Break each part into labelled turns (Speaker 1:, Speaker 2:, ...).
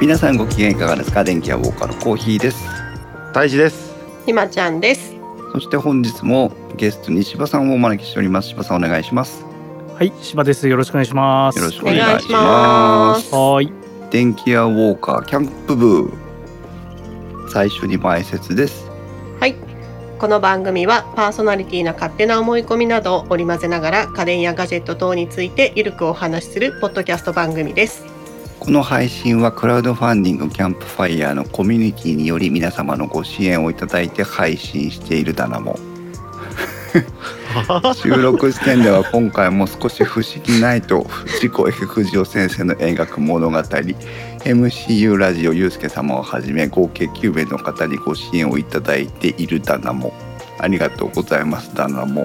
Speaker 1: 皆さんご機嫌いかがですか電気屋ウォーカーのコーヒーです
Speaker 2: 大地です。
Speaker 3: ひまちゃんです。
Speaker 1: そして本日もゲストに柴さんをお招きしております柴さんお願いします
Speaker 4: はい、柴です。よろしくお願いします。
Speaker 1: よろしく
Speaker 3: お願いします。
Speaker 4: はーい。
Speaker 1: 電気屋ウォーカーキャンプ部最初に前説です
Speaker 3: はい。この番組はパーソナリティの勝手な思い込みなどを織り交ぜながら家電やガジェット等についてゆるくお話しするポッドキャスト番組です。
Speaker 1: この配信はクラウドファンディングキャンプファイヤーのコミュニティにより皆様のご支援をいただいて配信しているだなも収録時点では今回も少し不思議ないと藤子 F 不二雄先生の映画物語 MCU ラジオゆうすけ様をはじめ合計9名の方にご支援をいただいているだなもありがとうございますだなも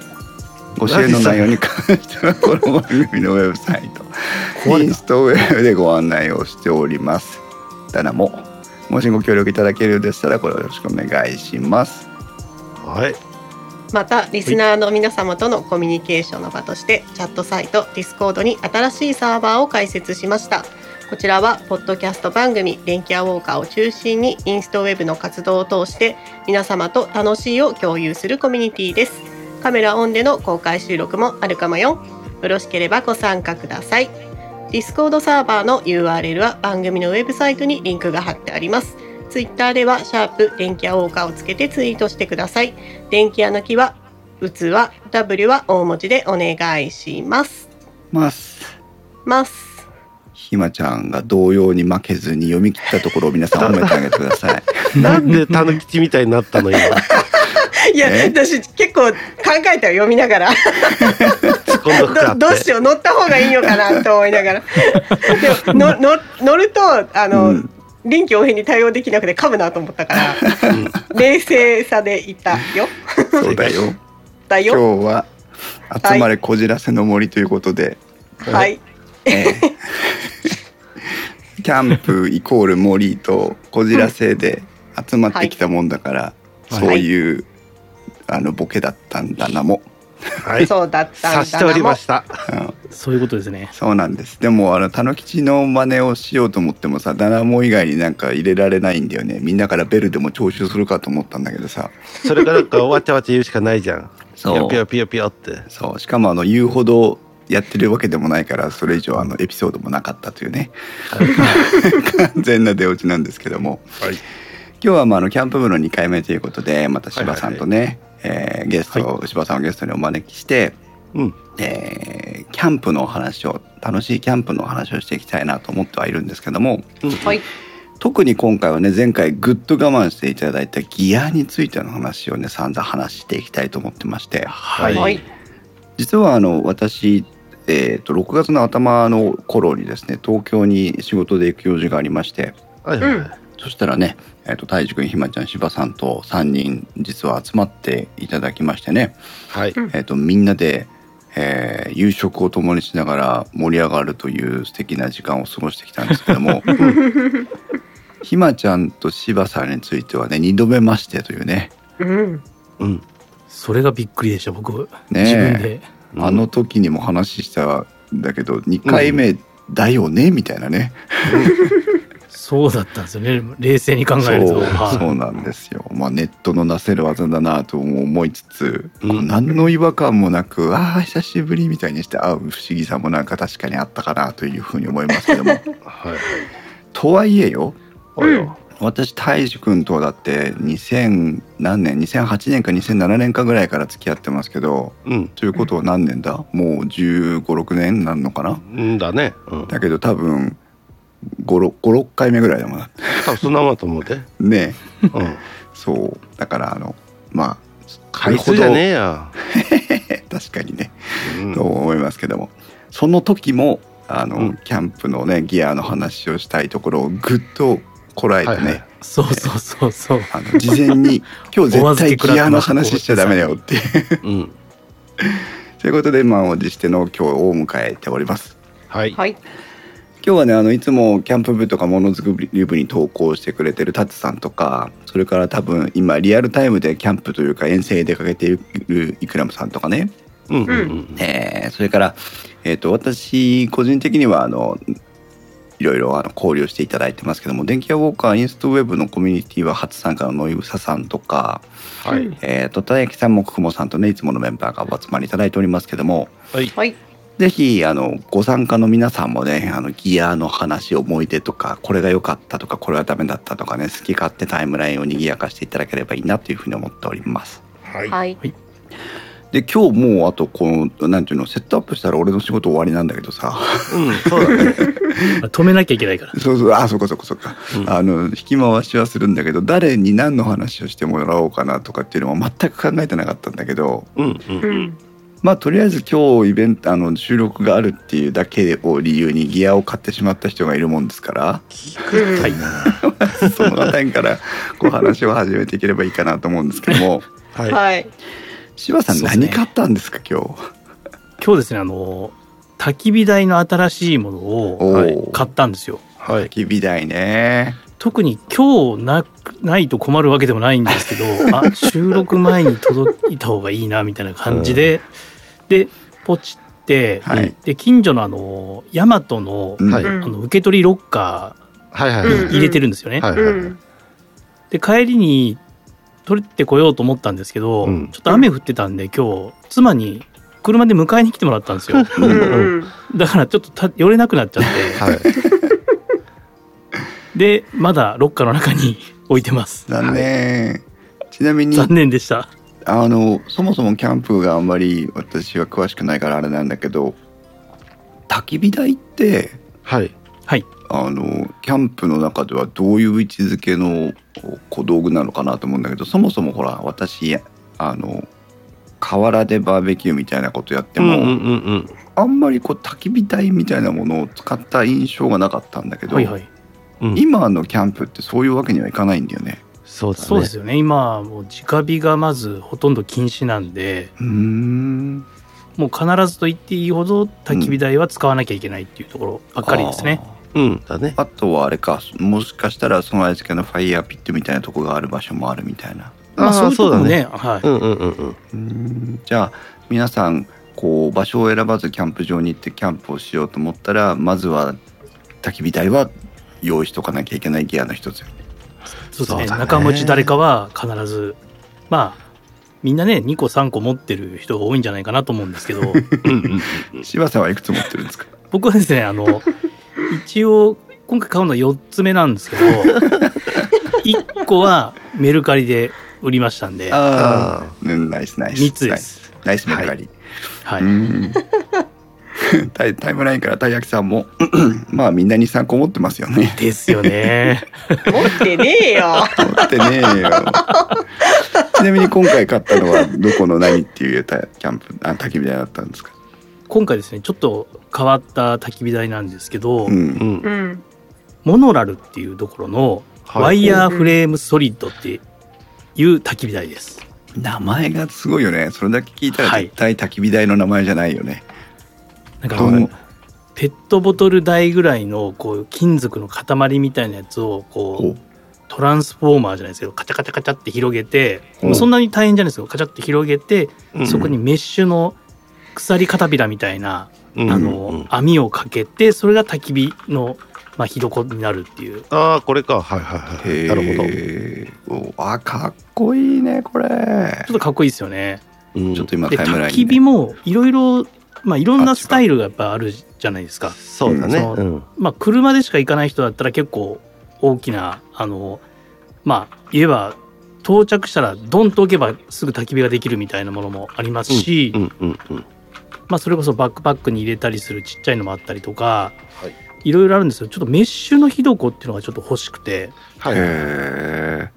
Speaker 1: ご支援の内容に関してはこの番組のウェブサイト
Speaker 2: 壊
Speaker 1: イ
Speaker 2: れ
Speaker 1: ン
Speaker 2: た。
Speaker 1: ストウェブでご案内をしております。ただも、もしご協力いただけるようでしたら、これをよろしくお願いします。
Speaker 2: はい。
Speaker 3: また、リスナーの皆様とのコミュニケーションの場として、チャットサイト、Discord に新しいサーバーを開設しました。こちらは、ポッドキャスト番組、電気屋ウォーカーを中心に、インストウェブの活動を通して、皆様と楽しいを共有するコミュニティです。カメラオンでの公開収録もあるかもよ。よろしければご参加ください。Discord サーバーの URL は番組のウェブサイトにリンクが貼ってあります。Twitter では、シャープ電気屋ウォーカーをつけてツイートしてください。電気屋の木は器 W は大文字でお願いします。
Speaker 1: ます。
Speaker 3: ます。
Speaker 1: ひまちゃんが同様に負けずに読み切ったところを皆さん褒めてあげてください。
Speaker 2: なんでタヌキチみたいになったの 今。
Speaker 3: いや、
Speaker 1: え
Speaker 3: 私結構考えたよ読みながら
Speaker 2: 突っ込ん どく かっ
Speaker 3: ど
Speaker 2: て。
Speaker 3: どうしよう乗った方がいいのかなと思いな がらでものの乗るとあの、
Speaker 1: うん
Speaker 3: 臨機応変に対応できなくて噛むなと思ったから
Speaker 2: うん
Speaker 3: 冷静さでいたよ
Speaker 1: そうだよ。
Speaker 3: だ
Speaker 1: 今
Speaker 3: よ
Speaker 1: 日は、集まれこじらせの森ということで、
Speaker 3: はい
Speaker 1: ええキャンプイコール森とこじらせで集まってきたもんだから、
Speaker 2: はい
Speaker 1: そういう、あのボケだったんだなも。
Speaker 2: はい。
Speaker 3: そうだった
Speaker 2: 察
Speaker 3: ん
Speaker 2: して
Speaker 3: だ
Speaker 2: お
Speaker 3: な
Speaker 2: り
Speaker 3: も
Speaker 2: ました。
Speaker 1: うん
Speaker 4: そういうことですね。
Speaker 1: そうなんです。でも、あの、たぬきちの真似をしようと思ってもさ、ダナモ以外になんか入れられないんだよね。みんなからベルでも徴収するかと思ったんだけどさ。
Speaker 2: それからなんかわちゃわちゃ言うしかないじゃん。
Speaker 1: そう
Speaker 2: ピヨピヨピヨピヨって。
Speaker 1: そう。しかも、あの、言うほどやってるわけでもないから、それ以上、あの、エピソードもなかったというね。完全な出落ちなんですけども。
Speaker 2: はい。
Speaker 1: 今日は、まあ、あの、キャンプ部の2回目ということで、また柴さんとね、えーゲスト、柴さんをゲストにお招きして、
Speaker 2: うん。
Speaker 1: えーキャンプのお話を、楽しいキャンプのお話をしていきたいなと思ってはいるんですけども、
Speaker 3: はい
Speaker 1: 特に今回はね前回ぐっと我慢していただいたギアについての話をね散々話していきたいと思ってまして、
Speaker 2: はい
Speaker 3: はい
Speaker 1: 実はあの私、えー、と6月の頭の頃にですね東京に仕事で行く用事がありまして
Speaker 2: はいはいはい。
Speaker 1: そしたらね、えー、と太一くんひまちゃん柴さんと3人実は集まっていただきましてね、
Speaker 2: はい。
Speaker 3: うん
Speaker 1: えー、とみんなで、えー夕食を共にしながら盛り上がるという素敵な時間を過ごしてきたんですけどもひまちゃんと柴さんについてはね2度目ましてというね
Speaker 3: うん
Speaker 2: うん。
Speaker 4: それがびっくりでした、僕。
Speaker 1: ねえ
Speaker 4: 自分で。
Speaker 1: あの時にも話したんだけど2回目だよねみたいなね、
Speaker 4: そうだったんですよね。冷静に考
Speaker 1: そ
Speaker 4: えると。
Speaker 1: う
Speaker 4: は
Speaker 1: そうなんですよ、まあ、ネットのなせる技だなとも思いつつ、
Speaker 2: うん
Speaker 1: こう何の違和感もなくああ久しぶりみたいにして会う不思議さもなんか確かにあったかなというふうに思いますけども
Speaker 2: はいはい。
Speaker 1: とはいえよ
Speaker 2: おいよ。
Speaker 1: 私泰治君とはだって2000何年2008年か2007年かぐらいから付き合ってますけど
Speaker 2: うん。
Speaker 1: ということは何年だ、もう1 5 6年なんのかな
Speaker 2: うんだね。うん。
Speaker 1: だけど多分56回目ぐらいだもんな
Speaker 2: 多分そんなもんと思うで。
Speaker 1: ね
Speaker 2: うん。
Speaker 1: そうだからあのまあ
Speaker 2: 回数じゃねえや。
Speaker 1: え確かにね、
Speaker 2: うん
Speaker 1: と思いますけどもその時もあの、
Speaker 2: うん
Speaker 1: キャンプのねギアの話をしたいところをぐっとこらえてね、
Speaker 2: はいはい
Speaker 4: い。そうそうそうそう。
Speaker 1: あの事前 に今日絶対ギアの話しちゃダメだよっていう
Speaker 2: うん。
Speaker 1: ということで満を持しての今日を迎えております。
Speaker 2: はい。
Speaker 3: はい
Speaker 1: 今日はねあのいつもキャンプ部とかものづくり部に投稿してくれてるタツさんとかそれから多分今リアルタイムでキャンプというか遠征に出かけているイクラムさんとかね、
Speaker 2: うんうんうん。
Speaker 1: えーそれから、えー、と私個人的にはあのいろいろあの交流していただいてますけども電気屋ウォーカーインストウェブのコミュニティは初参加の野井ささんとか、
Speaker 2: はい。
Speaker 1: えー、とたやきさんもくもさんとねいつものメンバーがお集まりいただいておりますけども
Speaker 4: はい。
Speaker 3: はい。
Speaker 1: ぜひあのご参加の皆さんもねあのギアの話思い出とかこれが良かったとかこれはダメだったとかね好き勝手タイムラインを賑やかしていただければいいなというふうに思っております。
Speaker 2: はい。
Speaker 3: はい。
Speaker 1: で今日もうあとこのなんていうのセットアップしたら俺の仕事終わりなんだけどさ
Speaker 2: うん、そうだね。
Speaker 4: 止めなきゃいけないから。
Speaker 1: そうそうあそうかそうかそうか、
Speaker 2: うん
Speaker 1: あの引き回しはするんだけど誰に何の話をしてもらおうかなとかっていうのは全く考えてなかったんだけど
Speaker 2: うん、うん。
Speaker 3: うん。
Speaker 1: まあとりあえず今日イベントあの収録があるっていうだけを理由にギアを買ってしまった人がいるもんですから
Speaker 4: はい。
Speaker 1: その辺りからこう話を始めていければいいかなと思うんですけど も
Speaker 2: はい。
Speaker 3: はい。
Speaker 1: 柴さん
Speaker 4: そうですね
Speaker 1: 何買ったんですか今日。
Speaker 4: 今日ですね、あの、焚き火台の新しいものを
Speaker 2: はい
Speaker 1: お
Speaker 4: 買ったんですよ。
Speaker 2: はい。
Speaker 1: き火台ね。
Speaker 4: 特に今日なくないと困るわけでもないんですけど、あ、収録前に届いた方がいいな、みたいな感じで、で、ポチって、
Speaker 1: はい
Speaker 4: で、近所のあの、ヤマトの、
Speaker 1: うん
Speaker 2: はい
Speaker 3: うん
Speaker 4: あの、受け取りロッカ
Speaker 2: はい。はい。
Speaker 4: ーに入れてるんですよね。
Speaker 2: はいうはい。
Speaker 3: ん。
Speaker 4: で帰りに取ってこようと思ったんですけど、
Speaker 2: うん
Speaker 4: ちょっと雨降ってたんで今日妻に車で迎えに来てもらったんですよ
Speaker 3: う
Speaker 2: うん
Speaker 3: ん。
Speaker 4: だからちょっとた寄れなくなっちゃって
Speaker 2: はい。
Speaker 4: でまだロッカーの中に置いてます
Speaker 1: 残念。ちなみに
Speaker 4: 残念でした
Speaker 1: あのそもそもキャンプがあんまり私は詳しくないからあれなんだけど焚き火台って
Speaker 2: はい。
Speaker 1: あのキャンプの中ではどういう位置づけの小道具なのかなと思うんだけどそもそもほら私あの河原でバーベキューみたいなことやって
Speaker 2: うん、う
Speaker 1: も、
Speaker 2: ん、うん、うん。
Speaker 1: あんまりこう焚き火台みたいなものを使った印象がなかったんだけど、
Speaker 4: はいはい
Speaker 2: うん
Speaker 1: 今のキャンプってそういうわけにはいかないんだよね。
Speaker 2: そうだね。
Speaker 4: そうですよね今はもう直火がまずほとんど禁止なんで
Speaker 1: うーん
Speaker 4: もう必ずと言っていいほど焚き火台は使わなきゃいけないっていうところばっかりですね、
Speaker 2: うん、だね。
Speaker 1: あとはあれかもしかしたらその味付けのファイヤーピットみたいなとこがある場所もあるみたいな
Speaker 4: まあそういうとこも
Speaker 2: ね。
Speaker 4: ねは
Speaker 2: うん、うん、うん、うん。
Speaker 1: じゃあ皆さんこう場所を選ばずキャンプ場に行ってキャンプをしようと思ったらまずは焚き火台は用意しとかなきゃいけないギアの一つよね
Speaker 4: いそうです
Speaker 2: そう
Speaker 4: ね
Speaker 2: だね
Speaker 4: 仲間内誰かは必ずまあみんなね2個3個持ってる人が多いんじゃないかなと思うんですけど
Speaker 2: うん、うん。
Speaker 1: 柴さんはいくつ持ってるんですか
Speaker 4: 僕はですねあの一応今回買うのは4つ目なんですけど1個はメルカリで売りましたんで
Speaker 1: あ
Speaker 2: あ
Speaker 1: あ、うん、ナイスナイス
Speaker 4: 3つです。
Speaker 1: ナイスナイスメルカリ、
Speaker 4: は
Speaker 1: う
Speaker 4: い、
Speaker 1: んタイタイムラインからたい焼きさんもまあみんなに参考持ってますよね
Speaker 4: ですよね。
Speaker 3: 持ってねえよ。
Speaker 1: 持ってねえよちなみに今回買ったのはどこの何っていうたキャンプあ焚き火台だったんですか
Speaker 4: 今回ですねちょっと変わった焚き火台なんですけど、
Speaker 1: うん
Speaker 2: うん
Speaker 3: う。ん。
Speaker 4: モノラルっていうところの
Speaker 2: はい
Speaker 4: ワイヤーフレームソリッドっていう焚き火台です。
Speaker 1: 名前がすごいよねそれだけ聞いたら
Speaker 4: はい
Speaker 1: 絶対焚き火台の名前じゃないよね、
Speaker 4: なんかあ
Speaker 1: どう
Speaker 4: のペットボトル台ぐらいのこう金属の塊みたいなやつをこうトランスフォーマーじゃないですけどカチャカチャカチャって広げて、
Speaker 1: うん
Speaker 4: そんなに大変じゃないですけどカチャって広げて、
Speaker 2: うん
Speaker 4: そこにメッシュの鎖片びらみたいな、
Speaker 2: うん
Speaker 4: あ
Speaker 2: うんう
Speaker 4: の
Speaker 2: ん
Speaker 4: 網をかけてそれが焚き火の、まあ、火床になるっていう
Speaker 2: ああ、これか。はい、はい、はい。なる
Speaker 1: るほどあかっこいいねこれ
Speaker 4: ちょっとかっこいいですよね。
Speaker 2: ほど。
Speaker 1: ちょっと今
Speaker 4: で
Speaker 1: タイムラ
Speaker 4: 焚
Speaker 1: イ
Speaker 4: き
Speaker 1: ン
Speaker 4: 火
Speaker 1: で
Speaker 4: もいろいろまあいろん
Speaker 1: あ違う
Speaker 4: なスタイルがやっぱあるじゃないですか。
Speaker 2: そうだね。
Speaker 4: うん
Speaker 2: うん。
Speaker 4: まあ、車でしか行かない人だったら結構大きなあのまあ言えば到着したらドンと置けばすぐ焚き火ができるみたいなものもありますし、
Speaker 2: うん、うん、うん。
Speaker 4: まあ、それこそバックパックに入れたりするちっちゃいのもあったりとか、、
Speaker 2: はい
Speaker 4: ろいろあるんですよちょっとメッシュの火床っていうのがちょっと欲しくて
Speaker 2: はい。
Speaker 1: へえ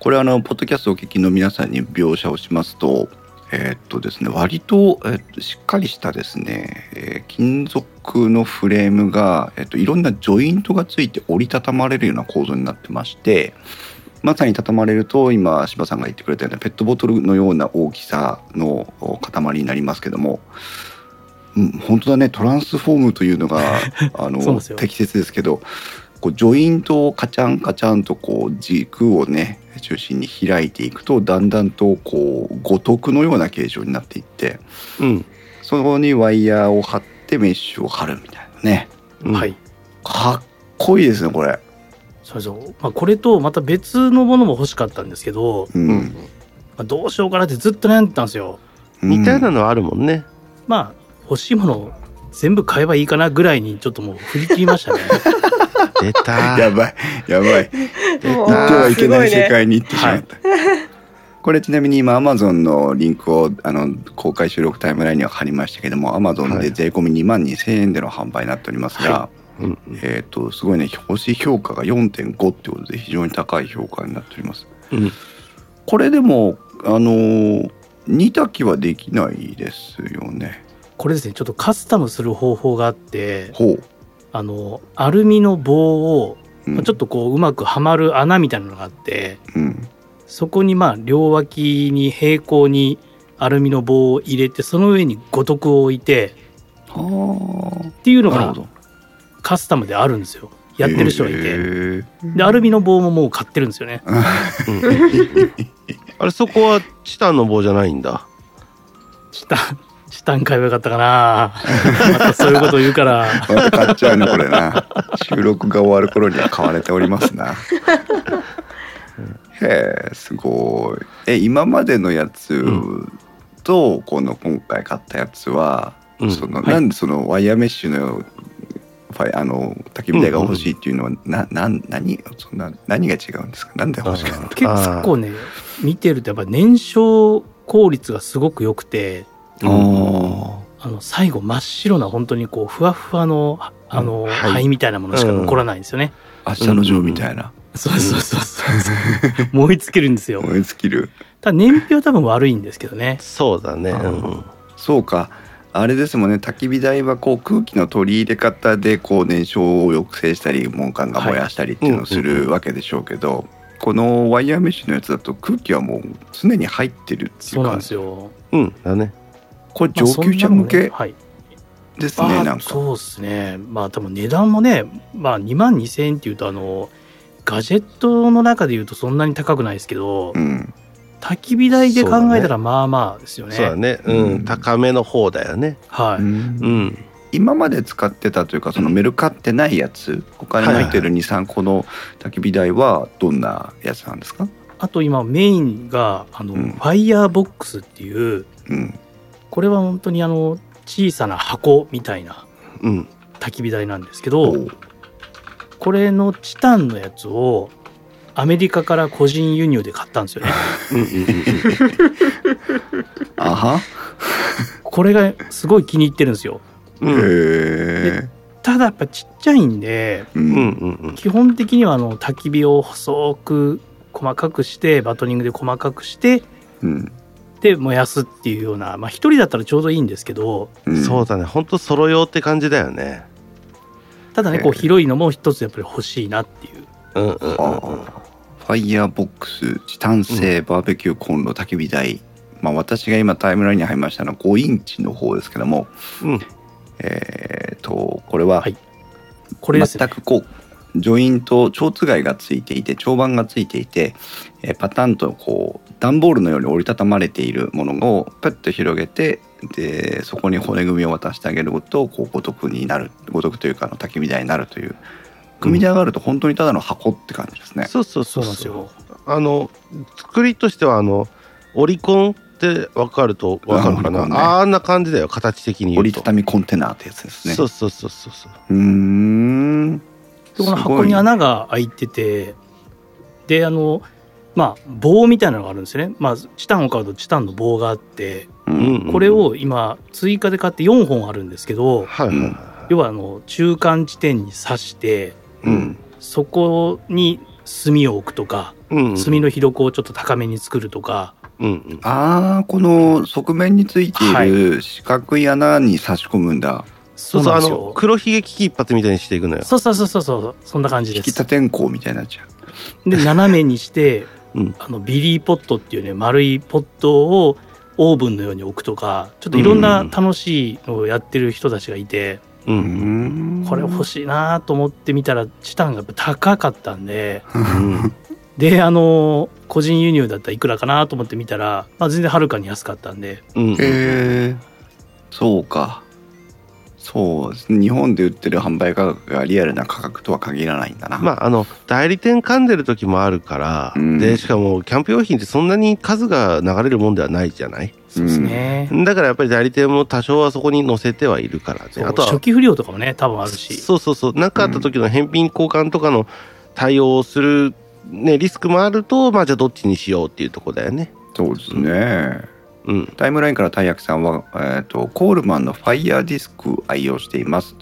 Speaker 1: これあのポッドキャストをお聞きの皆さんに描写をしますとえーっとですね割と、えーっとしっかりしたですね、えー金属のフレームが、えーっといろんなジョイントがついて折りたたまれるような構造になってましてまさに畳まれると今柴さんが言ってくれたようなペットボトルのような大きさのお塊になりますけども、うん、本当だねトランスフォームというのがあ
Speaker 4: そうなん
Speaker 1: の
Speaker 4: ですよ
Speaker 1: 適切ですけどこうジョイントをカチャンカチャンとこう軸をね中心に開いていくとだんだんとこう五徳のような形状になっていって
Speaker 2: うん。
Speaker 1: そこにワイヤーを張ってメッシュを張るみたいなね
Speaker 2: うん
Speaker 4: は。い
Speaker 1: かっ濃いですねこれ
Speaker 4: そうそう、まあ、これとまた別のものも欲しかったんですけど、
Speaker 1: う
Speaker 2: うんん。
Speaker 4: まあ、どうしようかなってずっと悩んでたんですよ
Speaker 2: 似たような
Speaker 1: の
Speaker 2: のはあるもん ね。
Speaker 4: まあ欲しいものを全部買えばいいかなぐらいにちょっともう振り切り ましたね
Speaker 2: 出た。
Speaker 1: やばいやばい
Speaker 2: 出
Speaker 1: 行って
Speaker 2: た
Speaker 1: はいけない世界に行ってしまった、 これちなみに今 Amazon のリンクをあの公開収録タイムラインには貼りましたけども Amazon
Speaker 2: は
Speaker 1: で
Speaker 2: い
Speaker 1: 税込み2万2000円での販売になっておりますが、
Speaker 4: は
Speaker 2: うん
Speaker 1: えっ、とすごいね星評価が4.5ってことで非常に高い評価になっております
Speaker 2: うん。
Speaker 1: これでもあのー似たきはできないですよね
Speaker 4: これですねちょっとカスタムする方法があって
Speaker 1: ほう、
Speaker 4: あのアルミの棒を、
Speaker 1: うん
Speaker 4: まあちょっとこううまくはまる穴みたいなのがあって
Speaker 1: うん
Speaker 4: そこにまあ両脇に平行にアルミの棒を入れてその上に五徳を置いて
Speaker 1: は
Speaker 4: っていう
Speaker 1: あ
Speaker 4: の
Speaker 1: なるほ
Speaker 4: が
Speaker 1: ど
Speaker 4: カスタムであるんですよやってる人がいて、
Speaker 1: へー
Speaker 4: でアルミの棒ももう買ってるんですよね
Speaker 2: あれ、そこはチタンの棒じゃないんだ。
Speaker 4: チタンチタン買えばよかったかな またそういうこと言うから
Speaker 1: また買っちゃうねこれな収録が終わる頃には買われておりますなへえすごいえ今までのやつと、この今回買ったやつは、
Speaker 2: うん。
Speaker 1: その
Speaker 4: はい
Speaker 1: なんでそのワイヤーメッシュのファイあの焚き火台が欲しいっていうのは、ななん何そんな何が違うんですかなんで欲しかっ
Speaker 4: 結構ね見てるとやっぱ燃焼効率がすごく良くて
Speaker 1: たあ
Speaker 4: あの最後真っ白な本当にこうふわふわのああの、
Speaker 2: うんはい
Speaker 4: 灰みたいなものしか残らないんですよね、
Speaker 1: ー明日のジョーみたいな、
Speaker 4: そうそうそうそう燃え尽きるんですよ
Speaker 1: 燃え尽きる
Speaker 4: ただ燃費は多分悪いんですけどね
Speaker 2: そうだね。うん
Speaker 1: そうかあれですもんね焚き火台はこう空気の取り入れ方でこう燃焼を抑制したり門間が燃やしたりっていうのをす
Speaker 2: はいうんうんう
Speaker 1: るわけでしょうけど、このワイヤーメッシュのやつだと空気はもう常に入ってるってい
Speaker 4: そううなん
Speaker 1: 感
Speaker 4: です
Speaker 1: じ
Speaker 4: よ
Speaker 2: うん。だね。
Speaker 1: これ
Speaker 4: まあ
Speaker 1: 上級者向け
Speaker 4: そんなのもねはい
Speaker 1: です
Speaker 4: あ
Speaker 1: ね、
Speaker 4: ー
Speaker 1: なんか
Speaker 4: そうですねまあ多分値段もね、まあ、2万2000円っていうとあのガジェットの中でいうとそんなに高くないですけど、
Speaker 1: うん
Speaker 4: 焚き火台で考えた
Speaker 2: そうだ
Speaker 4: らまあまあですよね
Speaker 2: そうだね。う。
Speaker 1: うんん
Speaker 2: 高めの方だよね。
Speaker 4: はい、
Speaker 2: うん。
Speaker 1: 今まで使ってたというかそのメルカってないやつ他に入ってる23個の焚き火台はどんなやつなんですか、
Speaker 4: あと今メインがあの、
Speaker 1: うん
Speaker 4: ファイヤーボックスっていう
Speaker 1: うん、
Speaker 4: これは本当にあの小さな箱みたいな
Speaker 2: うん。
Speaker 4: 焚き火台なんですけ
Speaker 1: お
Speaker 4: ど
Speaker 1: う
Speaker 4: これのチタンのやつをアメリカから個人輸入で買ったんです よね
Speaker 2: うんうんうん
Speaker 1: あは、
Speaker 4: これがすごい気に入ってるんですよ
Speaker 2: うん。うん
Speaker 1: へえ
Speaker 4: ただやっぱちっちゃいんで
Speaker 1: う
Speaker 2: うん
Speaker 1: ん
Speaker 2: うん
Speaker 4: 基本的にはあの焚き火を細く細かくしてバトニングで細かくして
Speaker 1: うん
Speaker 4: で燃やすっていうようなまあ一人だったらちょうどいいんですけど
Speaker 1: うん
Speaker 2: そうだね。ほんとソロ用って感じだよね。
Speaker 4: ただね
Speaker 1: ええ
Speaker 4: こう広いのも一つやっぱり欲しいなっていう
Speaker 2: うんうんうんうん。
Speaker 1: あファイヤーボックスチタン製バーベキューコンロ焚き火台、まあ、私が今タイムラインに入りましたのは5インチの方ですけども、
Speaker 2: うん
Speaker 1: えー、とこれは
Speaker 4: はいこれですね
Speaker 1: 全くこう、ジョイント蝶つがいがついていて長板がついていて、えーパタンとこう段ボールのように折りたたまれているものをパッと広げてでそこに骨組みを渡してあげるとこうごとくになるごとくというかあの焚き火台になるという組み上がると本当にただの箱って感じですね。
Speaker 2: そうそうそ
Speaker 4: そうう
Speaker 2: そ
Speaker 4: な
Speaker 2: うん
Speaker 4: ですよ
Speaker 2: あの作りとしてはあのオリコンって分かると分かるかな
Speaker 1: あオ
Speaker 2: あ,、
Speaker 1: リコンね
Speaker 2: んな感じだよ形的に
Speaker 1: 折
Speaker 2: 言う
Speaker 1: り
Speaker 2: と
Speaker 1: たたみコンテナってやつですね。
Speaker 2: そうそうそうそうそう
Speaker 1: うーん。
Speaker 4: でこの箱に穴が開いててであのまあ棒みたいなのがあるんですよねまあチタンを買うとチタンの棒があって
Speaker 1: すごい。う
Speaker 2: うんんうん
Speaker 4: これを今追加で買って4本あるんですけど
Speaker 2: はいはいは
Speaker 4: 要はあの中間地点に刺して
Speaker 2: い
Speaker 1: うん
Speaker 4: そこに炭を置くとか
Speaker 2: うんうん
Speaker 4: 炭の火力をちょっと高めに作るとか、
Speaker 2: うんうん
Speaker 1: ああ、この側面について
Speaker 4: はい
Speaker 1: る四角い穴に差し込むんだ。
Speaker 4: そ
Speaker 2: そ
Speaker 4: うう
Speaker 2: そう
Speaker 4: なん
Speaker 2: あ
Speaker 4: です
Speaker 2: の
Speaker 4: よ
Speaker 2: 黒ひげ危機一発みたいにしていくのよ
Speaker 4: そうそうそうそうそうそんな感じ
Speaker 1: 引
Speaker 4: で
Speaker 1: き
Speaker 4: す
Speaker 1: 立てんこうみたいになっちゃう。
Speaker 4: で斜めにして、
Speaker 2: うん
Speaker 4: あのビリーポットっていうね丸いポットをオーブンのように置くとかちょっといろんな楽しいのをやってる人たちがいて、
Speaker 2: うんうん
Speaker 1: ん
Speaker 4: これ欲
Speaker 1: しい。
Speaker 4: しいなと思ってみたらチタンがやっぱ高かったんで
Speaker 2: うん
Speaker 4: であの個人輸入だったらいくらかなと思ってみたら、まあ、全然はるかに安かったんで
Speaker 2: うん
Speaker 1: へえ。そうか。そうですね日本で売ってる販売価格がリアルな価格とは限らないんだな、
Speaker 2: まあ、あの代理店噛んでる時もあるから、
Speaker 1: うん
Speaker 2: でしかもキャンプ用品ってそんなに数が流れるもんではないじゃない
Speaker 4: そうですね。
Speaker 2: だからやっぱり代理店も多少はそこに載せてはいるから
Speaker 4: そう
Speaker 2: ねあと
Speaker 4: 初
Speaker 2: は
Speaker 4: 期不良とかもね、多分あるし。
Speaker 2: そうそうそう何かあった時の返品交換とかの対応をする、ね、リスクもあるとまあじゃあどっちにしようっていうとこだよね
Speaker 1: そうですね
Speaker 2: うん
Speaker 1: タイムラインから大役さんは、えーとコールマンのファイヤーディスクを愛用しています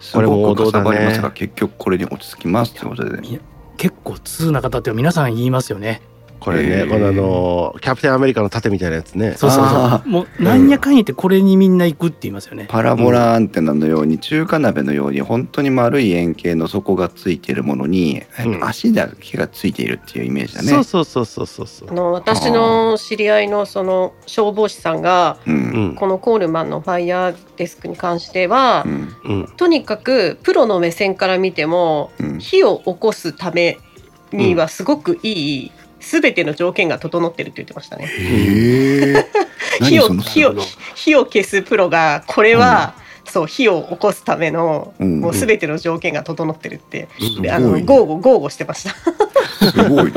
Speaker 1: す
Speaker 2: これも
Speaker 1: ご
Speaker 2: 王
Speaker 1: くか
Speaker 2: 道
Speaker 1: さ
Speaker 2: だね
Speaker 1: ばりますが、結局これに落ち着きますということで
Speaker 4: いや結構通な方って皆さん言いますよね。
Speaker 2: これ
Speaker 1: へ
Speaker 2: ね
Speaker 1: ー
Speaker 2: このあのキャプテンアメリカの盾みたいなやつね
Speaker 4: そうそうそ
Speaker 1: あ
Speaker 4: う。もう、なんやかんや言ってこれにみんな行くって言いますよね。
Speaker 1: パラボラアンテナのように中華鍋のように本当に丸い円形の底がついているものに、えーと
Speaker 2: うん
Speaker 1: 足だけがついているっていうイメージだね
Speaker 2: そうそうそうそうそうそう
Speaker 3: あの私の知り合いのその消防士さんが
Speaker 1: う
Speaker 2: うんん
Speaker 3: このコールマンのファイヤーデスクに関しては、
Speaker 1: うん
Speaker 2: うん
Speaker 3: とにかくプロの目線から見ても
Speaker 1: うん
Speaker 3: 火を起こすためにはすごくいい、全ての条件が整ってるって言ってましたね。
Speaker 1: へえ
Speaker 3: 火
Speaker 1: 何
Speaker 3: を
Speaker 1: その
Speaker 3: 火を火を消すプロがこれは、そう火を起こすための、
Speaker 1: うん
Speaker 3: もう全ての条件が整ってるって、
Speaker 1: うん
Speaker 3: であ
Speaker 1: すご
Speaker 3: の
Speaker 1: いね
Speaker 3: 豪語豪語してました。
Speaker 1: すごい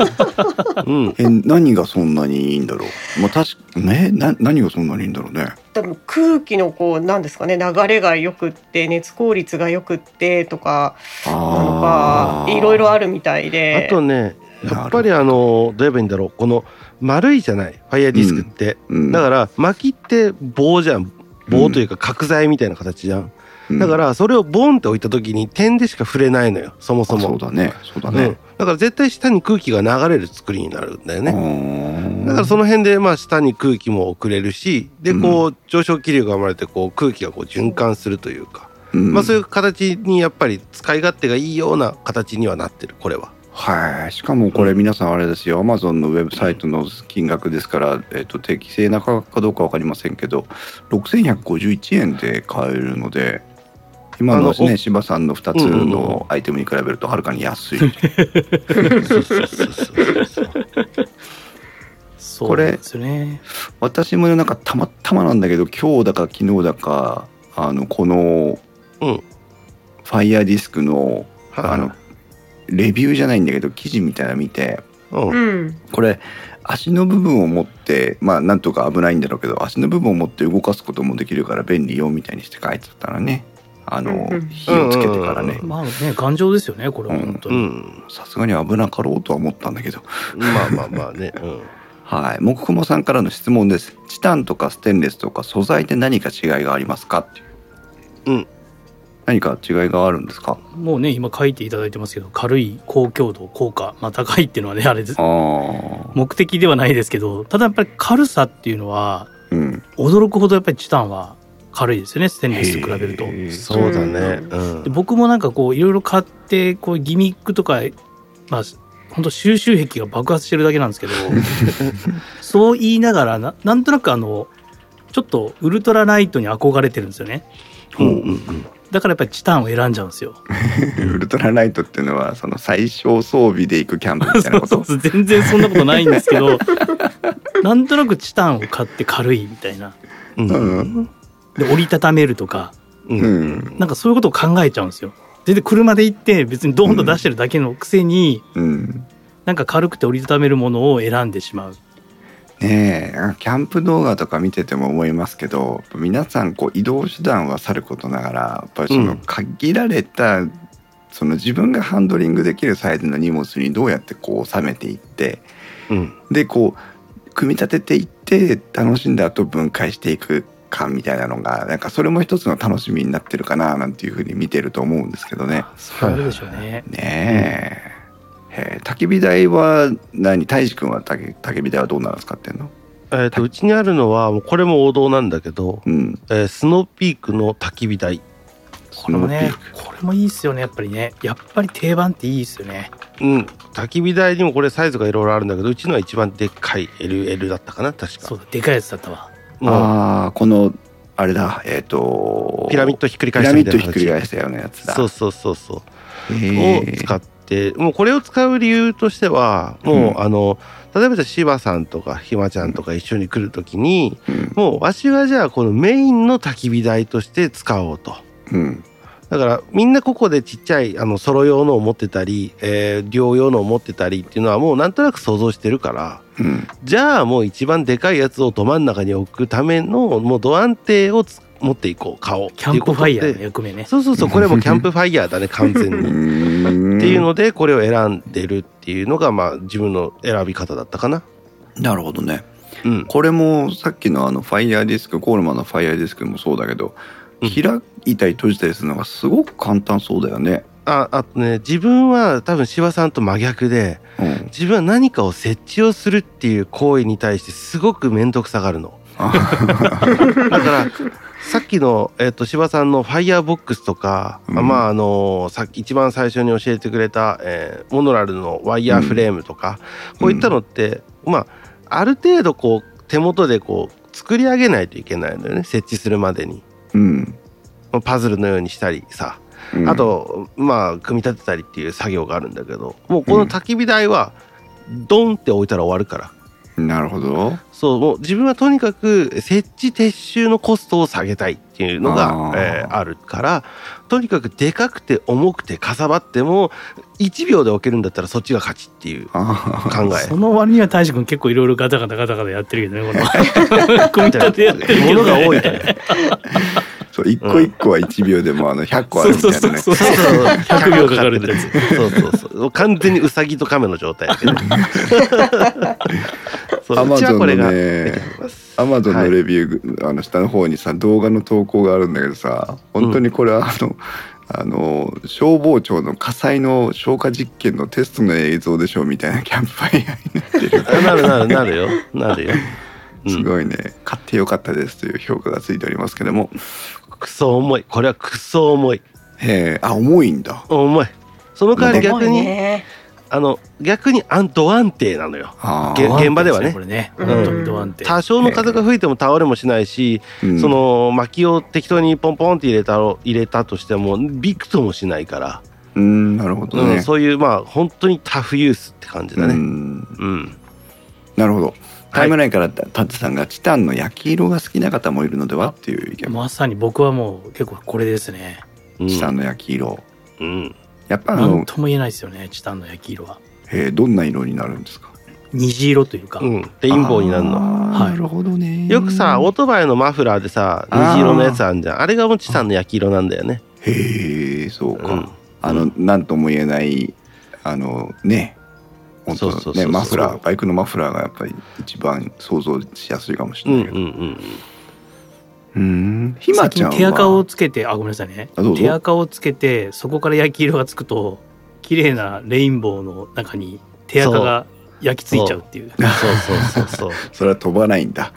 Speaker 2: うん
Speaker 1: え何がそんなにいいんだろうまあ確かねな何がそんなにいいんだろうね
Speaker 3: 多分空気のこうなんですかね流れがよくって熱効率がよくってとかなの
Speaker 1: あ
Speaker 3: か
Speaker 1: ー
Speaker 3: いろいろあるみたいで
Speaker 2: あとねやっぱりあのどう言えばいいんだろうこの丸いじゃないファイアディスクって、
Speaker 1: うん
Speaker 2: だから薪って棒じゃん棒というか角材みたいな形じゃん、
Speaker 1: うん
Speaker 2: だからそれをボンって置いた時に点でしか触れないのよそもそ
Speaker 1: あ
Speaker 2: も
Speaker 1: そうだねそうだ
Speaker 2: うん
Speaker 1: ね、
Speaker 2: だから絶対下に空気が流れる作りになるんだよね、
Speaker 1: ね
Speaker 2: だからその辺でまあ下に空気も送れるしでこ
Speaker 1: う
Speaker 2: う上昇気流が生まれてこう空気がこう循環するというか、
Speaker 1: うん
Speaker 2: まあそういう形にやっぱり使い勝手がいいような形にはなってるこれは。
Speaker 1: はいしかもこれ皆さんあれですよアマゾンのウェブサイトの金額ですから、えっと適正な価格かどうかわかりませんけど6151円で買えるので今のです
Speaker 2: あの
Speaker 1: ね柴さんの2つ
Speaker 2: うんうん
Speaker 1: のアイテムに比べるとはるかに 安い、
Speaker 4: そうなんですよね。
Speaker 1: 私もなんかたまたまなんだけど今日だか昨日だかあのこの
Speaker 2: うん
Speaker 1: ファイヤーディスクのあの
Speaker 2: は
Speaker 1: レビューじゃないんだけど記事みたいなの見て
Speaker 2: うん
Speaker 3: うん、
Speaker 1: これ足の部分を持ってまあなんとか危ないんだろうけど足の部分を持って動かすこともできるから便利よみたいにして書いてあったらねあの
Speaker 3: うんうん
Speaker 1: 火をつけてからね
Speaker 2: うん
Speaker 4: まあね、頑丈ですよね、これは本当
Speaker 2: う
Speaker 4: に。
Speaker 2: ん、
Speaker 1: さすがに危なかろうとは思ったんだけど
Speaker 2: まあまあまあね、うん、
Speaker 1: はい木雲さんからの質問ですチタンとかステンレスとか素材で何か違いがありますかっていう、
Speaker 2: うん
Speaker 1: 何か違いがあるんですか
Speaker 4: もうね、今書いていただいてますけど、軽い、高強度、効果、まあ高いっていうのはね、あれです
Speaker 1: あ。あ
Speaker 4: 目的ではないですけど、ただやっぱり軽さっていうのは、
Speaker 1: うん
Speaker 4: 驚くほどやっぱりチタンは軽いですよね、ステンレスと比べると
Speaker 1: へ。ー
Speaker 2: そうだね、うん
Speaker 4: で僕もなんかこういろいろ買ってこうギミックとかまあ本当収集癖が爆発してるだけなんで すけどそう言いながらななんとなくあのちょっとウルトラライトに憧れてるんですよね
Speaker 2: うんうん
Speaker 4: だからやっぱりチタンを選んじゃうんですよ
Speaker 1: ウルトラライトっていうのはその最小装備で行くキャンプみたいなこ
Speaker 4: そ
Speaker 1: と
Speaker 4: うそう全然そんなことないんです けどなんとなくチタンを買って軽いみたいな
Speaker 2: うん
Speaker 1: うん
Speaker 4: で折りたためるとか
Speaker 2: う
Speaker 1: うんん
Speaker 4: なんかそういうことを考えちゃうんですよ全然車で行って別にドーンと出してるだけのくせに、
Speaker 1: うん
Speaker 4: なんか軽くて折りたためるものを選んでしまう
Speaker 1: ねえキャンプ動画とか見てても思いますけど皆さんこう移動手段はさることながらやっぱりそうの
Speaker 2: ん
Speaker 1: 限られた、その自分がハンドリングできるサイズの荷物にどうやってこう収めていって
Speaker 2: うん
Speaker 1: でこう組み立てていって楽しんだ後分解していく感みたいなのがなんかそれも一つの楽しみになってるかななんていうふうに見てると思うんですけどね。
Speaker 4: そういうことでしょうね。
Speaker 1: ねえ。へえ焚き火台は何大志くんは焚き焚き火台はどうなんですかってんの
Speaker 2: えーとうちにあるのはもうこれも王道なんだけど、
Speaker 1: うん。
Speaker 2: えースノーピークの焚き火台
Speaker 4: これもね
Speaker 1: スノーピーク、
Speaker 4: これもいいっすよね、やっぱりね。やっぱり定番っていいっすよね。
Speaker 2: うん焚き火台にもこれサイズがいろいろあるんだけどうちのは一番でっかい LL だったかな確か
Speaker 4: そうだ、でかいやつだったわ。
Speaker 2: も
Speaker 1: ああこのあれだえっ、と
Speaker 2: うピラミッドひっくり
Speaker 1: ピ
Speaker 2: 返し
Speaker 1: ラ
Speaker 2: た
Speaker 1: ミ
Speaker 2: み
Speaker 1: ッ
Speaker 2: た
Speaker 1: ド
Speaker 2: いな
Speaker 1: ひっくり返
Speaker 2: 形
Speaker 1: したようなやつだ
Speaker 2: そうそうそうそう
Speaker 1: へ
Speaker 2: を
Speaker 1: え
Speaker 2: 使ってもうこれを使う理由としてはもう、
Speaker 1: うん
Speaker 2: あの例えばじゃあ柴さんとかひまちゃんとか一緒に来るときに
Speaker 1: うん
Speaker 2: もうわしはじゃあこのメインの焚き火台として使おうと
Speaker 1: うん
Speaker 2: だからみんな個々でちっちゃいあのソロ用のを持ってたり、えー両用のを持ってたりっていうのはもうなんとなく想像してるから
Speaker 1: うん
Speaker 2: じゃあもう一番でかいやつをど真ん中に置くためのもうド安定をつ持っていこう顔
Speaker 4: キャンプファイヤーの
Speaker 2: ね
Speaker 4: 役目ね。
Speaker 2: そうそうそうこれもキャンプファイヤーだね完全
Speaker 1: う
Speaker 2: に。
Speaker 1: ん
Speaker 2: っていうのでこれを選んでるっていうのがまあ自分の選び方だったかな。
Speaker 1: なるほどね
Speaker 2: うん、
Speaker 1: これもさっきのあのファイヤーディスクコールマンのファイヤーディスクもそうだけど
Speaker 2: うん
Speaker 1: 開いたり閉じたりするのがすごく簡単そうだよね。
Speaker 2: ああとね自分は多分柴さんと真逆で
Speaker 1: うん、
Speaker 2: 自分は何かを設置をするっていう行為に対してすごく面倒くさがるの。だからさっきの、えっと柴さんのファイヤーボックスとか、
Speaker 1: うん
Speaker 2: まああのさっき一番最初に教えてくれた、えーモノラルのワイヤーフレームとか、
Speaker 1: ん
Speaker 2: こういったのって、まあある程度こう手元でこう作り上げないといけないのよね設置するまでに。
Speaker 1: うん
Speaker 2: まあパズルのようにしたりさ、
Speaker 1: うん、
Speaker 2: あとまあ組み立てたりっていう作業があるんだけどもうこの焚き火台はドンって置いたら終わるから
Speaker 1: なるほど。
Speaker 2: そうもう自分はとにかく設置撤収のコストを下げたいっていうのが
Speaker 1: あー
Speaker 2: あ,、えーあるからとにかくでかくて重くてかさばっても1秒で置けるんだったらそっちが勝ちっていう考
Speaker 1: ああ
Speaker 2: え
Speaker 4: そ。の割には大志君結構いろいろガタガタガタガタやってるけどね、こ の。組み立てやってるけ
Speaker 2: 物
Speaker 4: ど、ね。
Speaker 2: が多いから。
Speaker 1: そう一個一個は1秒でもあの100個あ
Speaker 4: そう
Speaker 1: るみたい
Speaker 4: そ
Speaker 1: うな
Speaker 4: そう
Speaker 1: ね。
Speaker 4: そう。100秒かかるってやつ。
Speaker 2: そうそうそう。完全にウサギと亀の状態 だけど。そ
Speaker 1: ア
Speaker 2: うう
Speaker 1: マ
Speaker 2: ち
Speaker 1: ゾ
Speaker 2: は
Speaker 1: ンの
Speaker 2: これが
Speaker 1: ね
Speaker 2: ます
Speaker 1: アマゾン
Speaker 2: は
Speaker 1: の
Speaker 2: い
Speaker 1: レビュー、あの下の方にさ動画の投稿があるんだけどさ本当にこれはあの、あの消防庁の火災の消火実験のテストの映像でしょみたいなキャンプファイヤーになってる
Speaker 2: あなるなるなるよ。なるよ。う
Speaker 1: す
Speaker 2: ん、
Speaker 1: ごいね、買ってよかったですという評価がついておりますけども
Speaker 2: クソ重い。これはクソ重い。
Speaker 1: へえあ重いんだ
Speaker 2: 重い。その代わり逆
Speaker 3: 重い
Speaker 2: に、
Speaker 3: ね
Speaker 2: あの逆に安度安定なのよ。
Speaker 1: あ
Speaker 2: げ
Speaker 1: ー
Speaker 2: 現場ではね
Speaker 4: これね。
Speaker 3: うん
Speaker 4: 本当にドアンって。
Speaker 2: 多少の風が吹いても倒れもしないし、
Speaker 1: うん
Speaker 2: その薪を適当にポンポンって入れたろ入れたとしてもびくともしないから、
Speaker 1: うんなるほど
Speaker 2: う
Speaker 1: ね
Speaker 2: ん、そういうまあ本当にタフユースって感じだ
Speaker 1: う
Speaker 2: ね。
Speaker 1: ん
Speaker 2: うん。
Speaker 1: なるほどタイムラインからタッツさんがチタンの焼き色が好きな方もいるのではっていう意見も、
Speaker 4: まさに僕はもう結構これですね。
Speaker 2: うん
Speaker 1: チタンの焼き色
Speaker 2: うん。
Speaker 1: やっぱあ
Speaker 4: な
Speaker 1: の
Speaker 4: んとも言えないですよね、チタンの焼き色は。
Speaker 1: えーどんな色になるんですか
Speaker 4: 虹色というか。
Speaker 2: うん。レインボーになるの。
Speaker 1: あー
Speaker 4: はい
Speaker 1: なるほどね
Speaker 2: よくさオートバイのマフラーでさ虹色のやつあるじゃんあれがもうチタンの焼き色なんだよね
Speaker 1: へえそうか、
Speaker 2: うん
Speaker 1: あの何とも言えないあのね本当
Speaker 2: そうそうそう
Speaker 1: ね
Speaker 2: そう
Speaker 1: マフラーバイクのマフラーがやっぱり一番想像しやすいかもし
Speaker 2: う
Speaker 1: れ
Speaker 2: ん
Speaker 1: な
Speaker 2: う
Speaker 1: んいけど
Speaker 2: うん
Speaker 1: うんひまちゃんは
Speaker 4: 先に手垢をつけて、あ、ごめんなさいね。
Speaker 1: あどうぞ
Speaker 4: 手垢をつけて、そこから焼き色がつくと、綺麗なレインボーの中に手垢が焼き付いちゃうっていう。
Speaker 2: そうそうそうそ
Speaker 1: それは飛ばないんだ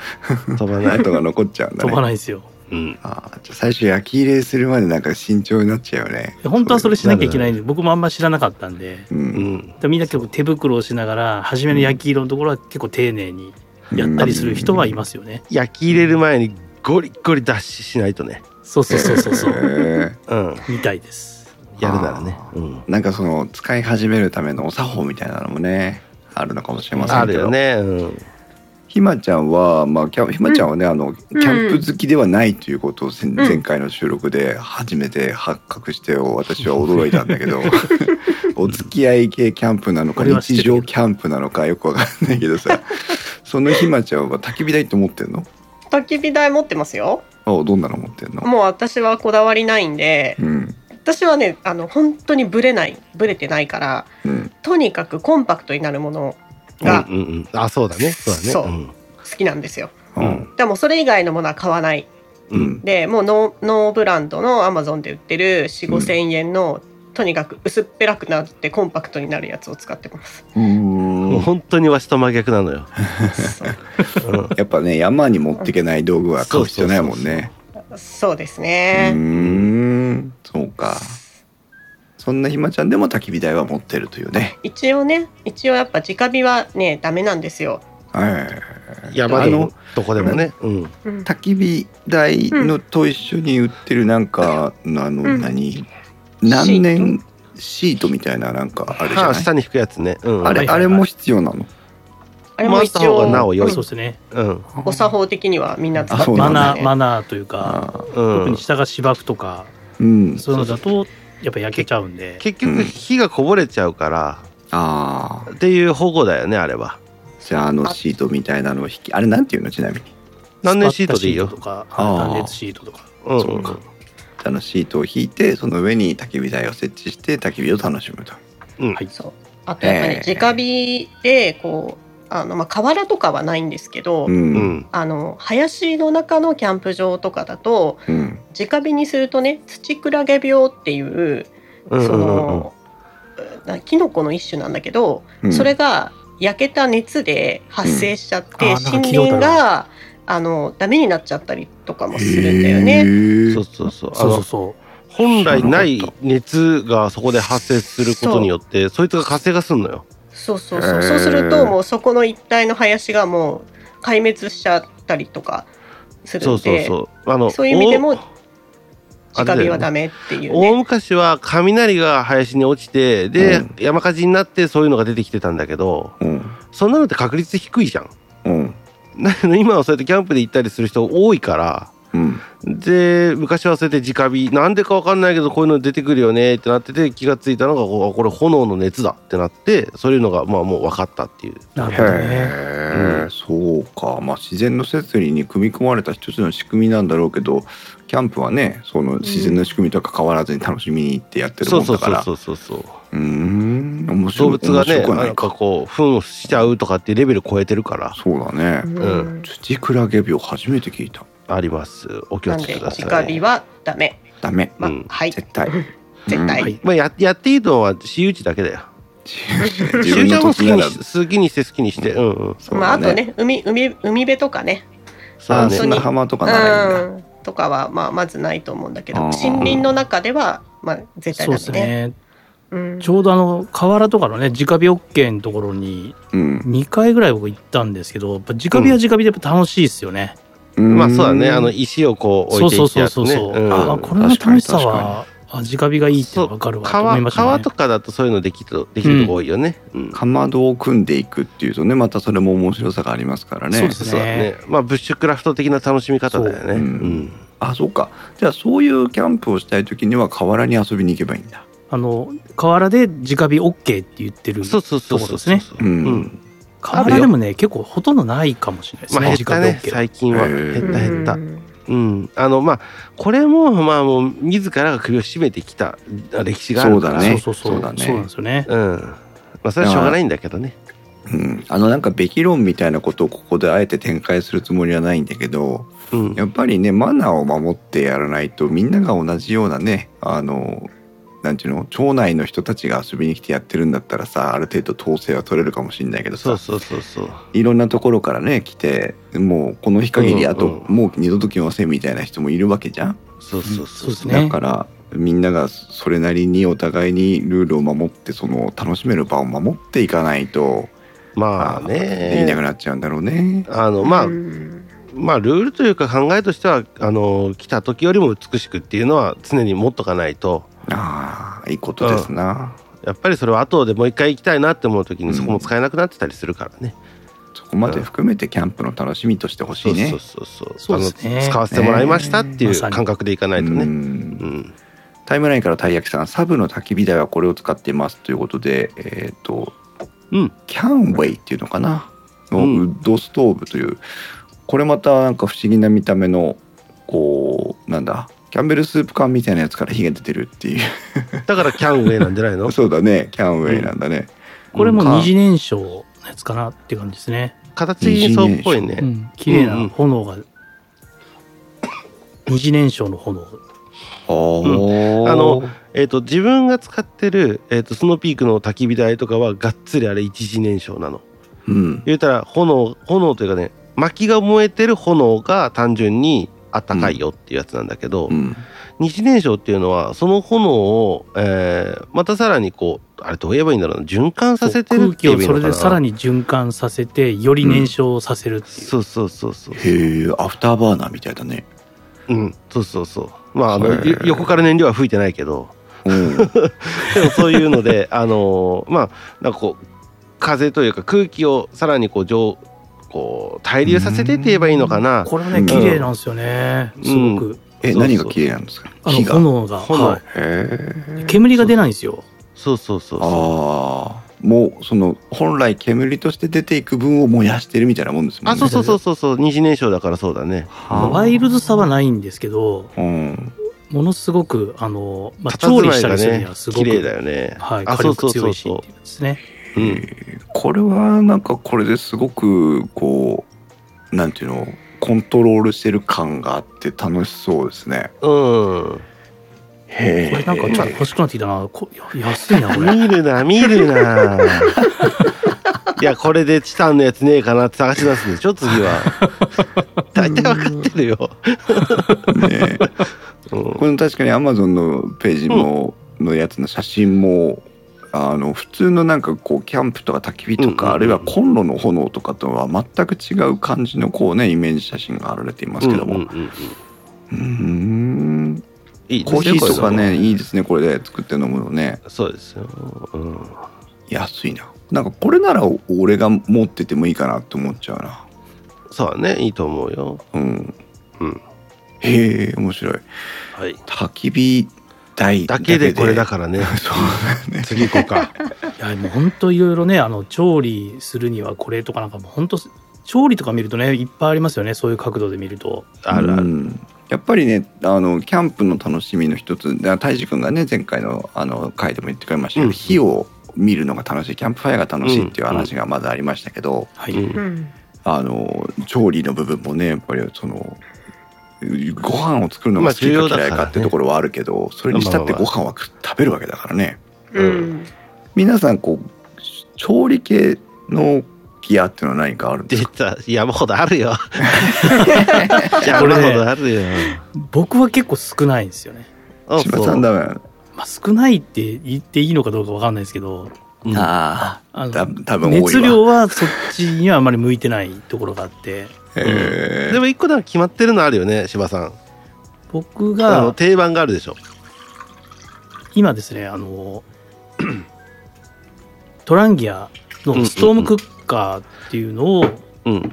Speaker 2: う飛ばない
Speaker 1: 跡が残っちゃうんだ ね
Speaker 4: 飛ばないですよ。
Speaker 2: うん
Speaker 1: あーじゃあ最初焼き入れするまでなんか慎重になっちゃうよね
Speaker 4: 本当はそれしなきゃいけないんで、僕もあんま知らなかったんで。
Speaker 1: う
Speaker 2: うんん
Speaker 4: みんな結構手袋をしながら、初めの焼き色のところは結構丁寧にやったりする人はいますよね。
Speaker 2: 焼き入れる前にゴリッゴリ脱脂しないとね
Speaker 4: そうそうそうそうそ
Speaker 1: へ
Speaker 4: う。
Speaker 1: ー
Speaker 2: うん
Speaker 4: みたいです。
Speaker 2: やるならね
Speaker 1: あ
Speaker 2: うん
Speaker 1: なんかその使い始めるためのお作法みたいなのもねあるのかもしれませんけど
Speaker 2: あるよねうん
Speaker 1: ひまちゃんは、まあ、キャンひまちゃんはね、あのキャンプ好きではないということを先、前回の収録で初めて発覚して私は驚いたんだけ どお付き合い系キャンプなのか
Speaker 4: 俺は知っ
Speaker 1: 日
Speaker 4: てる
Speaker 1: 常キャンプなのかよくわかんないけど さそのひまちゃんは焚き火台って持ってんの
Speaker 3: 焚き火台持ってますよ
Speaker 1: あどんなの持ってんの
Speaker 3: もう私はこだわりないんで
Speaker 1: うん
Speaker 3: 私はねあの本当にブレないブレてないから
Speaker 1: うん
Speaker 3: とにかくコンパクトになるもの
Speaker 2: うん
Speaker 3: が
Speaker 2: うんうんあそうだねそうだね
Speaker 3: そう
Speaker 2: うん
Speaker 3: 好きなんですよ、
Speaker 1: う
Speaker 2: うんん
Speaker 3: でもそれ以外のものは買わない
Speaker 2: うん
Speaker 3: でもうノーノーブランドのアマゾンで売ってる4 5 0 0 0円の、とにかく薄っぺらくなってコンパクトになるやつを使ってます。
Speaker 1: うん
Speaker 2: もう本当にわしと真逆なのよ
Speaker 3: そう
Speaker 2: うん
Speaker 1: やっぱね山に持っていけない道具は買う必要ないもんね
Speaker 3: そうです
Speaker 1: う
Speaker 3: ね。
Speaker 1: ーんそうかそんなひまちゃんでも焚き火台は持ってるというね
Speaker 3: 一応ね、一応やっぱ直火はねダメなんですよ。
Speaker 1: はい
Speaker 2: 山で
Speaker 1: あ
Speaker 2: も
Speaker 1: の
Speaker 2: どこでもねう
Speaker 3: う
Speaker 2: ん
Speaker 3: ん
Speaker 1: 焚き火台のと一緒に売ってるなんか、あの
Speaker 3: うん
Speaker 1: 何何年シートみたいななんかあるじゃ
Speaker 2: は
Speaker 1: ない
Speaker 2: 下に引くやつねうん
Speaker 1: あれ、
Speaker 4: はいはいはい
Speaker 1: あれも必要なの
Speaker 3: あれも一応
Speaker 2: 回した方がなお
Speaker 4: そ
Speaker 2: 良
Speaker 4: う
Speaker 2: い
Speaker 3: うん
Speaker 4: ですね。
Speaker 2: うん
Speaker 3: お作法的にはみんな使
Speaker 1: あ
Speaker 3: って
Speaker 1: そうな
Speaker 4: マ
Speaker 1: んだ
Speaker 4: ナ
Speaker 3: ます
Speaker 4: ー、
Speaker 3: ね。
Speaker 4: マナーというか、
Speaker 1: あ
Speaker 2: うん
Speaker 4: 特に下が芝生とか、
Speaker 1: うん。
Speaker 4: そういうのだとやっぱ焼けちゃうんで
Speaker 2: 結
Speaker 1: うん
Speaker 2: 局火がこぼれちゃうから、
Speaker 1: ああ。
Speaker 2: っていう保護だよねあれは
Speaker 1: じゃあ、あのシートみたいなのを引き、あれなんていうのちなみに。
Speaker 2: 何年シートでいいよ
Speaker 4: スパッタシートとか
Speaker 1: あー
Speaker 4: 断熱シートとか
Speaker 2: うん
Speaker 1: そうかあのシートを引いて、その上に焚き火台を設置して、焚き火を楽しむと。
Speaker 2: うん
Speaker 4: はい
Speaker 3: そうあとやっぱり直火でこうあの、まあ、河原とかはないんですけど、
Speaker 1: ん
Speaker 2: う
Speaker 1: うん。
Speaker 2: ん
Speaker 3: あの林の中のキャンプ場とかだと
Speaker 1: うん。
Speaker 3: 直火にするとね土クラゲ病っていう
Speaker 2: うん
Speaker 3: そ
Speaker 2: うんうん
Speaker 3: の、なキノコの一種なんだけど、
Speaker 1: うん
Speaker 3: それが焼けた熱で発生しちゃって、
Speaker 4: うんあーなんか聞い
Speaker 3: 森
Speaker 4: たことある
Speaker 3: 林があのダメになっちゃったりとかもするんだよ
Speaker 1: へ
Speaker 3: ね。
Speaker 1: ー
Speaker 2: そうそうそうあ
Speaker 4: そうそ
Speaker 2: の
Speaker 4: うそう
Speaker 2: 本来ない熱がそこで発生することによってそいつが活性化すんのよ
Speaker 3: そうそう
Speaker 1: へ
Speaker 3: そう。
Speaker 1: ー
Speaker 3: そうするともうそこの一帯の林がもう壊滅しちゃったりとかする
Speaker 2: そ
Speaker 3: ん
Speaker 2: うそう
Speaker 3: で、そう
Speaker 2: そうあの
Speaker 3: いう意味でも
Speaker 2: おあれだ
Speaker 3: 直火
Speaker 2: よね
Speaker 3: はダメっていう
Speaker 2: 大
Speaker 3: ね。
Speaker 2: 昔は雷が林に落ちてで、
Speaker 1: うん
Speaker 2: 山火事になってそういうのが出てきてたんだけど
Speaker 1: うん。
Speaker 2: そんなのって確率低いじゃん。
Speaker 1: うん。
Speaker 2: だけど今はそうやってキャンプで行ったりする人多いから
Speaker 1: うん。
Speaker 2: で昔はそうやって直火なんでか分かんないけどこういうの出てくるよねってなってて気がついたのがこうこれ炎の熱だってなってそういうのがまあもう分かったっていう
Speaker 4: なる
Speaker 1: へ
Speaker 4: ほどね
Speaker 1: え、そうか、まあ、自然の摂理に組み込まれた一つの仕組みなんだろうけどキャンプはねその自然の仕組みとは変わらずに楽しみに行ってやってる
Speaker 2: そ
Speaker 1: も
Speaker 2: うんそう
Speaker 1: だから
Speaker 2: そうそうそう
Speaker 1: うーん面白
Speaker 2: 動
Speaker 1: い
Speaker 2: 物がね
Speaker 1: 面白くは
Speaker 2: な
Speaker 1: ない
Speaker 2: ん
Speaker 1: か
Speaker 2: かこう糞をしちゃうとかっていうレベル超えてるから
Speaker 1: そうだね、
Speaker 3: うん
Speaker 2: うん
Speaker 1: 土クラゲ病初めて聞いた
Speaker 2: ありますお気を
Speaker 3: なん
Speaker 2: つけ
Speaker 3: で
Speaker 2: ください
Speaker 3: 直火はダメ。
Speaker 1: ダメ、
Speaker 3: まあ、
Speaker 2: うん
Speaker 3: はい。
Speaker 1: 絶 対
Speaker 3: 絶対
Speaker 1: うん
Speaker 4: はい
Speaker 2: まあ、ややっていいのは私有地だけだよ
Speaker 1: 自分の土地なら
Speaker 2: 私有地はもう好きにし好きにして好きにしてうんうん
Speaker 1: そう
Speaker 3: まあ
Speaker 1: だ
Speaker 3: あとね海海海辺とかね。
Speaker 2: そう
Speaker 1: あ
Speaker 2: だ
Speaker 1: あ
Speaker 2: ね
Speaker 1: 砂浜とかならいいんだ
Speaker 3: うんとかは、まあ、まずないと思うんだけど
Speaker 1: あー
Speaker 3: 森林の中では、まあ、絶対
Speaker 4: そう
Speaker 3: だ
Speaker 4: です
Speaker 3: ね。
Speaker 4: ね
Speaker 3: うん
Speaker 4: ちょうどあの河原とかのね直火 OK のところに
Speaker 1: うん、
Speaker 4: 2回ぐらい僕行ったんですけどやっぱ直火は直火でやっぱ楽しいですよね、
Speaker 2: まあそうだねあの
Speaker 1: い
Speaker 2: 石をこう
Speaker 4: そ
Speaker 2: 置いうて
Speaker 4: そ
Speaker 2: いうって
Speaker 4: そう
Speaker 2: やつ
Speaker 4: そうそ
Speaker 2: ね
Speaker 4: う、
Speaker 2: うん
Speaker 1: あ
Speaker 4: あこれの楽しさはあ直火がいいってわかるわと思い
Speaker 2: 川
Speaker 4: ました
Speaker 2: 川
Speaker 4: ね
Speaker 2: とかだとそういうのできるできるとこ多いよね、うん
Speaker 1: かまどを組んでいくっていうとねまたそれも面白さがありますからね
Speaker 4: そうです
Speaker 2: そうだねまあブッシュクラフト的な楽しみ方だよ
Speaker 1: そう
Speaker 2: ね
Speaker 1: うんあそうかじゃあそういうキャンプをしたい時には河原に遊びに行けばいいんだ
Speaker 4: あの河原で直火 OK って言ってる
Speaker 2: そうそうそうそう
Speaker 4: そうです
Speaker 1: う、
Speaker 2: うんん
Speaker 4: 河原でもね結構ほとんどないかもしれないで
Speaker 2: ますあ
Speaker 4: ね、直
Speaker 2: 減っ
Speaker 4: 火
Speaker 2: たね
Speaker 4: OK
Speaker 2: 最近は
Speaker 1: へー
Speaker 2: 減った減った
Speaker 3: うん
Speaker 2: うん、あのまあこれもまあもう自らが首を絞めてきた歴史があるから
Speaker 1: ね
Speaker 4: そうそ
Speaker 1: そ
Speaker 4: うそうそうう
Speaker 1: だね
Speaker 4: なんですよね
Speaker 2: うんまあそれはしょうがないんだけどね
Speaker 1: うん、あのなんかべき論みたいなことをここであえて展開するつもりはないんだけど
Speaker 2: うん
Speaker 1: やっぱりねマナーを守ってやらないとみんなが同じようなねあのなんていうの町内の人たちが遊びに来てやってるんだったらさある程度統制は取れるかもしれないけど
Speaker 2: そう
Speaker 1: さ
Speaker 2: そうそうそう
Speaker 1: いろんなところからね来てもうこの日限りあと、
Speaker 2: うんうん
Speaker 1: もう二度と来ませんみたいな人もいるわけじゃん。
Speaker 2: そうそうそう
Speaker 4: そうです
Speaker 1: だ
Speaker 4: ね
Speaker 1: からみんながそれなりにお互いにルールを守ってその楽しめる場を守っていかないと
Speaker 2: まあ
Speaker 1: できなく
Speaker 2: ね
Speaker 1: なっちゃうんだろうね。
Speaker 2: あのまあ
Speaker 3: うん
Speaker 2: まあルールというか考えとしてはあの来た時よりも美しくっていうのは常に持っとかないと
Speaker 1: ああいいことですな、
Speaker 2: やっぱりそれは後でもう一回行きたいなって思う時にそこも使えなくなってたりするからね、
Speaker 1: そこまで含めてキャンプの楽しみとしてほしいね
Speaker 2: そうそうそう
Speaker 4: そ
Speaker 2: そう
Speaker 4: うですね
Speaker 2: あの使わせてもらいましたってい
Speaker 4: ま
Speaker 2: う
Speaker 4: さに
Speaker 2: 感覚でいかないと
Speaker 1: う
Speaker 2: ね、
Speaker 1: ん
Speaker 2: うん、
Speaker 1: タイムラインからたい焼きさんサブの焚き火台はこれを使ってますということでえっ、と、
Speaker 2: うん
Speaker 1: キャンウェイっていうのかなの
Speaker 2: うん
Speaker 1: ウッドストーブという、これまたなんか不思議な見た目のこうなんだキャンベルスープ缶みたいなやつから火が出てるっていう
Speaker 2: だからキャンウェイなんじゃない の
Speaker 1: そうだねキャンウェイなんだね、
Speaker 4: これも
Speaker 1: うん
Speaker 4: 二次燃焼のやつかなって感じですね、
Speaker 2: 形そうっぽいね、
Speaker 4: うん綺麗
Speaker 2: うんうん
Speaker 4: な炎が、二次燃焼の炎
Speaker 2: あのえっと自分が使ってる、えっとスノーピークの焚き火台とかはがっつりあれ一次燃焼なの
Speaker 1: うん
Speaker 2: 言うたら炎炎というかね薪が燃えてる炎が単純にあったかいよっていうやつなんだけど、
Speaker 1: うん
Speaker 2: 二次燃焼っていうのはその炎を、えーまたさらにこうあれどう言えばいいんだろうな循環させてる
Speaker 4: 空
Speaker 2: って
Speaker 4: 気
Speaker 2: 言え
Speaker 4: を
Speaker 2: ばいい
Speaker 4: そ
Speaker 2: の
Speaker 4: れ
Speaker 2: かな
Speaker 4: でさらに循環させてより燃焼させるっていう、
Speaker 2: そうそうそうそう
Speaker 1: へえアフターバーナーみたいだね
Speaker 2: うんそうそうそうまああの
Speaker 1: へー
Speaker 2: よ横から燃料は吹いてないけど
Speaker 1: うん
Speaker 2: でもそういうので あのーまあなんかこう風というか空気をさらにこう上こう対流させてって言えばいいのかな
Speaker 4: これは
Speaker 1: うん
Speaker 4: ね綺麗なんですよね、
Speaker 2: ん
Speaker 4: すごく、
Speaker 1: え
Speaker 2: そうそう
Speaker 1: 何が綺麗なんですか
Speaker 4: あの
Speaker 1: 火が
Speaker 4: 炎が
Speaker 2: 炎
Speaker 4: はい
Speaker 1: へえ
Speaker 4: 煙が出ないんですよ
Speaker 2: そうそうそうそう
Speaker 1: ああもうその本来煙として出ていく分を燃やしてるみたいなもんですもん
Speaker 2: あ
Speaker 1: ね
Speaker 2: そうそうそうそうそう二次燃焼だからそうだね
Speaker 1: はあ
Speaker 4: ワイルドさはないんですけど
Speaker 1: うん
Speaker 4: ものすごくあの、まあ、
Speaker 2: 佇
Speaker 4: 調
Speaker 2: まいが
Speaker 4: 理したりするにはすご
Speaker 2: 綺
Speaker 4: く、
Speaker 2: 麗だよね
Speaker 4: はい、
Speaker 2: あ
Speaker 4: 火
Speaker 2: そうそ
Speaker 4: 力
Speaker 2: うそ
Speaker 4: 強
Speaker 2: う
Speaker 4: いし
Speaker 2: そ
Speaker 4: っていうですね
Speaker 2: ううん
Speaker 1: これはなんかこれですごくこうなんていうのコントロールしてる感があって楽しそうですね
Speaker 2: うん
Speaker 1: へえ
Speaker 4: これなんかちょっと欲しくなってきたなこいや安いなこ れ
Speaker 2: 見るな見るないやこれでチタンのやつねえかなって探し出すんでしょ次 は大体わかってるよ、
Speaker 1: ね
Speaker 2: うん
Speaker 1: この確かにアマゾンのページも、のやつの写真もあの普通のなんかこうキャンプとか焚き火とか、
Speaker 2: うんうんうん
Speaker 1: あるいはコンロの炎とかとは全く違う感じのこうねイメージ写真が貼られていますけど
Speaker 2: うんう
Speaker 1: も
Speaker 2: んうんうん
Speaker 1: うーん
Speaker 2: いいです
Speaker 1: コ
Speaker 2: ね
Speaker 1: ーヒーとか
Speaker 2: これ
Speaker 1: ねいいですねこれで作って飲むのね
Speaker 2: はそうですよ、うん、
Speaker 1: 安いななんかこれなら俺が持っててもいいかなと思っちゃうな
Speaker 2: そうだねいいと思うよ
Speaker 1: うん、
Speaker 2: うん
Speaker 1: へえ面白い
Speaker 2: はい
Speaker 1: 焚き火台
Speaker 2: だけでこれだ
Speaker 1: か
Speaker 2: からね
Speaker 1: ら そうだね
Speaker 2: 次行こうか
Speaker 4: いやもう本当いろいろねあの調理するにはこれとかなんかもう本当調理とか見るとねいっぱいありますよねそういう角度で見ると
Speaker 2: あるあ
Speaker 1: う
Speaker 2: る
Speaker 1: んやっぱりねあのキャンプの楽しみの一つだたいじくんがね前回のあの回でも言ってくれましたけど、
Speaker 2: うん
Speaker 1: 火を見るのが楽しいキャンプファイアが楽しいっていう
Speaker 2: うん
Speaker 1: 話がまだありましたけど、
Speaker 4: はい、
Speaker 2: うん
Speaker 3: うん
Speaker 1: あの調理の部分もねやっぱりそのご飯を作るのが好き
Speaker 2: まあ重
Speaker 1: か
Speaker 2: 要だか
Speaker 1: 嫌
Speaker 2: ら
Speaker 1: い
Speaker 2: ね
Speaker 1: かってところはあるけど、それにしたって
Speaker 2: まあ
Speaker 1: ご飯
Speaker 2: ま
Speaker 1: は食べるわけだからね
Speaker 3: うん
Speaker 1: 皆さんこう調理系のギアっていうのは何かあるんで
Speaker 2: 出
Speaker 1: すか
Speaker 2: た山ほどあ るよ
Speaker 4: こ
Speaker 2: 山
Speaker 4: れ
Speaker 2: ほ
Speaker 4: ね
Speaker 2: どあるよ
Speaker 4: 僕は結構少ないんですよね
Speaker 2: あ
Speaker 1: 千葉さんダメなの
Speaker 4: まあ、少ないって言っていいのかどうかわかんないですけど
Speaker 2: うん
Speaker 1: あ
Speaker 4: あ
Speaker 1: あ
Speaker 4: の
Speaker 1: た多分多いわ
Speaker 4: 熱量はそっちにはあまり向いてないところがあって
Speaker 1: へー
Speaker 2: でも一個なんか決まってるのあるよね芝さん
Speaker 4: 僕
Speaker 2: あの
Speaker 4: が
Speaker 2: 定番があるでしょ
Speaker 4: 今ですねあの トランギアのストームクッカーっていうのを
Speaker 2: うん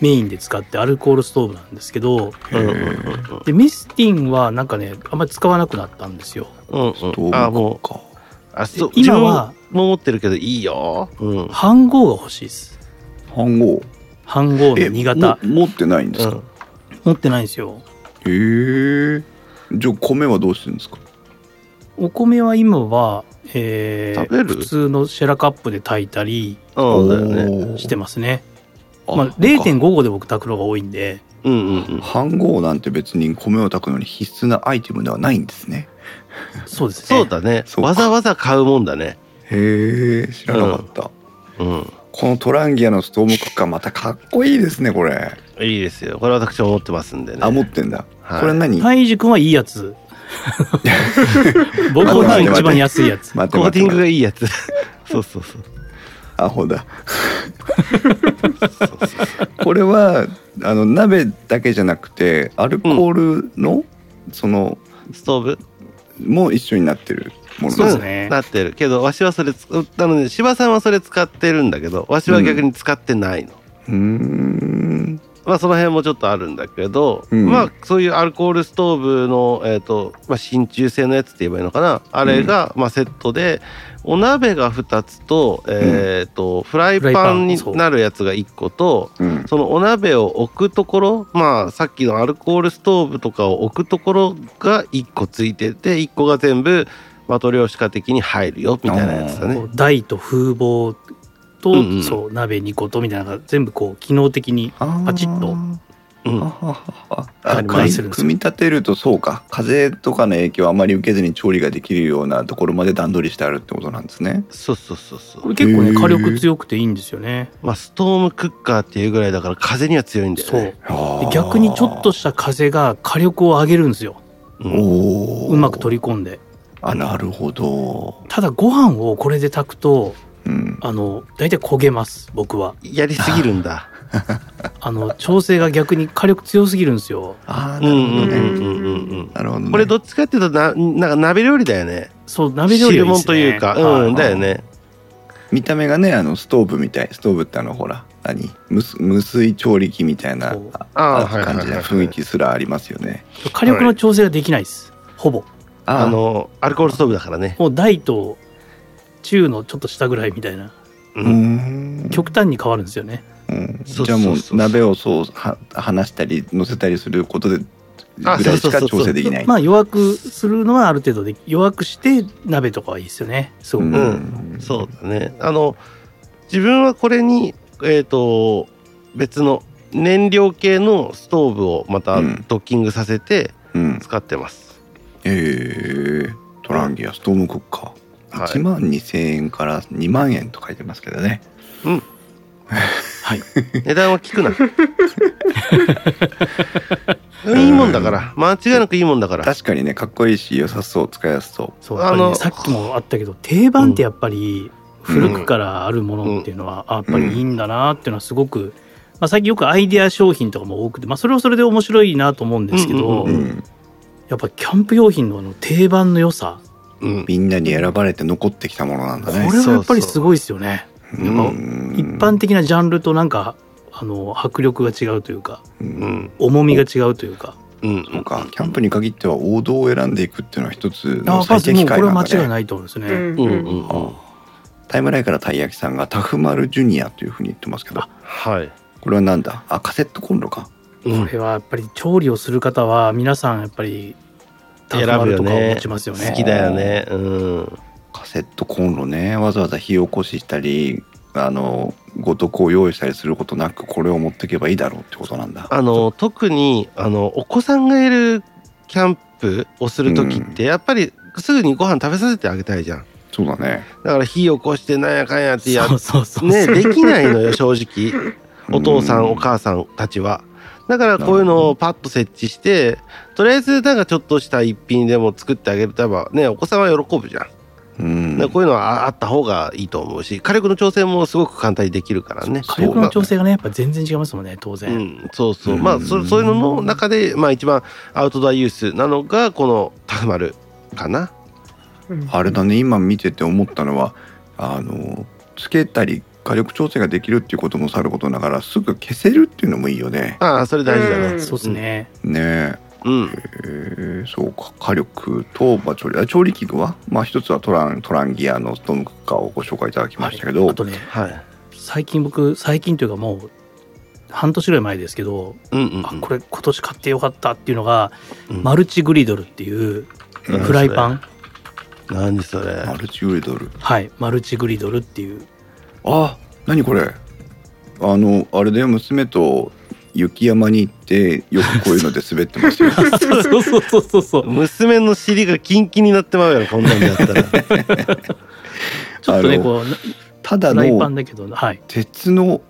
Speaker 4: メインで使ってアルコールストーブなんですけど
Speaker 2: うんうんうん
Speaker 1: へー
Speaker 4: でミスティンはなんかねあんまり使わなくなったんですよ
Speaker 2: うんうんうんあもう
Speaker 1: か
Speaker 2: あそう
Speaker 4: 今は
Speaker 2: 自分も持ってるけどいいようん
Speaker 4: 半号が欲しいです
Speaker 1: 半号
Speaker 4: 半号の2型
Speaker 1: えも持ってないんですか、
Speaker 4: 持ってないんですよ
Speaker 1: へえじゃあ米はどうしてるんですか
Speaker 4: お米は今は、えー
Speaker 2: 食べる
Speaker 4: 普通のシェラカップで炊いたり
Speaker 2: うんうんだよね
Speaker 1: おー
Speaker 4: してますね。
Speaker 1: あ
Speaker 4: まあ、
Speaker 1: そっか
Speaker 4: 0.5合で僕炊くのが多いんで、
Speaker 2: うんうんうん
Speaker 1: 半合なんて別に米を炊くのに必須なアイテムではないんですね
Speaker 4: そうですね。
Speaker 2: そうだね
Speaker 1: そうか
Speaker 2: わざわざ買うもんだね
Speaker 1: へえ知らなかった、
Speaker 2: うん
Speaker 1: このトランギアのストームクッカーまたかっこいいですねこれ、
Speaker 2: いいですよこれ私も持ってますんでね
Speaker 1: あ持ってんだ、
Speaker 2: はい
Speaker 1: これ何
Speaker 4: タイジ君はいいや つ。僕は一番安いやつ。
Speaker 1: 待って
Speaker 2: コー
Speaker 1: 待
Speaker 2: テ
Speaker 1: って
Speaker 2: ィン
Speaker 1: 待
Speaker 2: グが
Speaker 1: って
Speaker 2: いいやつ そうそうそう
Speaker 1: アホだ
Speaker 2: そうそうそう
Speaker 1: これはあの鍋だけじゃなくてアルコールの、その
Speaker 2: ストーブ
Speaker 1: も一緒になってるもの
Speaker 4: そうです
Speaker 1: ね
Speaker 4: ね。
Speaker 2: なってるけどわしはそれつなので芝さんはそれ使ってるんだけどわしは逆に使ってないの、
Speaker 1: うーん
Speaker 2: まあその辺もちょっとあるんだけど、
Speaker 1: うん
Speaker 2: まあそういうアルコールストーブの、えーとまあ、真鍮製のやつって言えばいいのかなあれが、まあ、セットでお鍋が2つと,、えーとフライ
Speaker 4: フライ
Speaker 2: パ
Speaker 4: パ
Speaker 2: ン
Speaker 4: ン
Speaker 2: に
Speaker 4: そう
Speaker 2: なるやつが1個と
Speaker 1: うん
Speaker 2: そのお鍋を置くところまあさっきのアルコールストーブとかを置くところが1個ついてて1個が全部マトリョーシカ的に入るよみたいなやつだね
Speaker 4: こ。う台と風防と、
Speaker 2: うんうん
Speaker 4: そう鍋2個とみたいなのが全部こう機能的に
Speaker 1: あー
Speaker 4: パチッと
Speaker 2: うん
Speaker 1: ははは
Speaker 4: あ
Speaker 1: あ
Speaker 4: り
Speaker 1: 組
Speaker 4: ま
Speaker 1: み
Speaker 4: す
Speaker 1: 組み立てるとそうか風とかの影響をあまり受けずに調理ができるようなところまで段取りしてあるってことなんですね。
Speaker 2: そうそうそうそ
Speaker 4: こ
Speaker 2: う
Speaker 4: れ結構
Speaker 1: へ
Speaker 4: ね
Speaker 1: ー
Speaker 4: 火力強くていいんですよね。
Speaker 2: まあストームクッカーっていうぐらいだから風には強いんだよ
Speaker 4: そう
Speaker 2: ね。
Speaker 4: で逆にちょっとした風が火力を上げるんですよ。
Speaker 2: そう、ん、
Speaker 1: おー
Speaker 4: うまく取り込んで。
Speaker 1: あなるほど、
Speaker 4: ただご飯をこれで炊くと
Speaker 1: うん、
Speaker 4: あの大体焦げます僕は。
Speaker 2: やりすぎるんだ。
Speaker 4: あの調整が逆に火力強すぎるんですよ。
Speaker 1: あー
Speaker 2: うんう
Speaker 1: なるほど
Speaker 2: んう
Speaker 1: ね
Speaker 2: んうんうん。
Speaker 1: なるほどね
Speaker 2: これどっちかっていうとななんか鍋料理だよね。
Speaker 4: そう鍋料理がいいっ
Speaker 2: 汁
Speaker 4: すね
Speaker 2: 物というか、
Speaker 4: は
Speaker 2: うん
Speaker 4: い
Speaker 2: だよね。
Speaker 1: 見た目がねあのストーブみたいストーブってあのほら何無す無水調理器みたいな
Speaker 4: そう
Speaker 1: あ
Speaker 2: あ
Speaker 1: あ感じの雰囲気すらありますよね。
Speaker 4: 火力の調整ができないです、ほぼ
Speaker 1: あ
Speaker 2: あ
Speaker 1: の
Speaker 2: のアルコールストーブだからね
Speaker 4: もう大と中のちょっと下ぐらいみたいな
Speaker 2: う
Speaker 1: うーん
Speaker 4: 極端に変わるんですよね、
Speaker 1: うん
Speaker 2: そう
Speaker 1: じゃあも
Speaker 2: そうそうそう
Speaker 1: う鍋をそうは離したり乗せたりすることでぐ
Speaker 2: あ
Speaker 1: らいしか
Speaker 2: そうそうそうそう
Speaker 1: 調整できない。
Speaker 4: まあ弱くするのはある程度で弱くして鍋とかはいいですよねすご
Speaker 1: う
Speaker 4: く、
Speaker 1: ん
Speaker 2: うんそうだねあの自分はこれにえっ、と別の燃料系のストーブをまた
Speaker 1: うん
Speaker 2: ドッキングさせて
Speaker 1: うん。
Speaker 2: 使ってます、
Speaker 1: えー、トランギアストームクッカー
Speaker 2: はい
Speaker 1: 1万2000円から2万円と書いてますけどね。
Speaker 2: 値段は聞くな いいもんだから間違いなくいいもんだから
Speaker 1: 確かにねかっこいいし良さそう使いやすそう。
Speaker 4: そうやっぱり
Speaker 2: あの
Speaker 4: ねさっきもあったけど定番ってやっぱり古くからあるものっていうのは、あやっぱりいいんだなっていうのはすごく、まあ、最近よくアイデア商品とかも多くて、まあ、それはそれで面白いなと思うんですけど、
Speaker 2: うん
Speaker 1: うん、
Speaker 4: やっぱキャンプ用品のあの定番の良さ
Speaker 2: うん
Speaker 1: みんなに選ばれて残ってきたものなんだ
Speaker 4: こ
Speaker 1: ね。
Speaker 4: れはやっぱりすごいですよね。
Speaker 1: うん
Speaker 4: 一般的なジャンルとなんかあの迫力が違うというか
Speaker 1: う
Speaker 2: うんん
Speaker 4: 重みが違うというか、
Speaker 2: うん
Speaker 1: そうかキャンプに限っては王道を選んでいくっていうのは一つ
Speaker 4: あ
Speaker 1: の
Speaker 4: ま
Speaker 1: 最
Speaker 4: ずも
Speaker 1: 適
Speaker 4: うこ
Speaker 1: 解
Speaker 4: れは
Speaker 1: なんだ
Speaker 4: 間違い
Speaker 1: ね。
Speaker 4: ないと思うんですよ
Speaker 3: う
Speaker 4: ね。
Speaker 3: ん
Speaker 2: うんう
Speaker 3: うん
Speaker 2: んうん
Speaker 1: タイムラインからたい焼きさんがタフマルジュニアというふうに言ってますけど
Speaker 4: あ
Speaker 2: はい、
Speaker 1: これはなんだあカセットコンロか
Speaker 2: う
Speaker 4: こ
Speaker 2: ん、
Speaker 4: れはやっぱり調理をする方は皆さんやっぱりタフマルとかを持ちますよね。
Speaker 2: 好きだよねうん
Speaker 1: カセットコンロねわざわざ火起こししたりあのごとこを用意したりすることなくこれを持っていけばいいだろうってことなんだ
Speaker 2: あの特にあのお子さんがいるキャンプをする時ってやっぱりすぐにご飯食べさせてあげたいじゃん
Speaker 1: そうだね
Speaker 2: だから火起こしてなんやかんやってや
Speaker 4: そうそうそう。
Speaker 2: ねできないのよ正直お父さんお母さんたちはだからこういうのをパッと設置してとりあえずなんかちょっとした一品でも作ってあげるとやっぱねお子さんは喜ぶじゃん、
Speaker 1: うん
Speaker 2: だからこういうのはああった方がいいと思うし火力の調整もすごく簡単にできるからね
Speaker 4: 火力の調整がねやっぱ全然違いますもんね当然。
Speaker 2: うん、そうそう、まあそそういうのの中で、まあ、一番アウトドアユースなのがこのタフマルかな
Speaker 3: うん
Speaker 1: あれだね今見てて思ったのはあのつけたり火力調整ができるっていうこともさることながらすぐ消せるっていうのもいいよね
Speaker 2: ああそれ大事だね
Speaker 4: そうですね。
Speaker 1: ね
Speaker 2: うん
Speaker 1: ええーそうか火力と、まあ、調理あ調理器具は、まあ、一つはトラントランギアのストームクッカーをご紹介いただきましたけど、
Speaker 4: あとね
Speaker 2: はい
Speaker 4: 最近僕最近というかもう半年ぐらい前ですけど、
Speaker 2: うんうんうん
Speaker 4: あこれ今年買ってよかったっていうのが、
Speaker 2: うん
Speaker 4: マルチグリドルっていう
Speaker 1: うん
Speaker 4: フライパン、
Speaker 2: 何それ
Speaker 1: マルチウェドル
Speaker 4: はいマルチグリドルっていう
Speaker 1: あ何これあのあれだよ娘と雪山に行ってよくこういうので滑って ますよ
Speaker 4: そうそうそうそうそうそう
Speaker 2: 娘の尻がキンキンになってまうやろこんなんでやったら
Speaker 4: ちょっと
Speaker 1: あ
Speaker 4: ね
Speaker 1: の
Speaker 4: こう
Speaker 1: ただ
Speaker 4: フライパン
Speaker 1: の
Speaker 4: だけどはい
Speaker 1: 鉄の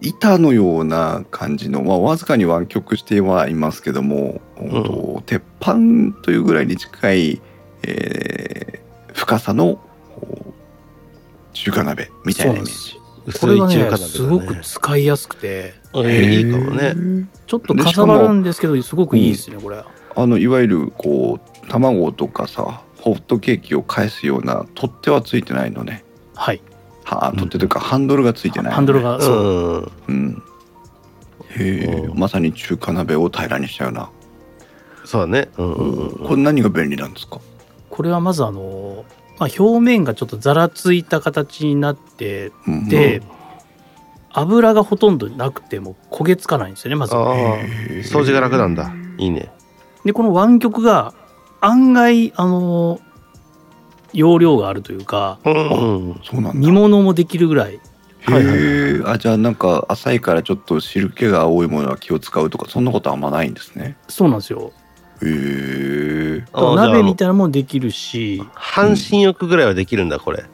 Speaker 1: 板のような感じの、まあ、わずかに湾曲してはいますけども、本当鉄板というぐらいに近い、えー深さのこう中華鍋みたいなイメージ
Speaker 4: こ
Speaker 2: 薄
Speaker 4: れ
Speaker 2: い
Speaker 4: が
Speaker 2: 中華鍋
Speaker 4: ね
Speaker 2: だね
Speaker 4: すごく使いやすくて
Speaker 2: ええいいかもね
Speaker 4: ちょっとかさばるんですけどすごくいいですねこれ、
Speaker 1: あのいわゆるこう卵とかさホットケーキを返すような取っ手はついてないのね
Speaker 4: はい
Speaker 1: は取っ手というかハンドルがついてないのね、
Speaker 4: ハンドルが、そう
Speaker 2: うん
Speaker 1: うんへえ
Speaker 2: うん
Speaker 1: まさに中華鍋を平らにしたような、
Speaker 2: そうだねうんうんうん
Speaker 1: これ何が便利なんですか
Speaker 4: これはまずあの、まあ、表面がちょっとざらついた形になって
Speaker 1: うん
Speaker 4: で、油がほとんどなくても焦げつかないんですよねまず
Speaker 2: ああ掃除が楽なんだいいね
Speaker 4: でこの湾曲が案外あの容量があるというか
Speaker 2: うんうん
Speaker 1: そうなんだ
Speaker 4: 煮物もできるぐらい
Speaker 2: はいはい
Speaker 1: へえあじゃあなんか浅いからちょっと汁気が多いものは気を使うとかそんなことあんまないんですね
Speaker 4: そうなんですよ
Speaker 1: へえ
Speaker 2: あー
Speaker 4: 鍋み
Speaker 2: じゃ
Speaker 4: たいなのもできる し
Speaker 2: あ半身浴ぐらいはできるんだこれ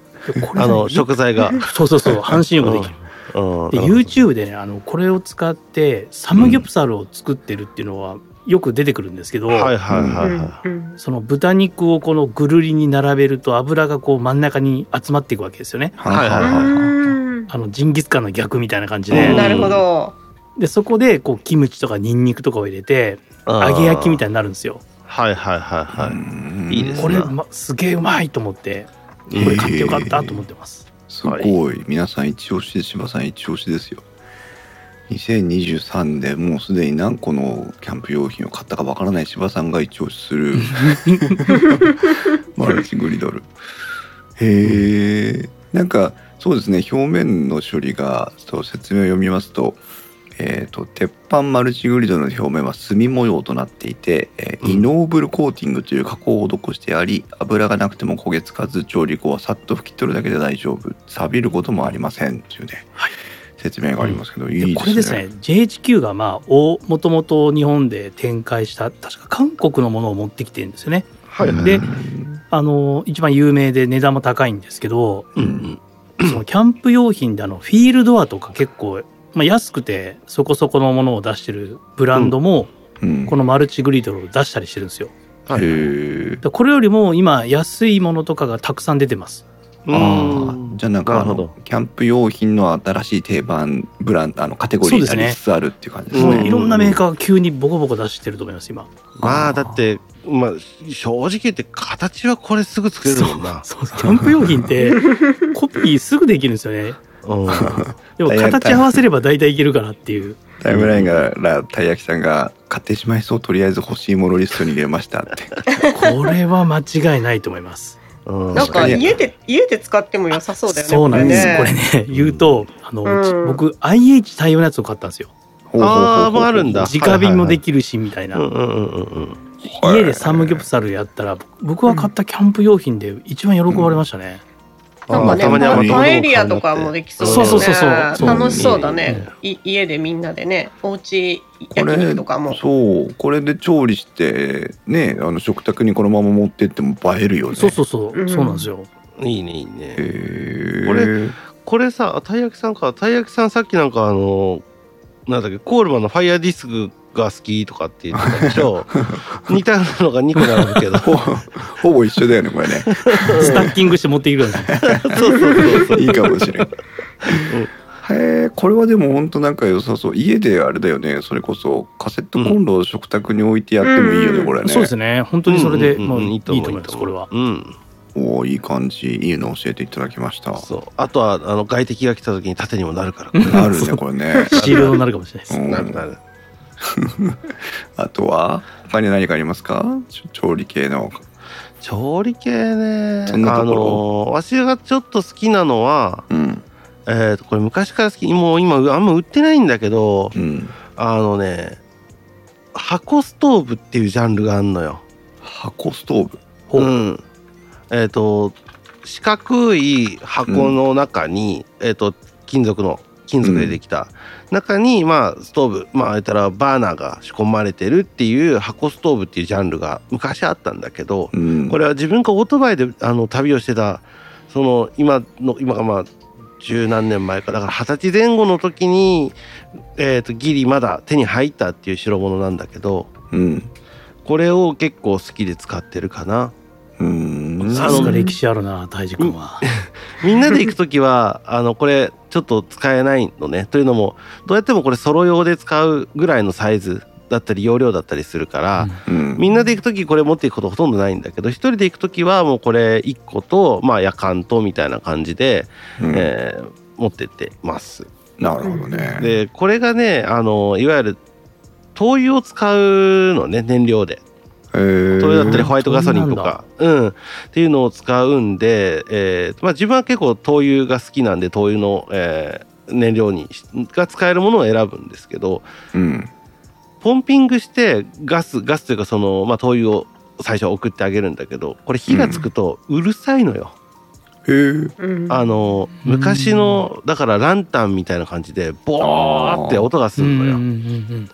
Speaker 4: これ
Speaker 2: あの
Speaker 4: ね
Speaker 2: 食材が
Speaker 4: そうそう そう半身浴できる
Speaker 2: うん
Speaker 4: で YouTube でねあのこれを使ってサムギョプサルを作ってるっていうのはよく出てくるんですけど、
Speaker 2: はいはいは
Speaker 3: う
Speaker 2: い
Speaker 3: ん
Speaker 2: は
Speaker 3: うん
Speaker 4: その豚肉をこのぐるりに並べると油がこう真ん中に集まっていくわけですよね
Speaker 2: はいはい
Speaker 3: うん
Speaker 4: あのジンギスカンの逆みたいな感じ
Speaker 2: うん
Speaker 4: で
Speaker 3: なるほど
Speaker 4: でそこでこうキムチとかニンニクとかを入れて
Speaker 2: い
Speaker 4: 揚げ焼きみたい
Speaker 2: い
Speaker 4: になるんですよ
Speaker 2: はいはいはいはい
Speaker 1: はい
Speaker 2: いいですね
Speaker 4: これ、ま、すげえうまいと思ってこれ買ってよかったと思ってます、
Speaker 1: すごい皆さん一押し柴さん一押しですよ2023年もうすでに何個のキャンプ用品を買ったかわからない千葉さんが一押しす るマルチグリドルへえなんかそうですね表面の処理がそう説明を読みますと,、えーと鉄板マルチグリドルの表面は墨模様となっていて、えー
Speaker 2: うん
Speaker 1: イノーブルコーティングという加工を施してあり油がなくても焦げつかず調理後はさっと拭き取るだけで大丈夫錆びることもありませんというね、説明がありますけど、いいですね
Speaker 4: これですね JHQ がまあおもともと日本で展開した確か韓国のものを持ってきてるんですよね
Speaker 2: はいはい。
Speaker 4: で
Speaker 1: うん
Speaker 4: あの一番有名で値段も高いんですけ ど
Speaker 2: うんうん。
Speaker 4: そのキャンプ用品であのフィールドアとか結構、まあ、安くてそこそこのものを出してるブランド
Speaker 1: う
Speaker 4: も、
Speaker 1: ん
Speaker 4: このマルチグリドルを出したりしてるんですよ
Speaker 2: はい。
Speaker 1: へ
Speaker 2: う
Speaker 1: ー
Speaker 4: だからこれよりも今安いものとかがたくさん出てます
Speaker 1: あ
Speaker 2: ん
Speaker 1: ーじゃあなんか
Speaker 2: な
Speaker 1: あ
Speaker 2: るほ
Speaker 1: の
Speaker 2: ど
Speaker 1: キャンプ用品の新しい定番ブランドあのカテゴリーになりつつあるっていう感じです
Speaker 2: そう
Speaker 4: も
Speaker 2: で
Speaker 4: う
Speaker 2: す
Speaker 1: ね。
Speaker 4: いろんなメーカーが急にボコボコ出してると思います今
Speaker 2: まあ、だって、まあ、正直言って形はこれすぐ作れるもんな。
Speaker 4: そうキャンプ用品っ てコピーすぐできるんですよね
Speaker 2: うん。
Speaker 4: でも形合わせれば大体いけるかなっていう
Speaker 1: タイムラインからたい焼きさんが買ってしまいそうとりあえず欲しいものリストに入れましたっ て。
Speaker 4: これは間違いないと思います。
Speaker 2: うん
Speaker 3: なん
Speaker 1: 確
Speaker 3: か
Speaker 1: かに
Speaker 3: 家で家で使っても良さそうだよね。
Speaker 4: そうなんです。こ
Speaker 3: こ
Speaker 4: れ
Speaker 3: れね
Speaker 4: ね、言うと、あの、うち
Speaker 3: うん
Speaker 4: 僕 IH 対応のやつを買ったんですよ。
Speaker 1: ほうほうほうほう
Speaker 2: あーもうあるんだ
Speaker 4: 直火もできるしみたい
Speaker 2: うん
Speaker 4: な。
Speaker 2: うんうんうん
Speaker 1: はい
Speaker 4: 家でサムギョプサルやったら、僕が買ったキャンプ用品で一番喜ばれましたね。
Speaker 3: なんかね、
Speaker 1: たまにはま
Speaker 3: パ
Speaker 1: とも
Speaker 3: パエリアとかもできそうだね。
Speaker 4: そうそうそうそう
Speaker 3: 楽しそうだね。い家でみんなでね、お家
Speaker 1: こ
Speaker 3: 焼
Speaker 1: れ
Speaker 3: 肉とかも。
Speaker 1: そうこれで調理してねあの食卓にこのまま持ってっても映えるよね。
Speaker 4: そうそうそう、
Speaker 3: うん
Speaker 4: そうなんですよ。
Speaker 2: うん。いいね、いいね。
Speaker 1: へー
Speaker 2: ここれさ、たい焼きさんか、たい焼きさんさっきなんかあの、なんだっけ、コールマンのファイアディスクが好きとかって言ってたでしょ。似たようなのが2個並ぶ けど。そ
Speaker 1: ほほぼ一緒だよねこれね。
Speaker 4: スタッキングして持っていくような。
Speaker 2: うそうそう そう。
Speaker 1: いいかもしれん。へえこれはでも本当なんか良さそう家であれだよねそれこそカセットコンロを食卓に置いてやってもいいよね、
Speaker 3: うん
Speaker 1: これね
Speaker 4: そうですね。本当にそれで、
Speaker 2: うんうん
Speaker 4: も
Speaker 2: う
Speaker 4: うんいいと思います。これは。
Speaker 2: うん。
Speaker 1: おーいい感じいいの教えていただきました
Speaker 2: そう。あとは、あの、外敵が来た時に盾にもなるから。これ
Speaker 1: あるねこれね、
Speaker 4: シールドになるかもしれないで
Speaker 1: う
Speaker 4: す。
Speaker 1: ん
Speaker 2: なるなる。
Speaker 1: あとは他に何かありますかちょ調理系の
Speaker 2: 調理系ね。
Speaker 1: そんな
Speaker 2: あ
Speaker 1: ところ
Speaker 2: の、わしがちょっと好きなのは、
Speaker 1: うん
Speaker 2: えっ、と、これ昔から好き、もう今あんま売ってないんだけど、
Speaker 1: うん
Speaker 2: あのね、箱ストーブっていうジャンルがあんのよ。
Speaker 1: 箱ストーブ
Speaker 4: ほう
Speaker 2: うん、えっ、と四角い箱の中に、えっ、と金属の金属でできた、中にまあストーブまあ言ったらバーナーが仕込まれてるっていう箱ストーブっていうジャンルが昔あったんだけど
Speaker 1: うん
Speaker 2: これは自分がオートバイであの旅をしてたその今の今がまあ十何年前かだから二十歳前後の時に、えー、とギリまだ手に入ったっていう代物なんだけど
Speaker 1: うん
Speaker 2: これを結構好きで使ってるかな。
Speaker 1: うん
Speaker 4: さすが歴史あるな、大治君は。
Speaker 2: みんなで行くときは、 あの、これ、ちょっと使えないのね。というのも、どうやってもこれ、ソロ用で使うぐらいのサイズだったり、容量だったりするから、
Speaker 1: うん
Speaker 2: みんなで行くとき、これ持っていくことほとんどないんだけど、一人で行くときは、もうこれ、1個と、まあ、夜間と、みたいな感じで、
Speaker 1: うん
Speaker 2: えー持ってってます。
Speaker 1: なるほどね
Speaker 2: で、これがね、あの、いわゆる、灯油を使うのね、燃料で。
Speaker 1: へー
Speaker 2: それだったりホワイトガソリンとか、うん、っていうのを使うんで、えーまあ、自分は結構灯油が好きなんで灯油の、えー燃料にしが使えるものを選ぶんですけど
Speaker 1: うん
Speaker 2: ポンピングしてガスガスというかその、まあ、灯油を最初は送ってあげるんだけどこれ火がつくとうるさいのよ、
Speaker 1: へー
Speaker 3: うん
Speaker 2: あの
Speaker 4: うん
Speaker 2: 昔のだからランタンみたいな感じでボーって音がす
Speaker 4: うん
Speaker 2: る
Speaker 4: うん
Speaker 2: の
Speaker 4: うん
Speaker 2: よ、
Speaker 4: うん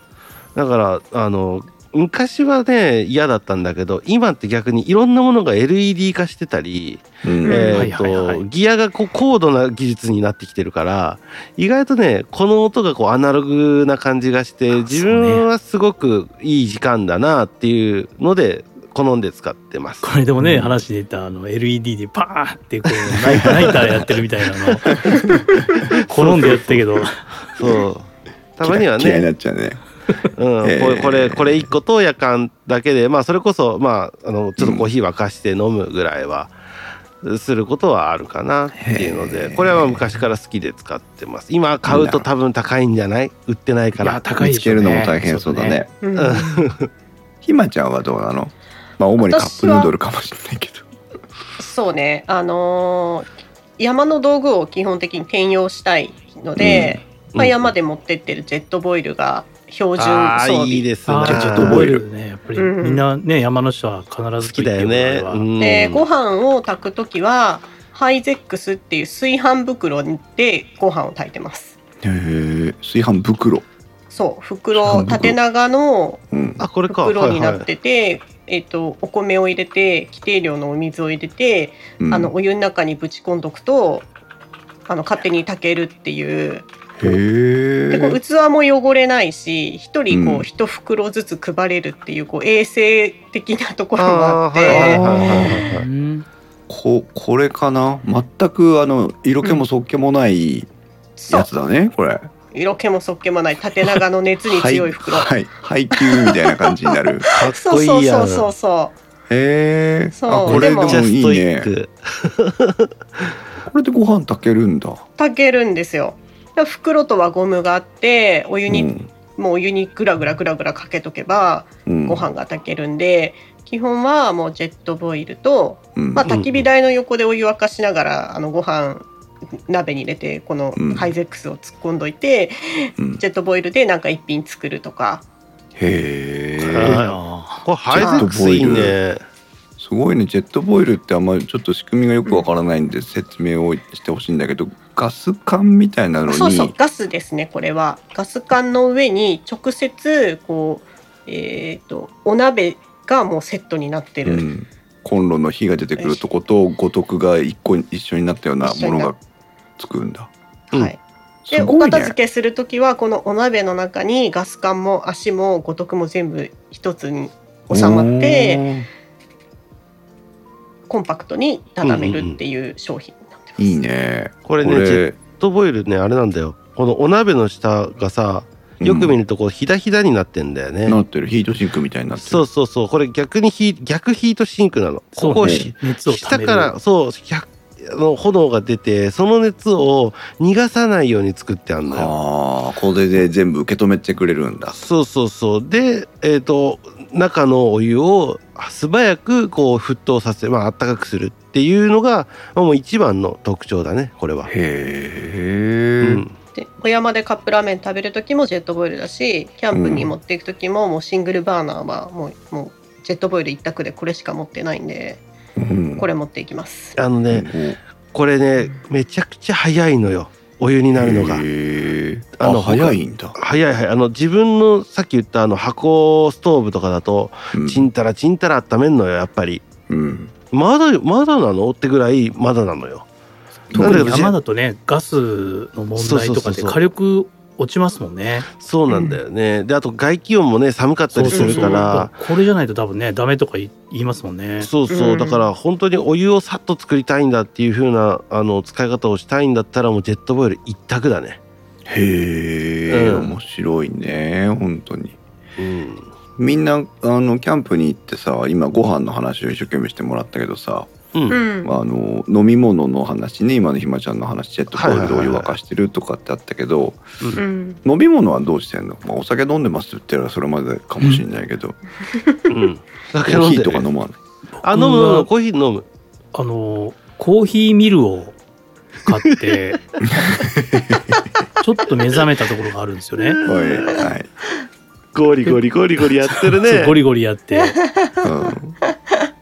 Speaker 2: だからあの昔はね嫌だったんだけど今って逆にいろんなものが LED 化してたり、
Speaker 1: うん
Speaker 2: え
Speaker 4: はい
Speaker 2: ー
Speaker 4: はいはい
Speaker 2: とギアがこう高度な技術になってきてるから意外とねこの音がこうアナログな感じがして自分はすごくいい時間だなっていうので好んで使ってます。
Speaker 4: これでもね、
Speaker 1: うん
Speaker 4: 話で言ったあの LED でパーンってこうナイターナイターやってるみたいなの転んでやったけど
Speaker 2: そうたまには
Speaker 1: 嫌いに
Speaker 2: ね、
Speaker 1: なっちゃうね
Speaker 2: うん
Speaker 1: えー
Speaker 2: これこれこれ1個と夜間だけでまあそれこそまああのちょっとコーヒー沸かして飲むぐらいはすることはあるかなっていうのでこれはまあ昔から好きで使ってます今買うと多分高いんじゃない売ってないか
Speaker 4: いや
Speaker 2: ら
Speaker 4: 高いで
Speaker 1: 見つ
Speaker 4: し
Speaker 1: け
Speaker 4: ょう
Speaker 1: る
Speaker 4: ね
Speaker 1: のも大変そうだね。
Speaker 3: うん
Speaker 1: ひまちゃんはどうなのまあ主にカップヌードルかもしれないけど。
Speaker 3: そうね、あのー山の道具を基本的に転用したいので、
Speaker 2: うん
Speaker 3: まあ、
Speaker 2: うん
Speaker 3: 山で持ってってるジェットボイルが標準装
Speaker 2: ああ
Speaker 3: 備
Speaker 2: いいですね
Speaker 4: あ
Speaker 1: じゃあ
Speaker 4: ー
Speaker 1: ち
Speaker 4: ち
Speaker 1: ょ
Speaker 4: ょ
Speaker 1: っ
Speaker 4: っ
Speaker 1: と
Speaker 4: と
Speaker 1: 覚
Speaker 4: 覚
Speaker 1: え
Speaker 4: え
Speaker 1: る
Speaker 4: るよねやっぱり、
Speaker 3: うん
Speaker 4: みんなね山の人は必
Speaker 2: 好
Speaker 4: ず
Speaker 2: きだよねうん
Speaker 3: でご飯を炊く時はハイゼックスっていう炊飯袋でご飯を炊いてます
Speaker 1: へえ炊飯袋。
Speaker 3: そう
Speaker 1: 炊飯
Speaker 3: 袋
Speaker 1: 袋
Speaker 3: 縦長の
Speaker 1: うん。
Speaker 2: あこれか
Speaker 3: 袋になっ
Speaker 2: はい
Speaker 3: てて、えっとお米を入れて規定量のお水を入れて、
Speaker 1: うん
Speaker 3: あのお湯の中にぶち込んどくとあの勝手に炊けるっていう
Speaker 1: へ
Speaker 3: でこう
Speaker 1: え。
Speaker 3: 器も汚れないし一人こ
Speaker 1: うん
Speaker 3: う一袋ずつ配れるっていうこう衛生的なところもあって、
Speaker 2: あーはい
Speaker 1: はいはい
Speaker 2: はいはい
Speaker 4: うん
Speaker 1: ここれかな全くあの色気もそっけもない
Speaker 3: そ
Speaker 1: や
Speaker 3: う
Speaker 1: つだねこれ。
Speaker 3: 色気もそっけもない縦長の熱に
Speaker 1: はい
Speaker 3: 強い袋、
Speaker 1: はい配給みたいな感じになる。
Speaker 2: かっ
Speaker 3: そ
Speaker 2: こ
Speaker 3: う
Speaker 2: い
Speaker 3: そう
Speaker 2: いや
Speaker 3: そ
Speaker 2: ん
Speaker 3: うそうそう
Speaker 1: へえ。
Speaker 3: そう
Speaker 1: あこ
Speaker 2: め
Speaker 1: れで
Speaker 2: っ
Speaker 1: も
Speaker 2: ちゃ
Speaker 1: い
Speaker 2: ス
Speaker 1: い
Speaker 2: トイッ
Speaker 1: ね。
Speaker 2: ク
Speaker 1: これでご飯炊けるんだ。
Speaker 3: 炊けるんですよだから袋とはゴムがあってお湯に、
Speaker 1: うん
Speaker 3: もうお湯にグラグラグラグラかけとけば
Speaker 1: うん
Speaker 3: ご飯が炊けるんで、基本はもうジェットボイルと、
Speaker 1: うん
Speaker 3: まあ、焚き火台の横でお湯沸かしながらあのご飯鍋に入れてこの
Speaker 1: うん
Speaker 3: ハイゼックスを突っ込んどいて、
Speaker 1: うん
Speaker 3: ジェットボイルでなんか一品作るとか
Speaker 1: へ
Speaker 2: は
Speaker 1: え
Speaker 2: い
Speaker 4: あ
Speaker 2: これハイゼックスいいね
Speaker 1: すごいねジェットボイルってあんまりちょっと仕組みがよくわからないんで説明をしてほしいんだけどガス管みたいなのに
Speaker 3: そうそうガスですねこれはガス管の上に直接こうえっ、とお鍋がもうセットになって
Speaker 1: う
Speaker 3: る、
Speaker 1: んコンロの火が出てくるとこと五徳が一個一緒になったようなものがつくんだ
Speaker 2: うん
Speaker 3: はいで、
Speaker 1: す
Speaker 3: お
Speaker 1: ごい
Speaker 3: 片
Speaker 1: ね
Speaker 3: 付けするときはこのお鍋の中にガス管も足も五徳も全部一つに収まってコンパクトに畳めるっていう商品になってます、
Speaker 1: おーいいね
Speaker 2: こ
Speaker 1: こ
Speaker 2: れねジェットボイルねあれなんだよこのお鍋の下がさよく見
Speaker 1: る、
Speaker 2: るとこうひだひだになってんだよね
Speaker 1: なってるヒートシンクみたいになってる
Speaker 2: そうそうそうこれ逆にヒ逆ヒートシンクなの
Speaker 4: そ
Speaker 2: こ
Speaker 4: う
Speaker 2: こ
Speaker 4: ね
Speaker 2: し
Speaker 4: 熱をた
Speaker 2: 下
Speaker 4: める
Speaker 2: からそう100あの炎が出てその熱を逃がさないように作ってあるのよ
Speaker 1: ああこれで全部受け止めてくれるんだ
Speaker 2: そうそうそうでえっ、と中のお湯を素早くこう沸騰させまああったかくするっていうのがまあもう一番の特徴だねこれは、う
Speaker 1: へえ、
Speaker 2: ん、
Speaker 3: でお山でカップラーメン食べる時もジェットボイルだしキャンプに持っていく時ももうシングルバーナーはもうもうジェットボイル一択でこれしか持ってないんで
Speaker 1: うん
Speaker 3: これ持っていきます、
Speaker 2: あのね、
Speaker 1: ね
Speaker 2: これねめちゃくちゃ早いのよお湯になるのが
Speaker 1: へー
Speaker 2: あの
Speaker 1: あ早いんだ、
Speaker 2: 早い早いあの自分のさっき言ったあの箱ストーブとかだと
Speaker 1: うん
Speaker 2: ちんたらちんたら温めんのよやっぱり
Speaker 1: うん
Speaker 2: まだまだなのってぐらいまだなのよ
Speaker 4: 特
Speaker 2: なんだけ
Speaker 4: に
Speaker 2: ど
Speaker 4: 山だとねガスの問題とか
Speaker 2: そうそう
Speaker 4: で
Speaker 2: そうそう
Speaker 4: 火力落ちますもんね
Speaker 2: そうなんだよね、であと外気温もね寒かったりするから
Speaker 4: これじゃないと多分ねダメとか言いますもんね
Speaker 2: そうそう
Speaker 3: うん
Speaker 2: だから本当にお湯をさっと作りたいんだっていう風なあの使い方をしたいんだったらもうジェットボイル一択だね
Speaker 1: へえ、
Speaker 2: うん
Speaker 1: 面白いね本当に
Speaker 2: うん
Speaker 1: みんなあのキャンプに行ってさ今ご飯の話を一生懸命してもらったけどさ、
Speaker 2: うん、
Speaker 3: うん
Speaker 1: あの飲み物の話ね今のひまちゃんの話ジェットボイルでお湯沸かしてるとかってあったけど、
Speaker 3: うん
Speaker 1: 飲み物はどうしてんの、まあ、お酒飲んでますって言ったらそれまでかもしれないけど、
Speaker 2: うん、
Speaker 1: コ
Speaker 2: 酒飲
Speaker 1: ー
Speaker 2: ん
Speaker 1: ヒ
Speaker 2: で
Speaker 1: ー
Speaker 2: る
Speaker 1: とか飲まない
Speaker 2: あ飲む飲むコーヒー飲む
Speaker 4: あのコーヒーミルを買って ちょっと目覚めたところがあるんですよね
Speaker 1: はいはい、
Speaker 2: ゴリゴリゴリゴリやってる
Speaker 4: そう
Speaker 2: ね
Speaker 4: ゴリゴリやって
Speaker 1: うん、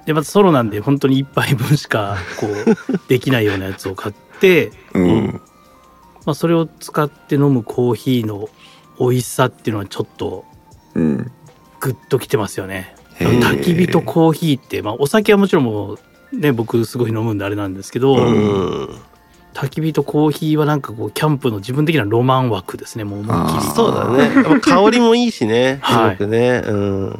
Speaker 4: でまたソロなんで本当に一杯分しかこうできないようなやつを買って、
Speaker 1: うん、
Speaker 4: まあ、それを使って飲むコーヒーの美味しさっていうのはちょっと
Speaker 1: うん、
Speaker 4: グッときてますよね
Speaker 1: へー
Speaker 4: 焚き火とコーヒーって、まあ、お酒はもちろんもうね僕すごい飲むんであれなんですけど、
Speaker 2: うん
Speaker 4: 焚き火とコーヒーはなんかこうキャンプの自分的なロマン枠ですねもう思いっき
Speaker 1: あ
Speaker 4: り
Speaker 1: ー
Speaker 2: そうだね。やっぱ香りもいいしね。す
Speaker 4: はい
Speaker 2: ごくね。うん。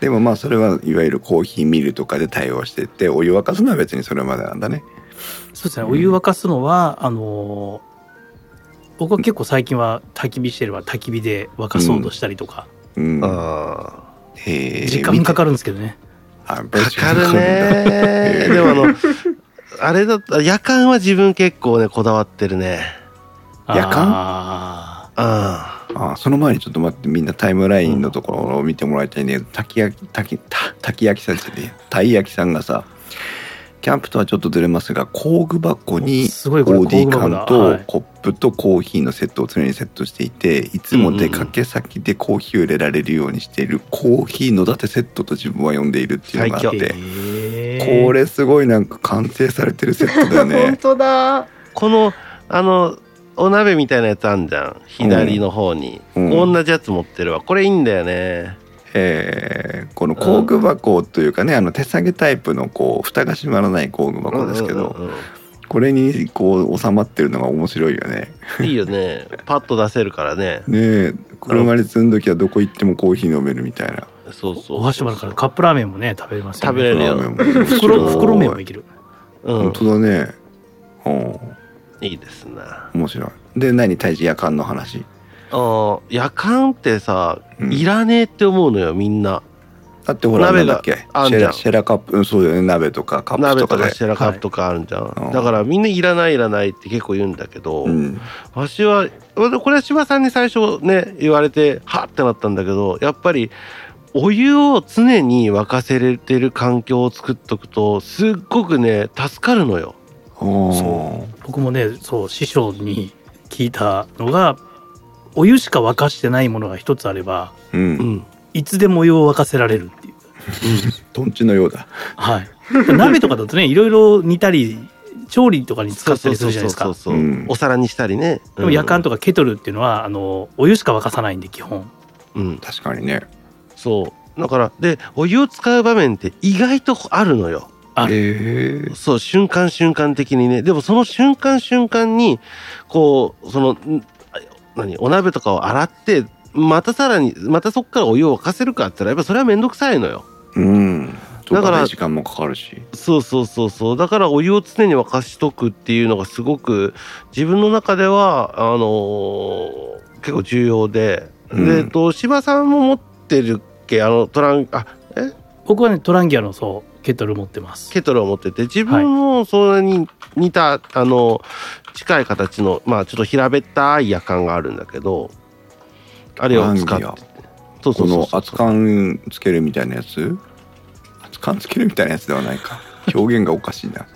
Speaker 1: でもまあそれはいわゆるコーヒーミルとかで対応してってお湯沸かすのは別にそれまでなんだね
Speaker 4: そうですねお湯沸かすのは、あのー僕は結構最近は焚き火してれば焚き火で沸かそうとしたりとか、
Speaker 1: うん
Speaker 2: あ
Speaker 1: へえ
Speaker 4: 時間かかるんですけどね
Speaker 1: あやっ
Speaker 2: ー
Speaker 1: ぱり
Speaker 2: か
Speaker 1: 時
Speaker 2: か
Speaker 1: 間か
Speaker 2: る
Speaker 1: かるんだ
Speaker 2: ね。でもあの、あれだった夜間は自分結構ねこだわってるね
Speaker 1: 夜間
Speaker 4: あ
Speaker 2: う
Speaker 1: あその前にちょっと待ってみんなタイムラインのところを見てもらいたいね滝焼き滝た滝焼きさんですねたい焼きさんがさキャンプとはちょっとずれますが工具箱に
Speaker 4: すごいこれ
Speaker 1: OD
Speaker 4: 工具箱だ
Speaker 1: 缶と
Speaker 4: はい
Speaker 1: コップとコーヒーのセットを常にセットしていていつも出かけ先でコーヒーを入れられるようにしているコーヒーのだてセットと自分は呼んでいるっていうのがあっ
Speaker 2: だ
Speaker 4: ー
Speaker 1: て
Speaker 4: へー
Speaker 1: これすごいなんか完成されてるセットだよ
Speaker 3: 本
Speaker 1: ね
Speaker 3: 当だ。
Speaker 2: んこのあのお鍋みたいなやつあんじゃん左の方に、
Speaker 1: うん
Speaker 2: 同じやつ持ってるわこれいいんだよね
Speaker 1: えーこの工具箱というかねあの手提げタイプのこう蓋が閉まらない工具箱ですけど、
Speaker 2: うんうんうん
Speaker 1: これにこう収まってるのが面白いよね。
Speaker 2: うんいいよねパッと出せるからね
Speaker 1: ねえ車に積んどきはどこ行ってもコーヒー飲めるみたいな。
Speaker 2: そうそう
Speaker 4: お箸もあるからカップラーメンもね食べれますよ、ね、
Speaker 2: 食べれるよ
Speaker 4: 袋袋麺もい
Speaker 1: い
Speaker 4: ける
Speaker 2: うん
Speaker 1: 本当だね。う
Speaker 2: いいですなあ
Speaker 1: ん面白い。で何対治夜間の話。
Speaker 2: ー夜間ってさ
Speaker 1: うん
Speaker 2: いらねえって思うのよみんな
Speaker 1: だってほら
Speaker 2: 鍋
Speaker 1: なん
Speaker 2: が
Speaker 1: だっけ
Speaker 2: あん
Speaker 1: シ
Speaker 2: じ
Speaker 1: ェ
Speaker 2: ゃん
Speaker 1: ラシェラカップうんそうだよね鍋とかカップ
Speaker 2: 鍋
Speaker 1: と
Speaker 2: と
Speaker 1: か
Speaker 2: か
Speaker 1: で。
Speaker 2: シェラカップとかあるじゃん、
Speaker 1: はいうん
Speaker 2: だからみんないらないいらないって結構言うんだけど、
Speaker 1: うん、
Speaker 2: わしはこれは柴さんに最初ね言われてはってなったんだけどやっぱりお湯を常に沸かせれてる環境を作っとくとすっごくね助かるのよ。
Speaker 1: お
Speaker 4: 僕もねそう師匠に聞いたのがお湯しか沸かしてないものが一つあれば
Speaker 1: う、
Speaker 2: うんん、
Speaker 4: いつでもお湯を沸かせられるっていう
Speaker 1: とんちのようだ。
Speaker 4: はい鍋とかだとねいろいろ煮たり調理とかに使ったりするじゃないです
Speaker 2: そ
Speaker 4: か
Speaker 2: うそうそうそう、
Speaker 1: うん
Speaker 2: お皿にしたりね。
Speaker 4: でも夜間
Speaker 2: と、
Speaker 4: とかケトルっていうのはあのお湯しか沸かさないんで基本
Speaker 2: うん、
Speaker 1: 確かにね。
Speaker 2: そうだからでお湯を使う場面って意外とあるのよ。
Speaker 4: ある
Speaker 1: ええ
Speaker 2: そう瞬間瞬間的にねでもその瞬間瞬間にこうそのんあ何お鍋とかを洗ってまたさらにまたそこからお湯を沸かせるかって言ったらやっぱそれは面倒くさいのよ
Speaker 1: うん。
Speaker 2: だ
Speaker 1: だ
Speaker 2: か
Speaker 1: からら時間もかかるし。
Speaker 2: そうそうそうそうだからお湯を常に沸かしとくっていうのがすごく自分の中ではあのー結構重要で、
Speaker 1: うん
Speaker 2: でえっと柴さんも持ってるっけあのトランあ
Speaker 4: 僕はねトランギアのそうケトル持ってます
Speaker 2: ケトルを持ってて自分もそんなに似た、あの近い形のまあちょっと平べったい夜間があるんだけどあれを使っ
Speaker 1: ト
Speaker 2: て
Speaker 1: ランギ
Speaker 2: そうそ
Speaker 1: こ
Speaker 2: うそう
Speaker 1: の
Speaker 2: そう
Speaker 1: 熱燗つけるみたいなやつ熱燗つけるみたいなやつではないか表現がおかしいな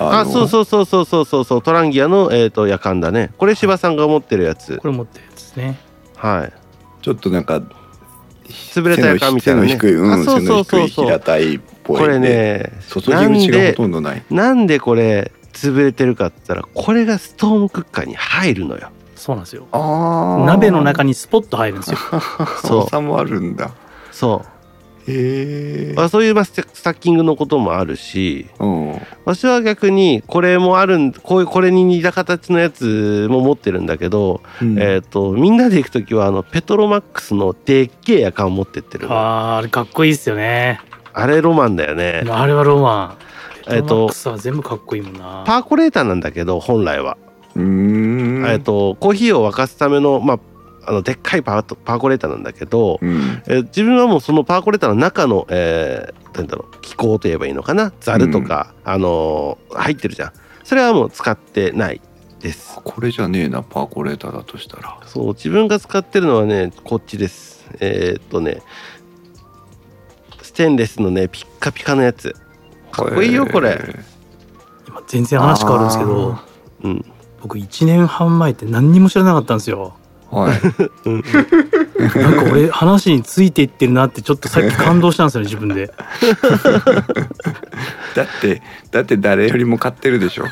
Speaker 2: あそう
Speaker 1: う
Speaker 2: そうそうそうそうそうそうトランギアの、えー、と夜間だねこれ柴さんが持ってるやつ
Speaker 4: これ持ってるやつですね
Speaker 2: はい
Speaker 1: ちょっとなんか
Speaker 2: 潰れた夜間みたいな、ね、
Speaker 1: 背の低い、うん、
Speaker 2: あそう
Speaker 1: 背
Speaker 2: そ
Speaker 1: の
Speaker 2: うそ
Speaker 1: 低
Speaker 2: う
Speaker 1: い
Speaker 2: そ
Speaker 1: 平
Speaker 2: う
Speaker 1: たいっぽい
Speaker 2: これね
Speaker 1: 注ぎ
Speaker 2: なん
Speaker 1: 口がほ
Speaker 2: で
Speaker 1: とんどない
Speaker 2: なんでこれ潰れてるかって言ったらこれがストーンクッカーに入るのよ
Speaker 4: そうなんですよ
Speaker 1: あー
Speaker 4: 鍋の中にスポッと入るんですよ
Speaker 2: そう
Speaker 1: おさもあるんだ
Speaker 2: そ
Speaker 1: へえ
Speaker 2: う、まあ、そういう、まあ、ステスタッキングのこともあるし
Speaker 1: うん、
Speaker 2: わしは逆にこれもあるんこういうこれに似た形のやつも持ってるんだけど、えっ、とみんなで行く時はあのペトロマックスのでっけえやかん持ってってるの あ
Speaker 4: あーあれかっこいいっすよね
Speaker 2: れロマンだよね
Speaker 4: あれはロマン
Speaker 2: え
Speaker 4: え
Speaker 2: っ
Speaker 4: っ
Speaker 2: と
Speaker 4: とマックスは全部かっこいいもんな
Speaker 2: パーコレーターなんだけど本来は、
Speaker 1: うーん
Speaker 2: えっ、とコーヒーを沸かすための,、まあ、あのでっかいパートパーコレーターなんだけど、
Speaker 1: うん
Speaker 2: えー自分はもうそのパーコレーターの中の、えー、なんだろう気候といえばいいのかなザルとか、あのー入ってるじゃんそれはもう使ってないです
Speaker 1: これじゃねえなパーコレーターだとしたら
Speaker 2: そう自分が使ってるのはねこっちですえーっとねステンレスのねピッカピカのやつかっこいいよ
Speaker 1: へー
Speaker 2: これ
Speaker 4: 今全然話変わるんですけど
Speaker 1: あ
Speaker 2: うん
Speaker 4: 僕1年半前って何にも知らなかったんです よ
Speaker 1: ーはい
Speaker 2: うん
Speaker 4: なんか俺話についていってるなってちょっとさっき感動したんですよね自分で
Speaker 1: だってだって誰よりも買ってるでしょ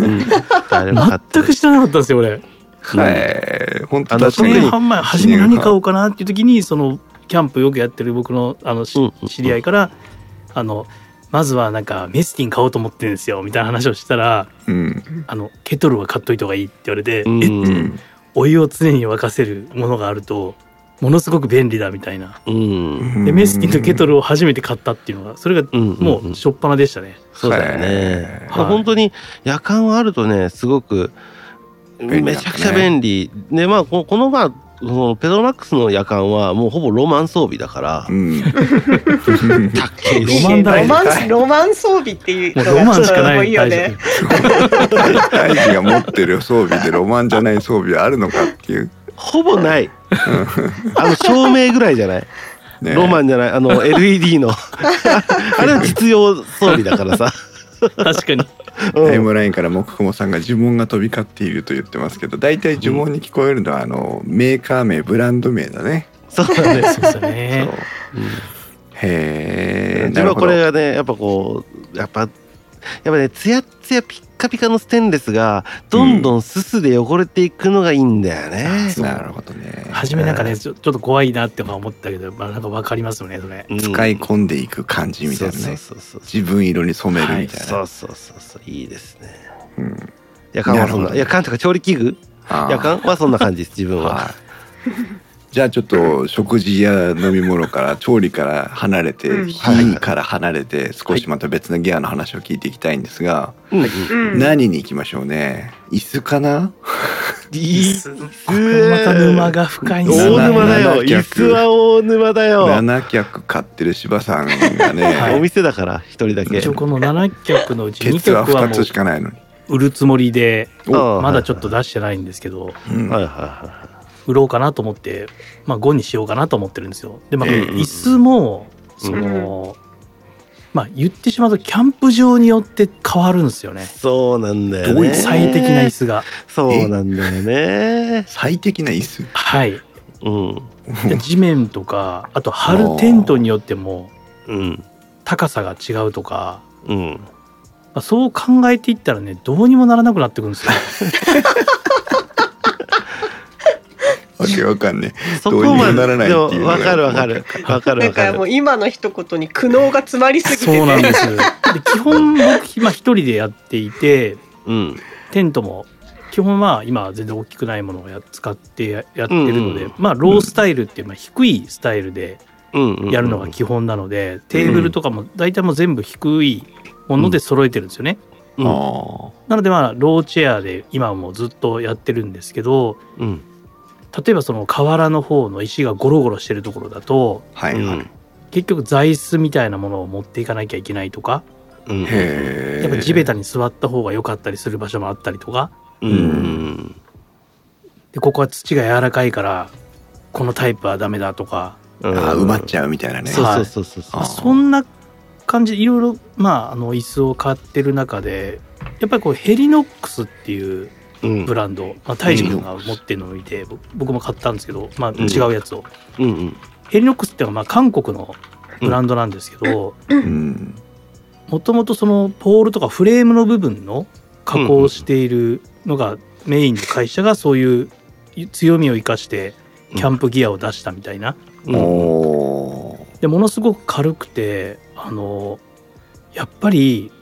Speaker 2: うん誰も買って
Speaker 4: 全く知らなかったんですよ俺
Speaker 1: はい、本当
Speaker 2: あの
Speaker 1: 確
Speaker 4: 1
Speaker 1: かに
Speaker 4: 年半前初め何買おうかなっていう時にそのキャンプよくやってる僕のあのし
Speaker 2: うんうんうん
Speaker 4: 知り合いからあのまずはなんかメスティン買おうと思ってるんですよみたいな話をしたら
Speaker 1: うん、
Speaker 4: あのケトルは買っといた方がいいって言われて、
Speaker 2: うん
Speaker 4: え
Speaker 1: うん、
Speaker 4: お湯を常に沸かせるものがあるとものすごく便利だみたいな
Speaker 2: うん
Speaker 4: でメスティンとケトルを初めて買ったっていうのがそれが
Speaker 2: うん
Speaker 4: もう
Speaker 2: ん
Speaker 4: 初っ端でしたね、
Speaker 2: そうだよね、
Speaker 4: はい
Speaker 2: 本当に夜間はあるとねすごく
Speaker 1: 便利だね
Speaker 2: めちゃくちゃ便利でまあここのまあそのペドマックスの夜間はもうほぼロマン装備だから
Speaker 1: う、ん。
Speaker 2: た っけえ
Speaker 4: ロ
Speaker 2: し
Speaker 4: マンだ
Speaker 3: ロ
Speaker 4: よ
Speaker 3: マンロマン装備っていう
Speaker 4: もう
Speaker 3: の
Speaker 4: ロマ
Speaker 3: が
Speaker 4: ン
Speaker 3: ち
Speaker 4: し
Speaker 3: ょっ
Speaker 4: か
Speaker 3: と
Speaker 4: な
Speaker 3: もうい
Speaker 4: い
Speaker 3: いよ
Speaker 4: 大
Speaker 3: ね
Speaker 4: 事。
Speaker 1: 大輝が持ってる装備でロマンじゃない装備あるのかっていう。
Speaker 2: ほぼない。あの照明ぐらいじゃない。
Speaker 1: ね、
Speaker 2: ロマンじゃない。あの LED の。あれは実用装備だから さ。
Speaker 4: 確かに。
Speaker 2: うん
Speaker 1: タイムラインから木久保さんが呪文が飛び交っていると言ってますけど大体呪文に聞こえるのはあのメーカー名ブランド名だね。
Speaker 2: そうだね。
Speaker 4: そうですよ
Speaker 1: そう
Speaker 4: ね。
Speaker 1: へえ。
Speaker 2: 自
Speaker 1: なる
Speaker 2: 分は
Speaker 1: ほ
Speaker 2: こ
Speaker 1: ど
Speaker 2: れがねやっぱこうやっぱやっぱねツヤツヤピッカピカのステンレスがどんどんすすで汚れていくのがいいんだよね。
Speaker 1: なるほどね。
Speaker 4: 初めなんかね、ちょちょっと怖いなって思ったけど、まあなんかわかりますよね、それ。
Speaker 2: うん
Speaker 1: 使い込んでいく感じみたいな
Speaker 2: そう
Speaker 1: ね。
Speaker 2: そうそうそう
Speaker 1: 自分色に染めるみたいな。
Speaker 2: そうそうそうそういいですね。
Speaker 1: うん
Speaker 2: 夜間
Speaker 1: な
Speaker 2: はそん
Speaker 1: るほ
Speaker 2: な
Speaker 1: ど
Speaker 2: 夜間とか調理器具
Speaker 1: あー
Speaker 2: 夜間はそんな感じです自分は。
Speaker 1: はい。 じゃあちょっと食事や飲み物から調理から離れ
Speaker 3: う
Speaker 1: て
Speaker 3: ん
Speaker 1: 火から離れて少しまた別のギアの話を聞いていきたいんですが
Speaker 2: うん、い
Speaker 3: うん
Speaker 1: 何に行きましょうね椅子かない
Speaker 4: これまた沼が深いんです
Speaker 1: お
Speaker 2: 大
Speaker 1: ー
Speaker 2: 沼だよ
Speaker 1: 七脚
Speaker 2: 椅子は大沼だよ
Speaker 1: 7脚買ってる柴さんが
Speaker 4: はい
Speaker 2: お
Speaker 1: ね
Speaker 2: 店だから一人だけ
Speaker 4: 一応この7曲のうち
Speaker 1: ケ
Speaker 4: 2
Speaker 1: ツは
Speaker 4: 曲は
Speaker 1: 2
Speaker 4: も
Speaker 1: つしかないのに。
Speaker 4: う売るつもりで、
Speaker 2: ああ
Speaker 4: まだちょっと出してないんですけど、
Speaker 1: うん
Speaker 2: はいはいは
Speaker 4: 売ろうかなと思って、まあ5にしようかなと思ってるんですよ。で、まあ
Speaker 1: ええ
Speaker 4: 椅子も、その、まあ言ってしまうとキャンプ場によって変わるんですよ
Speaker 2: い
Speaker 4: ね。
Speaker 2: そうなんだよね
Speaker 1: どういう
Speaker 4: 最適な椅子が。
Speaker 2: そうなんだよね
Speaker 1: 最適な椅子
Speaker 4: はい。
Speaker 2: うん
Speaker 4: で地面とか、あと張るテントによっても
Speaker 2: うん
Speaker 4: 高さが違うとか、
Speaker 2: うん
Speaker 4: まあそう考えていったらね、どうにもならなくなってくるんです よ。
Speaker 1: わけわかんね
Speaker 2: そこま
Speaker 1: どうにもならない
Speaker 2: で
Speaker 1: っ
Speaker 2: でも
Speaker 1: ていうのが
Speaker 2: わかるわかるわかる
Speaker 3: な
Speaker 2: わ
Speaker 3: ん
Speaker 2: か
Speaker 3: かも
Speaker 2: る
Speaker 3: う今の一言に苦悩が詰まりすぎてて
Speaker 4: そうなんです。で基本僕、まあ、一人でやっていて
Speaker 2: うん
Speaker 4: テントも基本は今は全然大きくないものをや使ってややってるので、
Speaker 2: うんうん
Speaker 4: まあロースタイルっていう、まあ、低いスタイルで
Speaker 2: うんうん
Speaker 4: やるのが基本なので、テーブルとかも大体もう全部低いもので揃えてるんですよね。
Speaker 2: うん
Speaker 1: あ
Speaker 4: なのでまあローチェアで今はもうずっとやってるんですけど
Speaker 2: うん
Speaker 4: 例えばその河原の方の石がゴロゴロしてるところだと
Speaker 1: ーは
Speaker 2: う
Speaker 1: いはい。
Speaker 2: ん
Speaker 4: 結局座椅子みたいなものを持っていかなきゃいけないとか
Speaker 2: うん
Speaker 1: へえ。
Speaker 4: やっぱ地べたに座った方が良かったりする場所もあったりとか
Speaker 2: うん
Speaker 4: でここは土が柔らかいからこのタイプはダメだとか、
Speaker 1: あー埋まっ
Speaker 2: ゃ
Speaker 1: ちゃうみたいなね。
Speaker 4: そう
Speaker 2: そうそうそうそう
Speaker 1: あー
Speaker 4: そんな感じでいろいろまああの椅子を買ってる中でやっぱりこうヘリノックスっていう
Speaker 2: うん
Speaker 4: ブランド、まあ、太一君が持ってるのを見て僕僕も買ったんですけど、まあ、
Speaker 2: ん
Speaker 4: 違うやつを、
Speaker 2: うんうん
Speaker 4: ヘリノックスっていうのはまあ韓国のブランドなんですけど
Speaker 1: うん。
Speaker 4: もともとそのポールとかフレームの部分の加工をしているのがメインの会社がそういう強みを生かしてキャンプギアを出したみたいな
Speaker 2: うん
Speaker 1: おー
Speaker 4: でものすごく軽くてあのやっぱり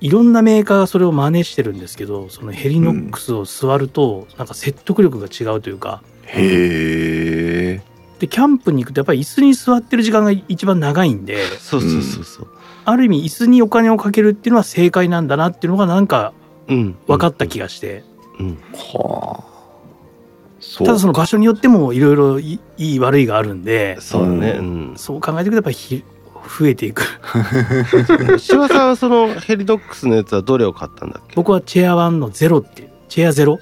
Speaker 4: いろんなメーカーがそれを真似してるんですけどそのヘリノックスを座るとなんか説得力が違うというか
Speaker 1: へえ。
Speaker 4: でキャンプに行くとやっぱり椅子に座ってる時間が一番長いんで
Speaker 2: そうそうそうそう
Speaker 4: ある意味椅子にお金をかけるっていうのは正解なんだなっていうのがなんか
Speaker 2: うん
Speaker 4: 分かった気がして
Speaker 2: うん
Speaker 1: はあ。そう。
Speaker 4: ただその場所によってもいろいろいいい悪いがあるんで
Speaker 2: そうだね
Speaker 1: う
Speaker 2: うん
Speaker 4: そう考えていくとやっぱりひ増えていく
Speaker 2: 志和さんはそのヘリドックスのやつはどれを買ったんだっけ
Speaker 4: 僕はチェア1のゼロっていうチェアゼロ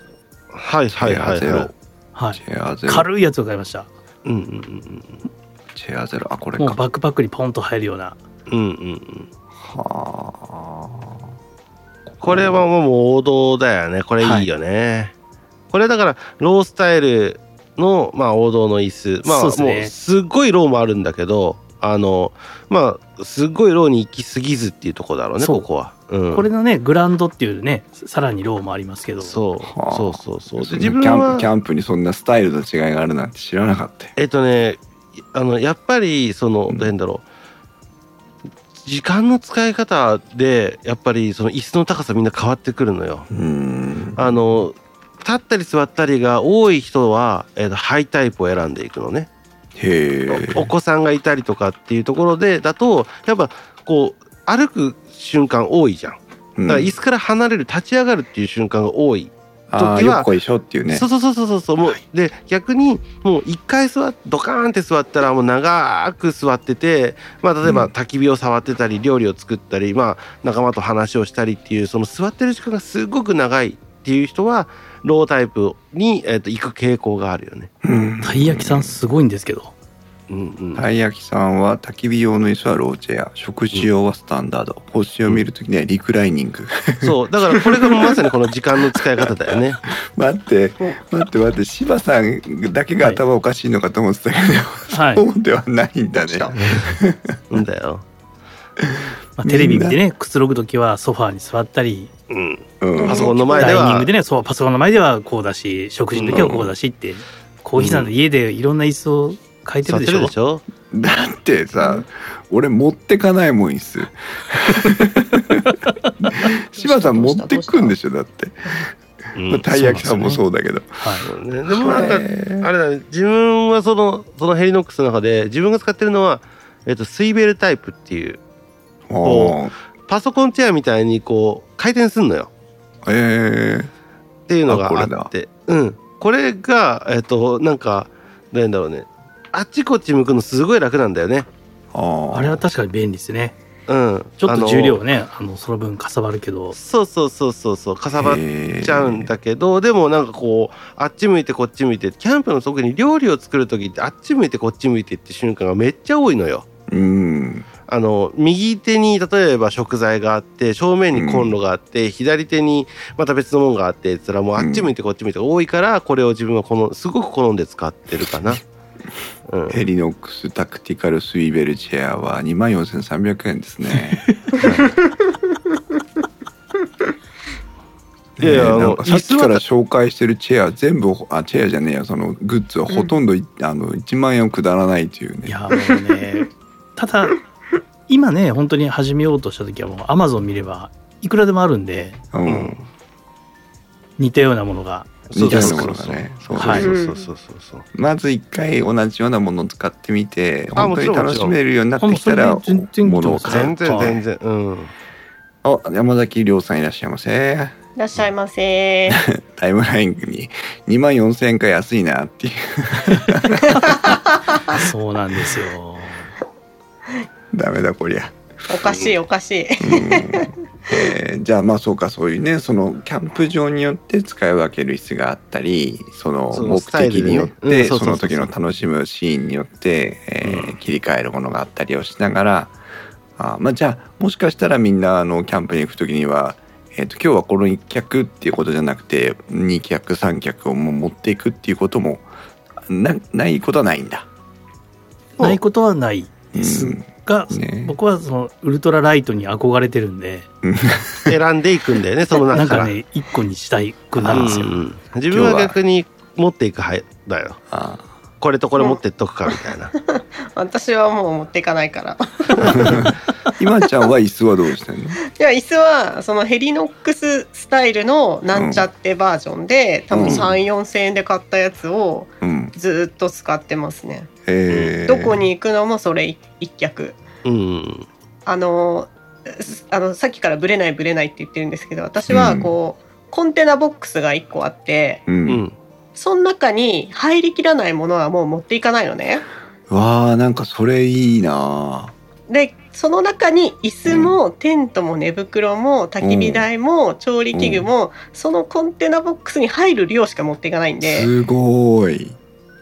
Speaker 2: はいはいはい
Speaker 1: チェアゼ
Speaker 2: は
Speaker 1: ロ
Speaker 4: はい
Speaker 1: チェアゼロ。
Speaker 4: 軽いやつを買いました
Speaker 2: い。うんうん
Speaker 1: チェアゼロ。あ、これ
Speaker 4: もう
Speaker 1: か。
Speaker 4: バックパックにポンと入るような
Speaker 2: うんうんうんうん。
Speaker 1: はあ。
Speaker 2: これはもう王道だよね。これいいよね。これだからロースタイルのまあ王道の椅子。まあ
Speaker 4: そうですね
Speaker 2: もうすっごいローもあるんだけど、あのまあすっごいローに行き過ぎずっていうとこだろうね。
Speaker 4: そう
Speaker 2: ここは。うん。
Speaker 4: これのねグランドっていうねさらにローもありますけど
Speaker 2: そう
Speaker 1: はあ
Speaker 2: そうそうそう。
Speaker 1: 自
Speaker 2: で自
Speaker 1: 分
Speaker 2: 分
Speaker 1: キャンプキ
Speaker 2: は
Speaker 1: ャンプにそんなスタイルの違いがあるなんて知らなかったよ。
Speaker 2: えっとねあのやっぱりその
Speaker 1: うん
Speaker 2: なんだろう。時間の使い方でやっぱりその椅子の高さみんな変わってくるのよ。
Speaker 1: うーん。
Speaker 2: あの立ったり座ったりが多い人は、えーとハイタイプを選んでいくのね、
Speaker 1: へえ。
Speaker 2: おお子さんがいたりとかっていうところでだとやっぱこう歩く瞬間多いじゃんだ
Speaker 1: うん
Speaker 2: から椅子から離れる立ち上がるっていう瞬間が多い
Speaker 1: ああ
Speaker 2: 時
Speaker 1: よ
Speaker 2: は
Speaker 1: っこいしょっていうね
Speaker 2: そうそうそうそうそうそうもう、で逆にもう一回座っドカーンって座ったらもう長く座ってて、まあ、例え
Speaker 1: う
Speaker 2: ば
Speaker 1: ん
Speaker 2: 焚き火を触ってたり料理を作ったり、まあ、仲間と話をしたりっていうその座ってる時間がすごく長いっていう人はロータイプに、えっと行く傾向があるよね。
Speaker 1: うん
Speaker 4: たい焼きさんすごいんですけど。
Speaker 2: うんうん
Speaker 1: たい焼きさんは焚き火用の椅子はローチェア食事用はスタンダード星を見るときにはリクライニング
Speaker 2: そうだからこれがまさにこの時間の使い方だよね。
Speaker 1: 待って待って待って柴さんだけが頭おかしいのかと思ってたけ
Speaker 4: はい
Speaker 1: ど、。そうではないんだね
Speaker 3: 来た
Speaker 2: うんだよ。
Speaker 4: まあ、テレビ見てね、くつろぐときはソファーに座ったり、
Speaker 2: うん、
Speaker 1: うん
Speaker 2: パソコンの前
Speaker 4: ダ
Speaker 2: で
Speaker 4: イニン
Speaker 2: は
Speaker 4: グでね、そうパソコンの前ではこうだし、食事の時はこうだしって、コーヒーさんの家でいろんな椅子を変えて
Speaker 2: 座
Speaker 4: るで
Speaker 2: って
Speaker 4: しょ。
Speaker 2: るでしょ
Speaker 1: だってさ俺持ってかないもん椅子柴さん持ってくんでしょだって
Speaker 2: うん
Speaker 1: まあたい焼きさんもそうだけど、
Speaker 4: はい。
Speaker 2: そうねでもなんか
Speaker 1: へー
Speaker 2: あれだね、自分はそのそのヘリノックスの中で自分が使ってるのは、えっと、スイベルタイプっていう
Speaker 1: おー
Speaker 2: パソコンチェアみたいにこう回転すんのよ
Speaker 1: え
Speaker 2: っていうの
Speaker 1: あ
Speaker 2: が
Speaker 1: これだ
Speaker 2: あってうん、これが、えっと、なんかなんだろうねあっちこっち向くのすごい楽なんだよね。
Speaker 1: ー、あー
Speaker 4: あれは確かに便利ですね。
Speaker 2: うん、
Speaker 4: ちょっと重量
Speaker 2: あ
Speaker 4: はね、あのその分かさばるけど
Speaker 2: の、そうそうそうそうそうかさばっ
Speaker 1: へー
Speaker 2: ちゃうんだけどでもなんかこうあっち向いてこっち向いてキャンプの特に料理を作る時ってあっち向いてこっち向いてって瞬間がめっちゃ多いのよ。
Speaker 1: うん
Speaker 2: あの右手に例えば食材があって正面にコンロがあって、左手にまた別のものがあってって言ったらもうあっち向いてこっち向いて多いからこれを自分はこのすごく好んで使ってるかな。うん、
Speaker 1: ヘリノックスタクティカルスイベルチェアは2万4300円ですね
Speaker 2: いやいや
Speaker 1: ねえ
Speaker 2: あの
Speaker 1: なんかさっきから
Speaker 2: 椅
Speaker 1: 紹介してるチェア全部あチェアじゃねえやそのグッズはほとんどい、あの1万円をくだらないという
Speaker 4: い
Speaker 1: ね
Speaker 4: やもうね、 ただ今ね本当に始めようとした時はもう Amazon 見ればいくらでもあるんで
Speaker 1: うん、
Speaker 2: うん
Speaker 4: 似たようなものが
Speaker 1: 似たような
Speaker 2: そ
Speaker 1: も
Speaker 2: う
Speaker 1: のがね
Speaker 2: そう
Speaker 4: はい
Speaker 2: そうそうそうそうそう
Speaker 1: まず一回同じようなものを使ってみて
Speaker 2: あ
Speaker 1: 本
Speaker 2: も
Speaker 1: 当
Speaker 2: ち
Speaker 1: に
Speaker 2: ろん
Speaker 1: 楽しめるようになってきた
Speaker 4: あ
Speaker 1: ら
Speaker 4: もちろん全然
Speaker 1: ものを
Speaker 4: 全
Speaker 1: 買う
Speaker 2: 全然全然うん
Speaker 1: あ山崎亮さんいらっしゃいませ
Speaker 3: いらっしゃいませ。
Speaker 1: タイムラインに2万4000円か安いなっていう
Speaker 4: そうなんで すよ。
Speaker 1: ダメだこりゃ、
Speaker 3: おかしいおかしい。
Speaker 1: うんえーじゃあまあそうかそういうねそのキャンプ場によって使い分ける椅子があったりその
Speaker 2: その
Speaker 1: 目
Speaker 2: スタイ
Speaker 1: 的
Speaker 2: ルでね
Speaker 1: によっ
Speaker 2: う
Speaker 1: て
Speaker 2: んそ
Speaker 1: そう
Speaker 2: そうそ
Speaker 1: の
Speaker 2: うそう
Speaker 1: 時の楽しむシーンによって、えー
Speaker 2: うん
Speaker 1: 切り替えるものがあったりをしながらあーまあじゃあもしかしたらみんなあのキャンプに行く時には、えー、と今日はこの1脚っていうことじゃなくて2脚3脚をもう持っていくっていうこともなないことはないんだ。
Speaker 4: ないことはないです
Speaker 1: うん
Speaker 4: が、
Speaker 1: ね
Speaker 4: 僕はそのウルトラライトに憧れてるんで
Speaker 2: 選んでいくんだよねその
Speaker 4: なんか
Speaker 2: 中か
Speaker 4: らね一個にしたいくな
Speaker 2: う
Speaker 4: るん
Speaker 2: ん
Speaker 4: ですよ。
Speaker 2: うん自分は逆に持っていく派だよ
Speaker 1: あー
Speaker 2: これとこれ持ってっとくかみたいな
Speaker 3: 私はもう持っていかないから。
Speaker 1: 今ちゃんは椅子はどうしてんの
Speaker 3: いや椅子はそのヘリノックススタイルのなんちゃってバージョンで、多分
Speaker 1: うん
Speaker 3: 3、4千円で買ったやつを
Speaker 1: うん
Speaker 3: ずーっと使ってますね。
Speaker 1: えー
Speaker 3: どこに行くのもそれ一脚。
Speaker 2: うん
Speaker 3: あのすあのさっきからブレないブレないって言ってるんですけど、私はこう、コンテナボックスが1個あって。
Speaker 1: う
Speaker 2: うんん
Speaker 3: その中に入りきらないものはもう持っていかないのね。
Speaker 1: わあなんかそれいいな
Speaker 3: でその中に椅子もテントも寝袋も焚き火台も調理器具もそのコンテナボックスに入る量しか持っていかないんで
Speaker 1: すごい、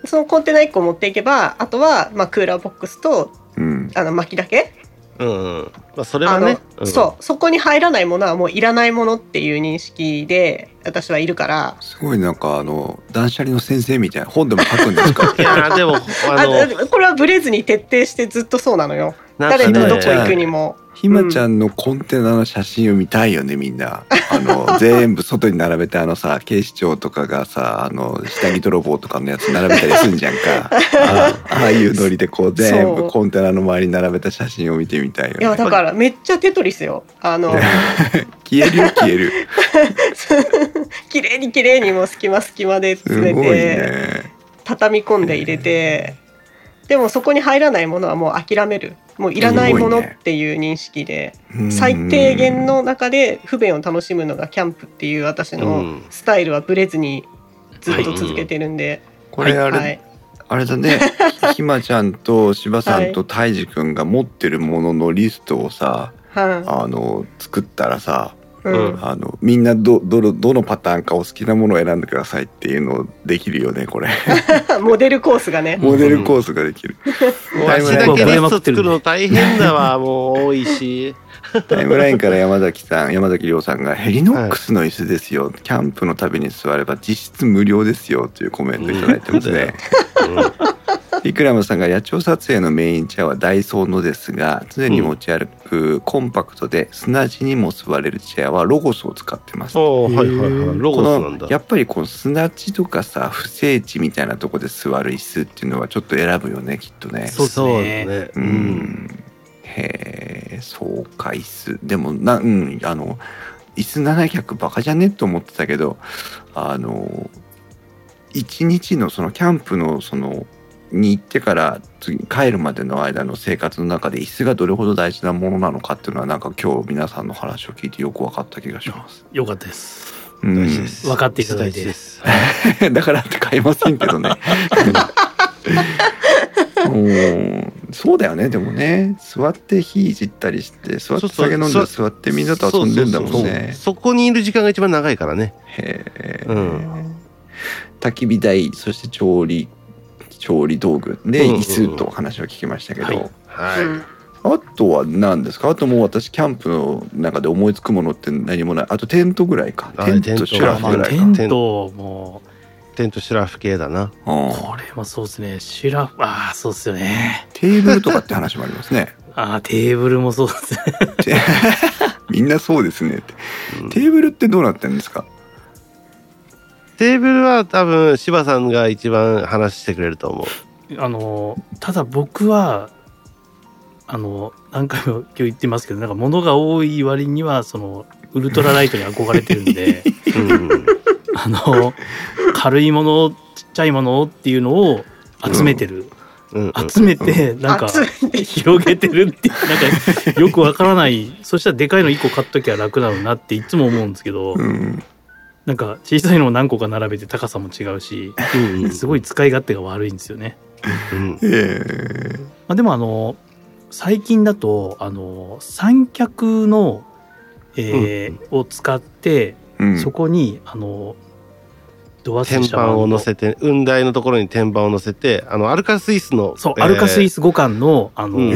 Speaker 3: そのコンテナ1個持っていけばあとはまあクーラーボックスと
Speaker 1: うん、
Speaker 3: あの薪だけ
Speaker 2: うんうんまあそれ
Speaker 3: あ
Speaker 2: は
Speaker 3: の
Speaker 2: ねうん
Speaker 3: そうそこに入らないものはもういらないものっていう認識で私はいるから
Speaker 1: すごいなんかあの断捨離の先生みたいな本でも書くんですか
Speaker 2: いやーでもあ
Speaker 3: あ
Speaker 2: の
Speaker 3: これはブレずに徹底してずっとそうなのよ
Speaker 2: なん
Speaker 3: 誰
Speaker 2: か
Speaker 3: と
Speaker 2: ね
Speaker 3: どこ行くにも
Speaker 1: ひまちゃんのコンテナの写真を見たいよねみんなあ の全部外に並べてあのさ警視庁とかがさあの下着泥棒とかのやつ並べたりすんじゃんか あああいうノリでこう全
Speaker 3: そ
Speaker 1: 部
Speaker 3: う
Speaker 1: コンテナの周りに並べた写真を見てみたいよ
Speaker 3: いや
Speaker 1: ね
Speaker 3: だからめっちゃテトリスよあの
Speaker 1: 消えるよ消える
Speaker 3: 綺麗に綺麗にもう隙間隙間 です詰
Speaker 1: ご
Speaker 3: め
Speaker 1: い
Speaker 3: て、
Speaker 1: ね
Speaker 3: 畳み込んで入れて、でもそこに入らないものはもう諦めるもういらないものっていう認識で、最低限の中で不便を楽しむのがキャンプっていう私
Speaker 2: う
Speaker 3: の
Speaker 2: ん
Speaker 3: スタイルはブレずにずっと続けてるんで、
Speaker 1: これあれ、
Speaker 3: はい、
Speaker 1: あれだねひまちゃんと柴さんとたいじくんが持ってるもののリストをさ
Speaker 3: は
Speaker 1: あの作ったらさ
Speaker 3: い、う
Speaker 2: うんん、
Speaker 1: あのみんなどどのどのパターンかお好きなものを選んでくださいっていうのできるよねこれ
Speaker 3: モデルコースがね、
Speaker 1: モデルコースができる
Speaker 2: もう足だけリスト作るの大変だわ、もう多いし。
Speaker 1: タイムラインから山崎さん山崎亮さんが「ヘリノックスの椅子ですよ、キャンプの旅に座れば実質無料ですよ」というコメントいただいてますね。イクラムさんが野鳥撮影のメインチェアはダイソーのですが常に持ち歩くコンパクトで砂地にも座れるチェアはロゴスを使ってます。
Speaker 2: おはいはいはい。ロ
Speaker 1: こ
Speaker 2: ゴスなん
Speaker 1: の
Speaker 2: だ。
Speaker 1: やっぱりこの砂地とかさ不整地みたいなとこで座る椅子っていうのはちょっと選ぶよねきっとね。
Speaker 4: そうですね
Speaker 2: そうで
Speaker 1: う
Speaker 2: すね。うん。
Speaker 1: んへえそうか椅子でもなうんあの椅子700バカじゃねと思ってたけどあの一日のそのキャンプのそのに行ってから次帰るまでの間の生活の中で椅子がどれほど大事なものなのかっていうのはなんか今日皆さんの話を聞いてよく分かった気がします。
Speaker 4: よかったです。
Speaker 1: うん
Speaker 2: 大事です。
Speaker 4: 分かっていただいて
Speaker 2: 大事です。
Speaker 1: だからって買いませんけど ね。うんそうだよねでもね座って火いじったりして座って酒飲んで
Speaker 2: そう
Speaker 1: 座ってみんなと遊んでんだも
Speaker 2: そ
Speaker 1: ん
Speaker 2: うそうそう
Speaker 1: ね。
Speaker 2: そこにいる時間が一番長いからね。
Speaker 1: へえ、
Speaker 2: うん
Speaker 1: 焚き火台そして調理調理道具で
Speaker 2: うんうんうん
Speaker 1: 椅子と話を聞きましたけど、
Speaker 4: はい
Speaker 2: は
Speaker 1: あとは何ですかあともう私キャンプの中で思いつくものって何もないあとテントぐらいか
Speaker 2: あ
Speaker 1: テン
Speaker 2: テン
Speaker 1: ト
Speaker 2: ト
Speaker 1: シュラフぐらい
Speaker 4: テ
Speaker 1: か
Speaker 4: ン。トも
Speaker 2: い。テントシュラフ系だな。
Speaker 1: うん
Speaker 4: これもそうですね。シュラフ、ああ、そうですよね。
Speaker 1: テーブルとかって話もありますね。
Speaker 4: ああ、テーブルもそうですね。
Speaker 1: てみんなそうですねって
Speaker 2: うん
Speaker 1: テーブルってどうなってんですか
Speaker 2: テーブルは多分柴さんが一番話してくれると 思う。
Speaker 4: あのただ僕はあの何回も今日言ってますけどなんか物が多い割にはそのウルトラライトに憧れてるんで
Speaker 2: うん
Speaker 4: あ の軽いものちっちゃいものっていうのを集めてる、
Speaker 2: うんうん
Speaker 4: 集めてなんか
Speaker 3: 熱いんで
Speaker 4: 広げてるって なんかよくわからないそしたらでかいの1個買っときゃ楽だろうなっていつも思うんですけど、
Speaker 1: うん
Speaker 4: なんか小さいのを何個か並べて高さも違うし
Speaker 2: うんうん
Speaker 4: すごい使い勝手が悪いんですよね。
Speaker 2: うん
Speaker 1: ええ
Speaker 4: まあ、でもあの最近だとあの三脚の、えーを使って、
Speaker 1: うん
Speaker 4: そこにあのドアス
Speaker 2: 天
Speaker 4: シャワー
Speaker 2: 板
Speaker 4: の
Speaker 2: を乗せて雲台のところに天板を乗せてあのアルカスイスの
Speaker 4: そう、アルカスイス互換のあの、
Speaker 2: う
Speaker 1: え
Speaker 2: ん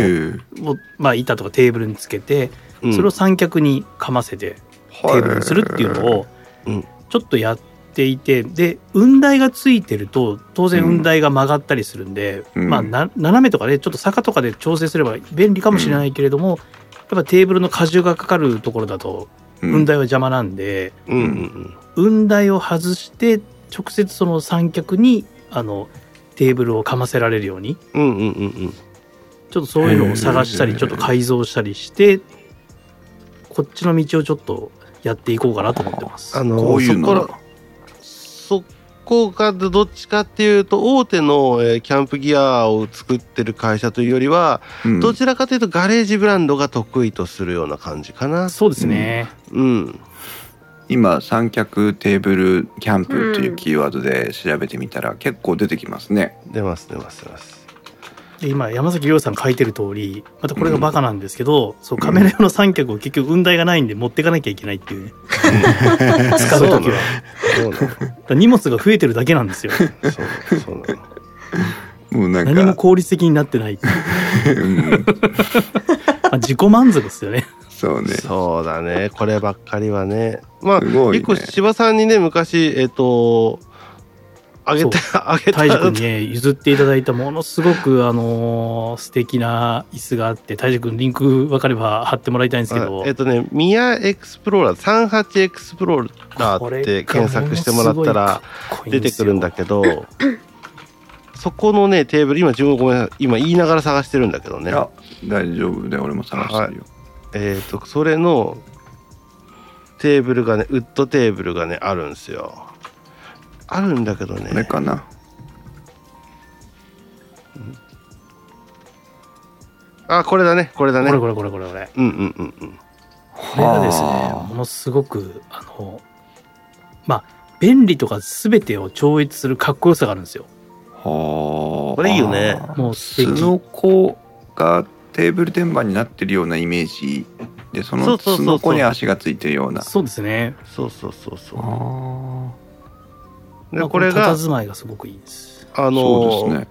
Speaker 1: ー
Speaker 4: をまあ、板とかテーブルにつけて、
Speaker 2: うん
Speaker 4: それを三脚にかませてテーブルにするっていうのを
Speaker 2: うん
Speaker 4: ちょっとやっていてで雲台がついてると当然雲台が曲がったりするんで、
Speaker 1: うん
Speaker 4: まあ、な斜めとかでちょっと坂とかで調整すれば便利かもしれないけれども、やっぱテーブルの荷重がかかるところだと
Speaker 1: うん
Speaker 4: 雲台は邪魔なんで、
Speaker 2: うんうん
Speaker 4: 雲台を外して直接その三脚にあのテーブルをかませられるように
Speaker 2: うんうんうんう
Speaker 4: ちょ
Speaker 2: ん
Speaker 4: っとそういうのを探した
Speaker 1: へ
Speaker 4: り
Speaker 1: ー
Speaker 4: ちょっと改造したりしてこっちの道をちょっとやっていこうかなと思ってます。
Speaker 2: あの
Speaker 1: こういう
Speaker 2: そこ
Speaker 1: の
Speaker 2: らそこがどっちかっていうと大手の、えーキャンプギアを作ってる会社というよりは、
Speaker 1: うん
Speaker 2: どちらかというとガレージブランドが得意とするような感じかな。
Speaker 4: そうですね、
Speaker 2: うん、
Speaker 1: 今三脚テーブルキャンプっていうキーワードで調べてみたら結構出てきますね。
Speaker 2: 出ます出ます出ます。
Speaker 4: で今山崎亮さん書いてる通りまたこれがバカなんですけど、そうカメラ用の三脚を結局雲台がないんで持ってかなきゃいけないっていう ね使う時は
Speaker 2: そうなの。
Speaker 4: だから荷物が増えてるだけなんですよ
Speaker 2: そうなの。そう なの。
Speaker 1: もうなんか
Speaker 4: 何も効率的になってない、ま
Speaker 1: うん
Speaker 4: あ、自己満足ですよね
Speaker 1: そうね。
Speaker 2: そうだね。こればっかりはね。まあ、
Speaker 1: すごい
Speaker 2: 結構
Speaker 1: ね。
Speaker 2: 柴さんにね、昔、えっ、と、あげた、あげた。
Speaker 4: 泰治君にね譲っていただいたものすごくあのー素敵な椅子があって泰治君リンク分かれば貼ってもらいたいんですけど、
Speaker 2: あえっ、とね、ミヤエクスプローラー、38エクスプローラーって検索してもらったら出てくるんだ
Speaker 4: け
Speaker 2: けど、そこのね、テーブル、今自分ごめんなさい、今言いながら探してるんだけど
Speaker 1: い
Speaker 2: ね。
Speaker 1: や大丈夫で俺も探してるよ。
Speaker 2: えっ、と、それのテーブルがね、ウッドテーブルがね、あるんですよ。あるんだけど
Speaker 1: これ
Speaker 2: ね。
Speaker 1: かな。
Speaker 2: あ、これだね、これだ
Speaker 4: こ
Speaker 2: ね。
Speaker 4: れ
Speaker 2: うん
Speaker 4: これこれこれこれ。
Speaker 2: うんうんうん。
Speaker 4: これがですね、ものすごく、あの、まあ、便利とか全てを超越するかっこよさがあるんですよ。
Speaker 1: はあ。
Speaker 2: これいいよね
Speaker 4: もう素
Speaker 1: ス
Speaker 4: 敵
Speaker 1: ノコがテーブル天板になってるようなイメージでそ
Speaker 2: そ
Speaker 1: の
Speaker 2: うそうそ
Speaker 1: ス
Speaker 2: うそう
Speaker 1: ノコに足がついてるような
Speaker 4: そうですね。
Speaker 2: そうそうそうそ
Speaker 1: あ
Speaker 2: う。
Speaker 4: ま
Speaker 2: で、
Speaker 4: あ
Speaker 2: これ
Speaker 4: の
Speaker 2: が、
Speaker 4: 佇まいがすごくいいです。
Speaker 2: あ
Speaker 1: あ
Speaker 2: の
Speaker 1: そうですね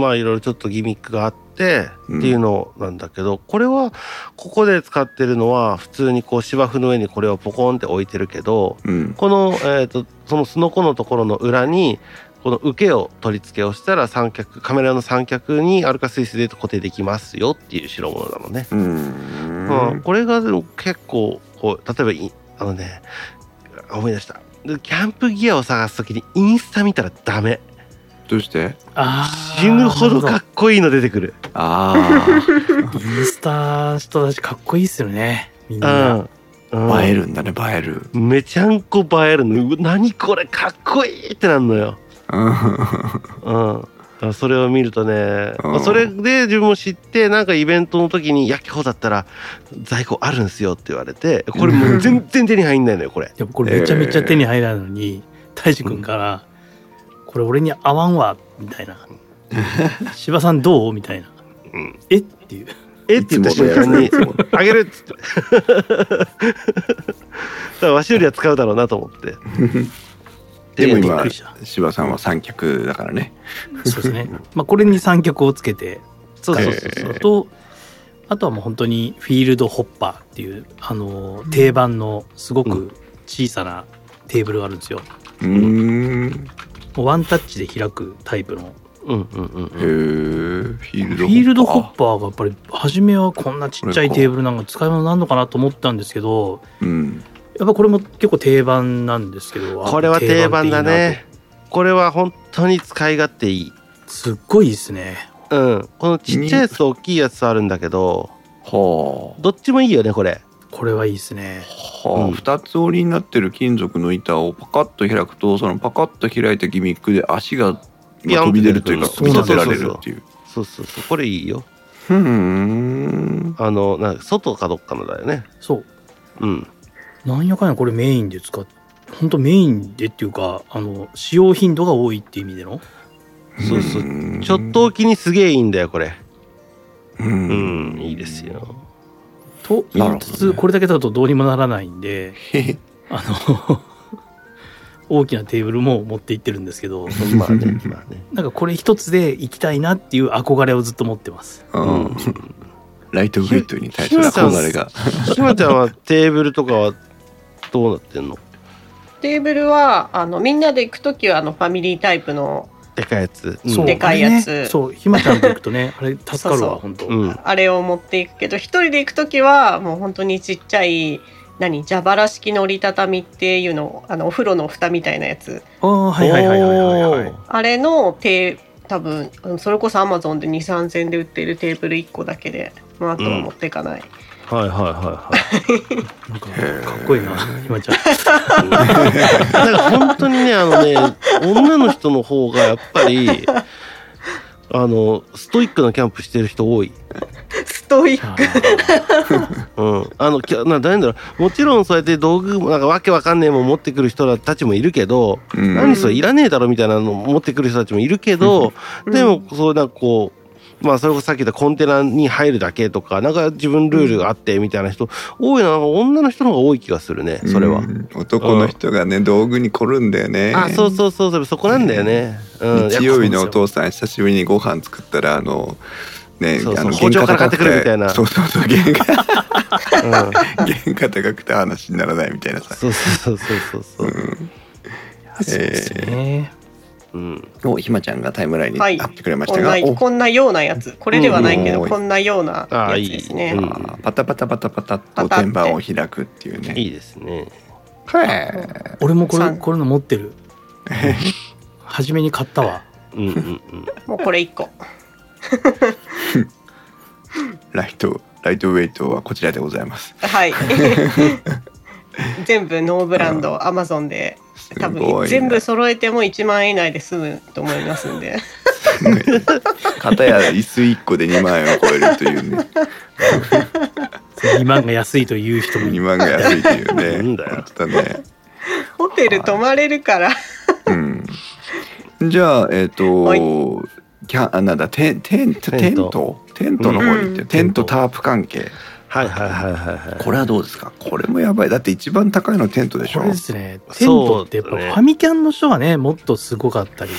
Speaker 2: まあいろいろちょっとギミックがあってって
Speaker 1: うん
Speaker 2: いうのなんだけど、これはここで使ってるのは普通にこう芝生の上にこれをポコンって置いてるけど
Speaker 1: うん
Speaker 2: この、えー、とそのすのこのところの裏にこの受けを取り付けをしたら三脚カメラの三脚にアルカスイスで固定できますよっていう代物なのね。
Speaker 1: うん
Speaker 2: まあこれがでも結構こう例えばいあのね思い出したでキャンプギアを探す時にインスタ見たらダメ
Speaker 1: どうして
Speaker 4: あー
Speaker 2: 死ぬほどか
Speaker 4: な
Speaker 2: っ
Speaker 4: る
Speaker 2: こいいの出てくる。
Speaker 1: あ
Speaker 4: ほどインスタの人たちかっこいいっすよね。みんな。
Speaker 2: うん
Speaker 1: あ映えるんだね映える
Speaker 2: めちゃんこ映えるのうわ何これかっこいいってなるのよ、
Speaker 1: う
Speaker 2: うん、だからそれを見るとね、
Speaker 1: うん
Speaker 2: まあそれで自分も知ってなんかイベントの時に「いや今日だったら在庫あるんですよ」って言われてこれもう全然手に入んないのよこれ
Speaker 4: いやこれめちゃめちゃ手に入らないのに、大志くんから、これ俺に合わんわ」み たいな「芝さんどう?」みたいな「
Speaker 2: うん
Speaker 4: えっ?」ていう
Speaker 2: 「えっ?」て言った瞬間に
Speaker 1: いつものやついつも
Speaker 2: 「あげる」っつって だからわしよりは使うだろうなと思って
Speaker 1: でも
Speaker 4: びっ
Speaker 1: 今
Speaker 4: くりした
Speaker 1: 柴さんは三脚だからね
Speaker 4: そうです ね、まあ、これに三脚をつけて
Speaker 2: そうそうそう
Speaker 1: え
Speaker 2: そう、
Speaker 1: ー
Speaker 4: とあとはもう本当にフィールドホッパーっていうあの定番のすごく小さなテーブルがあるんですよ
Speaker 1: うーん
Speaker 4: もうワンタッチで開くタイプの
Speaker 2: うんうんう
Speaker 1: へえ
Speaker 2: んう
Speaker 1: フ
Speaker 2: ん
Speaker 1: ィー
Speaker 4: フ
Speaker 1: ルド
Speaker 4: ィールドホッ
Speaker 1: あ
Speaker 4: パーがやっぱり初めはこんなちっちゃいテーブルなんか使い物になるのかなと思ったんですけど
Speaker 1: うん
Speaker 4: やっぱこれも結構定番なんですけど
Speaker 2: これは定番だ
Speaker 4: 定番っていい
Speaker 2: ねこれは本当に使い勝手い
Speaker 4: な
Speaker 2: い
Speaker 4: とすっごいいいですね
Speaker 2: うん、このちっちゃいやつと大きいやつとあるんだけど、
Speaker 1: はあ
Speaker 2: どっちもいいよねこれ
Speaker 4: これはいいですね
Speaker 1: はあ
Speaker 2: うん
Speaker 1: 2つ折りになってる金属の板をパカッと開くとそのパカッと開いたギミックで足がまあ
Speaker 2: ビヨン
Speaker 1: 飛び出るというか
Speaker 2: そう
Speaker 1: 組み立てられるっていう。
Speaker 2: そうそうそうこれいいよ
Speaker 1: ふーん
Speaker 2: あのなんか外かどっかのだよね
Speaker 4: そう
Speaker 2: うん
Speaker 4: なんやかんやこれメインで使って本当メインでっていうかあの使用頻度が多いっていう意味での
Speaker 2: そうそう
Speaker 1: ーん
Speaker 2: ちょっとおきにすげえいいんだよこれ
Speaker 1: う
Speaker 2: うんん、いいですよ
Speaker 4: と言いつ
Speaker 1: なるほ
Speaker 4: つ、
Speaker 1: どね
Speaker 4: これだけだとどうにもならないんで
Speaker 1: へへ
Speaker 4: あの大きなテーブルも持って行ってるんですけど
Speaker 2: まあねま あね
Speaker 4: なんかこれ一つで行きたいなっていう憧れをずっと持ってます
Speaker 1: うんライトウェイトに対する憧れが
Speaker 2: ひまちゃんはテーブルとかはどうなってんの
Speaker 3: テーブルはあのみんなで行くときはあのファミリータイプの
Speaker 2: でかいやつ、
Speaker 4: そう
Speaker 3: でかいやつ
Speaker 4: あれねそうひまちゃんと行くとねあれ助かる
Speaker 3: そう
Speaker 4: わ
Speaker 3: そう
Speaker 4: 本当
Speaker 2: うん、
Speaker 3: あれを持っていくけど一人で行くときはもう本当にちっちゃい何蛇腹式の折りたたみっていうのをあのお風呂の蓋みたいなやつ
Speaker 4: ああはいはいはいはいはいはい
Speaker 2: おー
Speaker 3: あれのテー多分うんそれこそアマゾンで2 3 0 0 0で売ってるテーブル1個だけで、まあ、あとは持っていかない、
Speaker 2: はいはいは
Speaker 4: なんか
Speaker 1: へー
Speaker 4: かっこいい なひまちゃん
Speaker 2: いはいだから本当にねあのね女の人の方がやっぱりあのストイックなキャンプしてる人多い
Speaker 3: ストイック
Speaker 4: あー
Speaker 2: うん、あのきゃな何だろうもちろんそうやって道具もなんかわけわかんねえもん持ってくる人らたちもいるけど、
Speaker 1: うん
Speaker 2: 何それいらねえだろみたいなの持ってくる人たちもいるけど、
Speaker 3: うん
Speaker 2: でもそうなんかこうまあそれこそさっき言ったコンテナに入るだけとかなんか自分ルールがあってみたいな人多いな女の人の方が多い気がするねそれは。
Speaker 1: うん男の人がね道具に凝るんだよね
Speaker 2: あそうそうそうそうそこなんだよね。うん、
Speaker 1: 日曜日の
Speaker 2: い
Speaker 1: お
Speaker 2: やこ
Speaker 1: 父さん久しぶりにご飯作ったらあのね
Speaker 2: そうそう
Speaker 1: あの
Speaker 2: 包丁から買ってくるみたいな
Speaker 1: そうそうそう原価
Speaker 2: うん
Speaker 1: 原価高くて話にならないみたいなさ
Speaker 2: そうそうそうそうそうう。
Speaker 1: ん
Speaker 4: そうですね
Speaker 2: うん、
Speaker 1: おひまちゃんがタイムラインにア
Speaker 3: はい
Speaker 1: ップくれまし
Speaker 3: こ
Speaker 1: た
Speaker 3: ん
Speaker 1: が、
Speaker 3: な
Speaker 1: お
Speaker 3: こんなようなやつこれではないけど、
Speaker 1: うん
Speaker 3: こんなような
Speaker 2: あ
Speaker 3: や
Speaker 2: あ
Speaker 3: つですね
Speaker 2: いいうん
Speaker 1: あーパタパタパタパタっと天板を開くっていうね
Speaker 2: いいですね。
Speaker 1: はい
Speaker 4: 俺もこ
Speaker 3: さ
Speaker 4: れ
Speaker 3: ん
Speaker 4: これの持ってる初めに買ったわ
Speaker 2: うんうんうん。
Speaker 3: もうこれ1個
Speaker 1: ライトライトウェイトはこちらでございます
Speaker 3: はい 全部ノーブランドアマゾンです多
Speaker 1: ごい
Speaker 3: 分
Speaker 1: ね
Speaker 3: 全部揃えても1万円以内で済むと思いますんで
Speaker 1: 片や 椅子1個で2万円を超えるというね
Speaker 4: 2万が安いという人もい
Speaker 1: 2万が安いというね
Speaker 2: なんだよ
Speaker 1: 本当だね
Speaker 3: ホテル泊まれるから。
Speaker 1: うんじゃあえっ、
Speaker 3: は
Speaker 1: とキャあなんだテンテンテ
Speaker 2: テン
Speaker 1: ント
Speaker 2: ト
Speaker 1: テントの方に行って、
Speaker 3: うん
Speaker 1: テントタープ関係
Speaker 2: はいはいはいはいはい。
Speaker 1: これはどうですかこれもやばいだって一番高いのテントでし
Speaker 4: こ
Speaker 1: ょ
Speaker 4: れですねテントってやっぱ
Speaker 2: そ
Speaker 4: フ
Speaker 2: うだね
Speaker 4: ァミキャンの人はねもっとすごかったり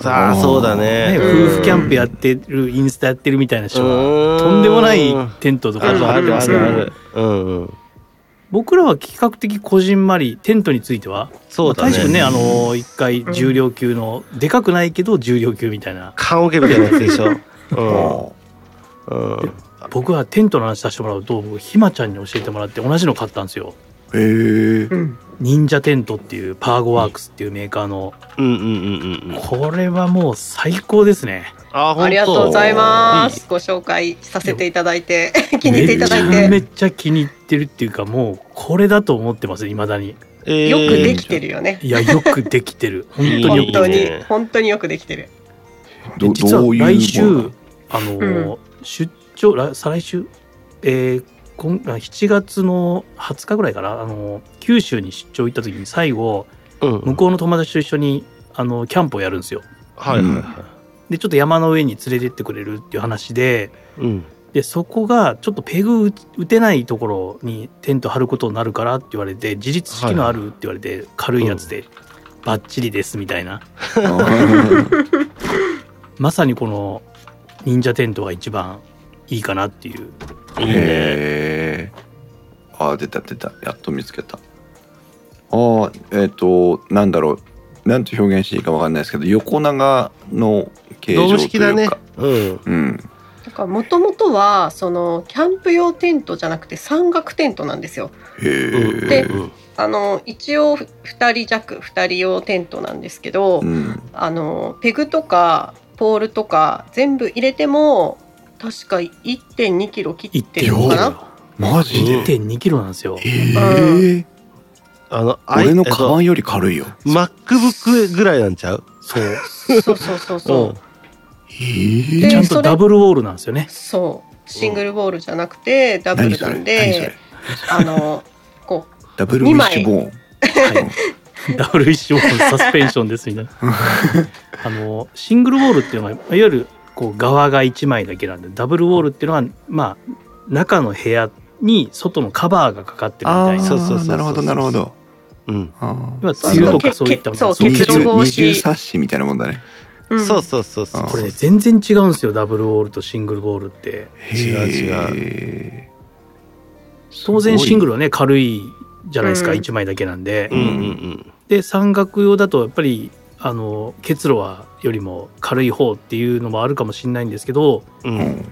Speaker 2: さあ、そうだね。
Speaker 4: ね、
Speaker 2: うん
Speaker 4: 夫婦キャンプやってるインスタやってるみたいな人
Speaker 2: う
Speaker 4: は
Speaker 2: ん
Speaker 4: とんでもないテントと
Speaker 2: あ
Speaker 4: か
Speaker 2: る
Speaker 4: が
Speaker 2: あ
Speaker 4: あって
Speaker 2: る
Speaker 4: ま
Speaker 2: あ
Speaker 4: す
Speaker 2: る
Speaker 4: か
Speaker 2: あ
Speaker 4: ら
Speaker 2: る。うんうん。
Speaker 4: 僕らは比較的こじんまりテントについては
Speaker 2: そうだ
Speaker 4: 大志くん
Speaker 2: ね。
Speaker 4: ねあの一回重量級のでかくないけど重量級みたいな
Speaker 2: 缶桶みたいなやつでしょ。
Speaker 1: お
Speaker 2: うん。うん。
Speaker 4: 僕はテントの話させてもらうと僕ひまちゃんに教えてもらって同じの買ったんですよ
Speaker 1: ーへえ
Speaker 3: うん。
Speaker 4: 忍者テントっていうパーゴワークスっていうメーカーの
Speaker 2: うんうんうんうん。
Speaker 4: これはもう最高ですね
Speaker 2: あ、
Speaker 3: ありがとうございま
Speaker 2: い
Speaker 3: す。ご紹介させていただいて、 気に入ってい
Speaker 4: め
Speaker 3: た
Speaker 4: ち
Speaker 3: だ
Speaker 4: ゃ
Speaker 3: いて、
Speaker 4: めちゃ気に入ってるっていうかもうこれだと思ってますいまだに
Speaker 2: えー
Speaker 3: よくできてるよね。
Speaker 4: いやよくでき てる本
Speaker 2: いい
Speaker 4: 当に
Speaker 3: 本
Speaker 4: よく
Speaker 2: ね
Speaker 3: 当
Speaker 2: いい
Speaker 3: に
Speaker 2: ね
Speaker 3: 本当によくできてる。
Speaker 1: ど
Speaker 4: 実
Speaker 1: ど
Speaker 4: は
Speaker 1: ういう
Speaker 4: 来週
Speaker 1: もの
Speaker 4: あの、
Speaker 3: う
Speaker 4: 出張来再来週えー今あ7月の20日ぐらいからあの九州に出張行った時に最後
Speaker 2: うん。
Speaker 4: 向こうの友達と一緒にあのキャンプをやるんですよ
Speaker 2: はいはいは
Speaker 4: でちょっと山の上に連れてってくれるっていう話で
Speaker 2: い。うん。
Speaker 4: でそこがちょっとペグ打てないところにテント張ることになるからって言われて自立式のあるって言われて、軽いやつで、バッチリですみたいなまさにこの忍者テントが一番いいかなっていう
Speaker 2: いいね。
Speaker 1: へえ。あー出た出たやっと見つけた。あーえっ、となんだろうなんて表現していいかわかんないですけど横長の形
Speaker 2: ドー
Speaker 1: 状
Speaker 2: ム
Speaker 1: と
Speaker 2: 式
Speaker 1: い
Speaker 2: だ
Speaker 1: う
Speaker 2: ね
Speaker 1: か。。
Speaker 2: うん。
Speaker 1: うん。
Speaker 3: だからもともとはそのキャンプ用テントじゃなくて山岳テントなんですよ。
Speaker 1: へえ
Speaker 3: で。
Speaker 2: うん
Speaker 3: あの一応ふ2人弱2人用テントなんですけど、
Speaker 1: うん。
Speaker 3: あのペグとかポールとか全部入れても確か1.2キロ切ってるのかな。
Speaker 1: マジで。
Speaker 4: 1 2キロなんですよ
Speaker 1: ええ。
Speaker 2: あの、あい
Speaker 1: 俺の
Speaker 2: えっ
Speaker 1: カ
Speaker 2: と
Speaker 1: バンより軽いよ。
Speaker 2: MacBook ぐらいなんちゃう
Speaker 4: そう
Speaker 3: そうそうそうそう。
Speaker 1: え
Speaker 3: で
Speaker 4: ちゃん
Speaker 3: そ
Speaker 4: と
Speaker 3: れ
Speaker 4: ダブルウォールなんですよね
Speaker 3: そうシングルボールじゃなくてダブ
Speaker 1: 何
Speaker 3: ル
Speaker 1: そ
Speaker 3: な
Speaker 1: れ
Speaker 3: ん
Speaker 1: 何それ
Speaker 3: で、あのこう
Speaker 1: ダブルウィッシュボーン。
Speaker 4: ダブル一周サスペンションですみ たいなあのシングルウォールっていうのはいわゆるこう側が1枚だけなんでダブルウォールっていうのはまあ中の部屋に外のカバーがかかってるみたい
Speaker 1: ー
Speaker 4: な
Speaker 2: そうそうそうそう
Speaker 1: なるほどなるほど。
Speaker 2: うん。
Speaker 1: あ
Speaker 4: 要は
Speaker 1: ー
Speaker 4: 梅雨とかそういったもの
Speaker 3: そう
Speaker 1: 二
Speaker 3: 結露
Speaker 1: 重
Speaker 3: 防止
Speaker 1: 二重冊子みたいなもんだね。
Speaker 3: うん
Speaker 2: そうそうそうそう。
Speaker 1: あ
Speaker 4: これね全然違うんですよダブルウォールとシングルウォールって
Speaker 2: 違う
Speaker 1: 違う。
Speaker 4: 当然シン
Speaker 1: ル。
Speaker 4: グルはね軽いじゃないですか、
Speaker 3: うん
Speaker 4: 1枚だけなんで、
Speaker 2: うんうん
Speaker 4: で山岳用だとやっぱりあの結露はよりも軽い方っていうのもあるかもしれないんですけど
Speaker 2: うん。
Speaker 1: う
Speaker 2: うんん。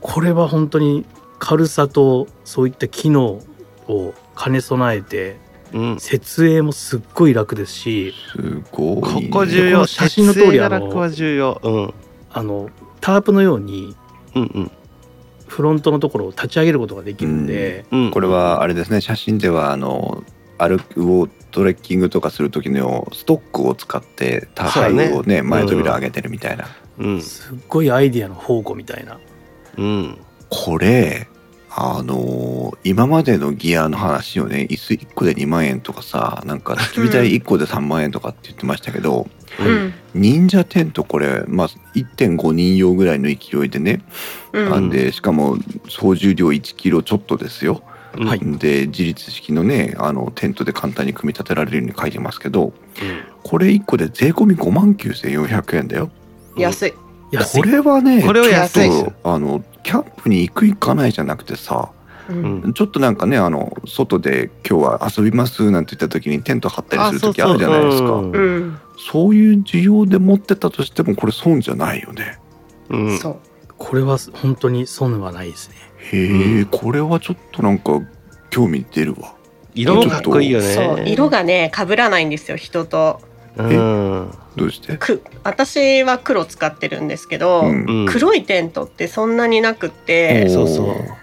Speaker 4: これは本当に軽さとそういった機能を兼ね備えて
Speaker 2: うん。
Speaker 4: 設営もすっごい楽ですし
Speaker 1: すごいね。
Speaker 2: ここ重
Speaker 4: こ
Speaker 2: 要。
Speaker 4: の写真の通りあの
Speaker 2: ここは重要。うん。
Speaker 4: あのタープのように
Speaker 2: うんうん
Speaker 4: フロントのところを立ち上げることができるんで、
Speaker 2: うん。
Speaker 1: これはあれですね写真ではあの歩くをトレッキングとかする時のストックを使ってタ
Speaker 2: そ
Speaker 1: ハ
Speaker 2: うだね
Speaker 1: イをね前扉上げてるみたいな、
Speaker 2: うん。
Speaker 4: すっごいアイディアの宝庫みたいな
Speaker 2: うん。
Speaker 1: これあのー今までのギアの話をね椅子1個で2万円とかさなんか焚き火台1個で3万円とかって言ってましたけど、
Speaker 3: うん
Speaker 1: 忍者テントこれ、まあ、1.5人用ぐらいの勢いでね、
Speaker 3: うん
Speaker 1: あんでしかも総重量1キロちょっとですよ、
Speaker 2: うん
Speaker 4: はい
Speaker 1: で自立式のねあのテントで簡単に組み立てられるように書いてますけどこれ1個で税込み5万9400円だよ
Speaker 3: 安い。
Speaker 4: 安い
Speaker 1: これはね
Speaker 2: これは安い
Speaker 1: ちょっとあのキャンプに行く行かないじゃなくてさ
Speaker 3: うん
Speaker 1: ちょっとなんかねあの外で今日は遊びますなんて言った時にテント張ったりする時あるじゃないですかそう
Speaker 2: う
Speaker 3: うん
Speaker 2: ん
Speaker 1: いう需要で持ってたとしてもこれ損じゃないよね
Speaker 2: うん。
Speaker 3: そう
Speaker 4: これは本当に損はないですね
Speaker 1: へえ、
Speaker 2: う
Speaker 1: これはちょっとなんか興味出るわ
Speaker 2: 色もかっこいいよね。
Speaker 3: そう色がね被らないんですよ人と
Speaker 2: うん。
Speaker 1: どうして
Speaker 3: く私は黒使ってるんですけど、
Speaker 1: うん
Speaker 2: うん。
Speaker 3: 黒いテントってそんなになくって
Speaker 2: そうそう
Speaker 1: おー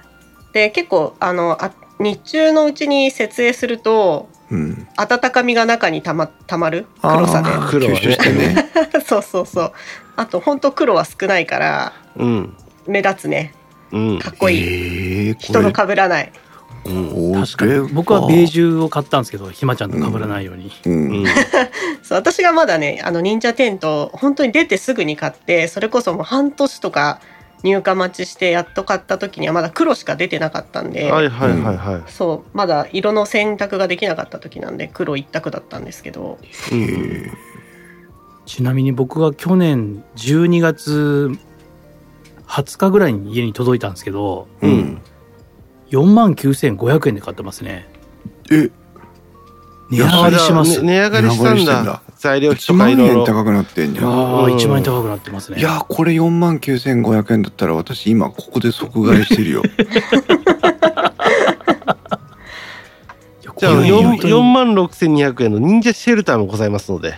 Speaker 3: で結構あのあ日中のうちに設営すると
Speaker 5: うん。
Speaker 3: 温かみが中にたまたまる黒さ
Speaker 5: あー
Speaker 2: 黒は
Speaker 5: 吸
Speaker 2: ね
Speaker 5: 収してね。
Speaker 3: で そうそうそうあと本当黒は少ないから
Speaker 2: うん。
Speaker 3: 目立つね
Speaker 2: うん。
Speaker 3: かっこいい、
Speaker 5: ええこ
Speaker 3: 人
Speaker 5: れ
Speaker 3: の被らない
Speaker 2: うん。
Speaker 5: これ
Speaker 4: 確かに僕はベージュを買ったんですけどひまちゃんと被らないように、
Speaker 5: う。
Speaker 2: うんん。
Speaker 3: そう私がまだねあの忍者テント本当に出てすぐに買ってそれこそもう半年とか入荷待ちしてやっと買った時にはまだ黒しか出てなかったんで、
Speaker 2: はいはいはいは
Speaker 3: そうまだ色の選択ができなかった時なんで黒一択だったんですけど
Speaker 2: い。うん
Speaker 5: え
Speaker 4: ちなみに僕は去年12月20日ぐらいに家に届いたんですけど
Speaker 5: えうん。
Speaker 4: 4万9500円で買ってますね
Speaker 5: え、
Speaker 4: 値上がりします、
Speaker 2: ね値上がり
Speaker 5: 値上がり
Speaker 2: し
Speaker 5: して
Speaker 2: た
Speaker 5: ん
Speaker 2: ん
Speaker 5: だ
Speaker 2: だ。材料費
Speaker 5: 1
Speaker 2: とか
Speaker 5: 万
Speaker 2: い
Speaker 5: 円
Speaker 2: ろいろ。
Speaker 5: 高くなってんじ
Speaker 4: あ
Speaker 5: ゃん。
Speaker 4: あ
Speaker 2: うん
Speaker 4: 1万円高くなってますね
Speaker 5: いやーこれ4万9500円だったら私今ここで即買いしてるよ。
Speaker 4: いやこ
Speaker 2: じ
Speaker 4: れ
Speaker 2: ゃあ
Speaker 5: いやいや
Speaker 4: 本
Speaker 5: 本
Speaker 4: 当
Speaker 2: 4
Speaker 4: に
Speaker 2: 万6200円の忍者シェルターもございますので。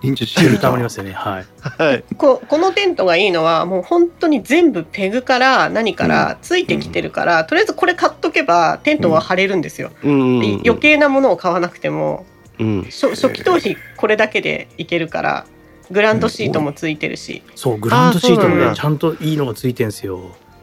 Speaker 5: 忍者シ
Speaker 4: シェ
Speaker 5: ェル
Speaker 4: ルター
Speaker 5: タ
Speaker 4: もありま
Speaker 5: ー。
Speaker 4: すよねはい
Speaker 2: はい。
Speaker 3: ここのテントがいいのはもう本当に全部ペグから何からついてきてるから、とりあえずこれ買っとけばテントは張れるんですよ、
Speaker 2: うんうんうん。
Speaker 3: 余計なものを買わなくても
Speaker 2: うん。
Speaker 3: 初初期投費これだけでいけるからグランドシートもついてるし、
Speaker 4: そうグランドシー
Speaker 3: あ
Speaker 4: トも
Speaker 3: ーそうなん
Speaker 4: ね
Speaker 2: だ
Speaker 4: ちゃんといいのがついてんすよ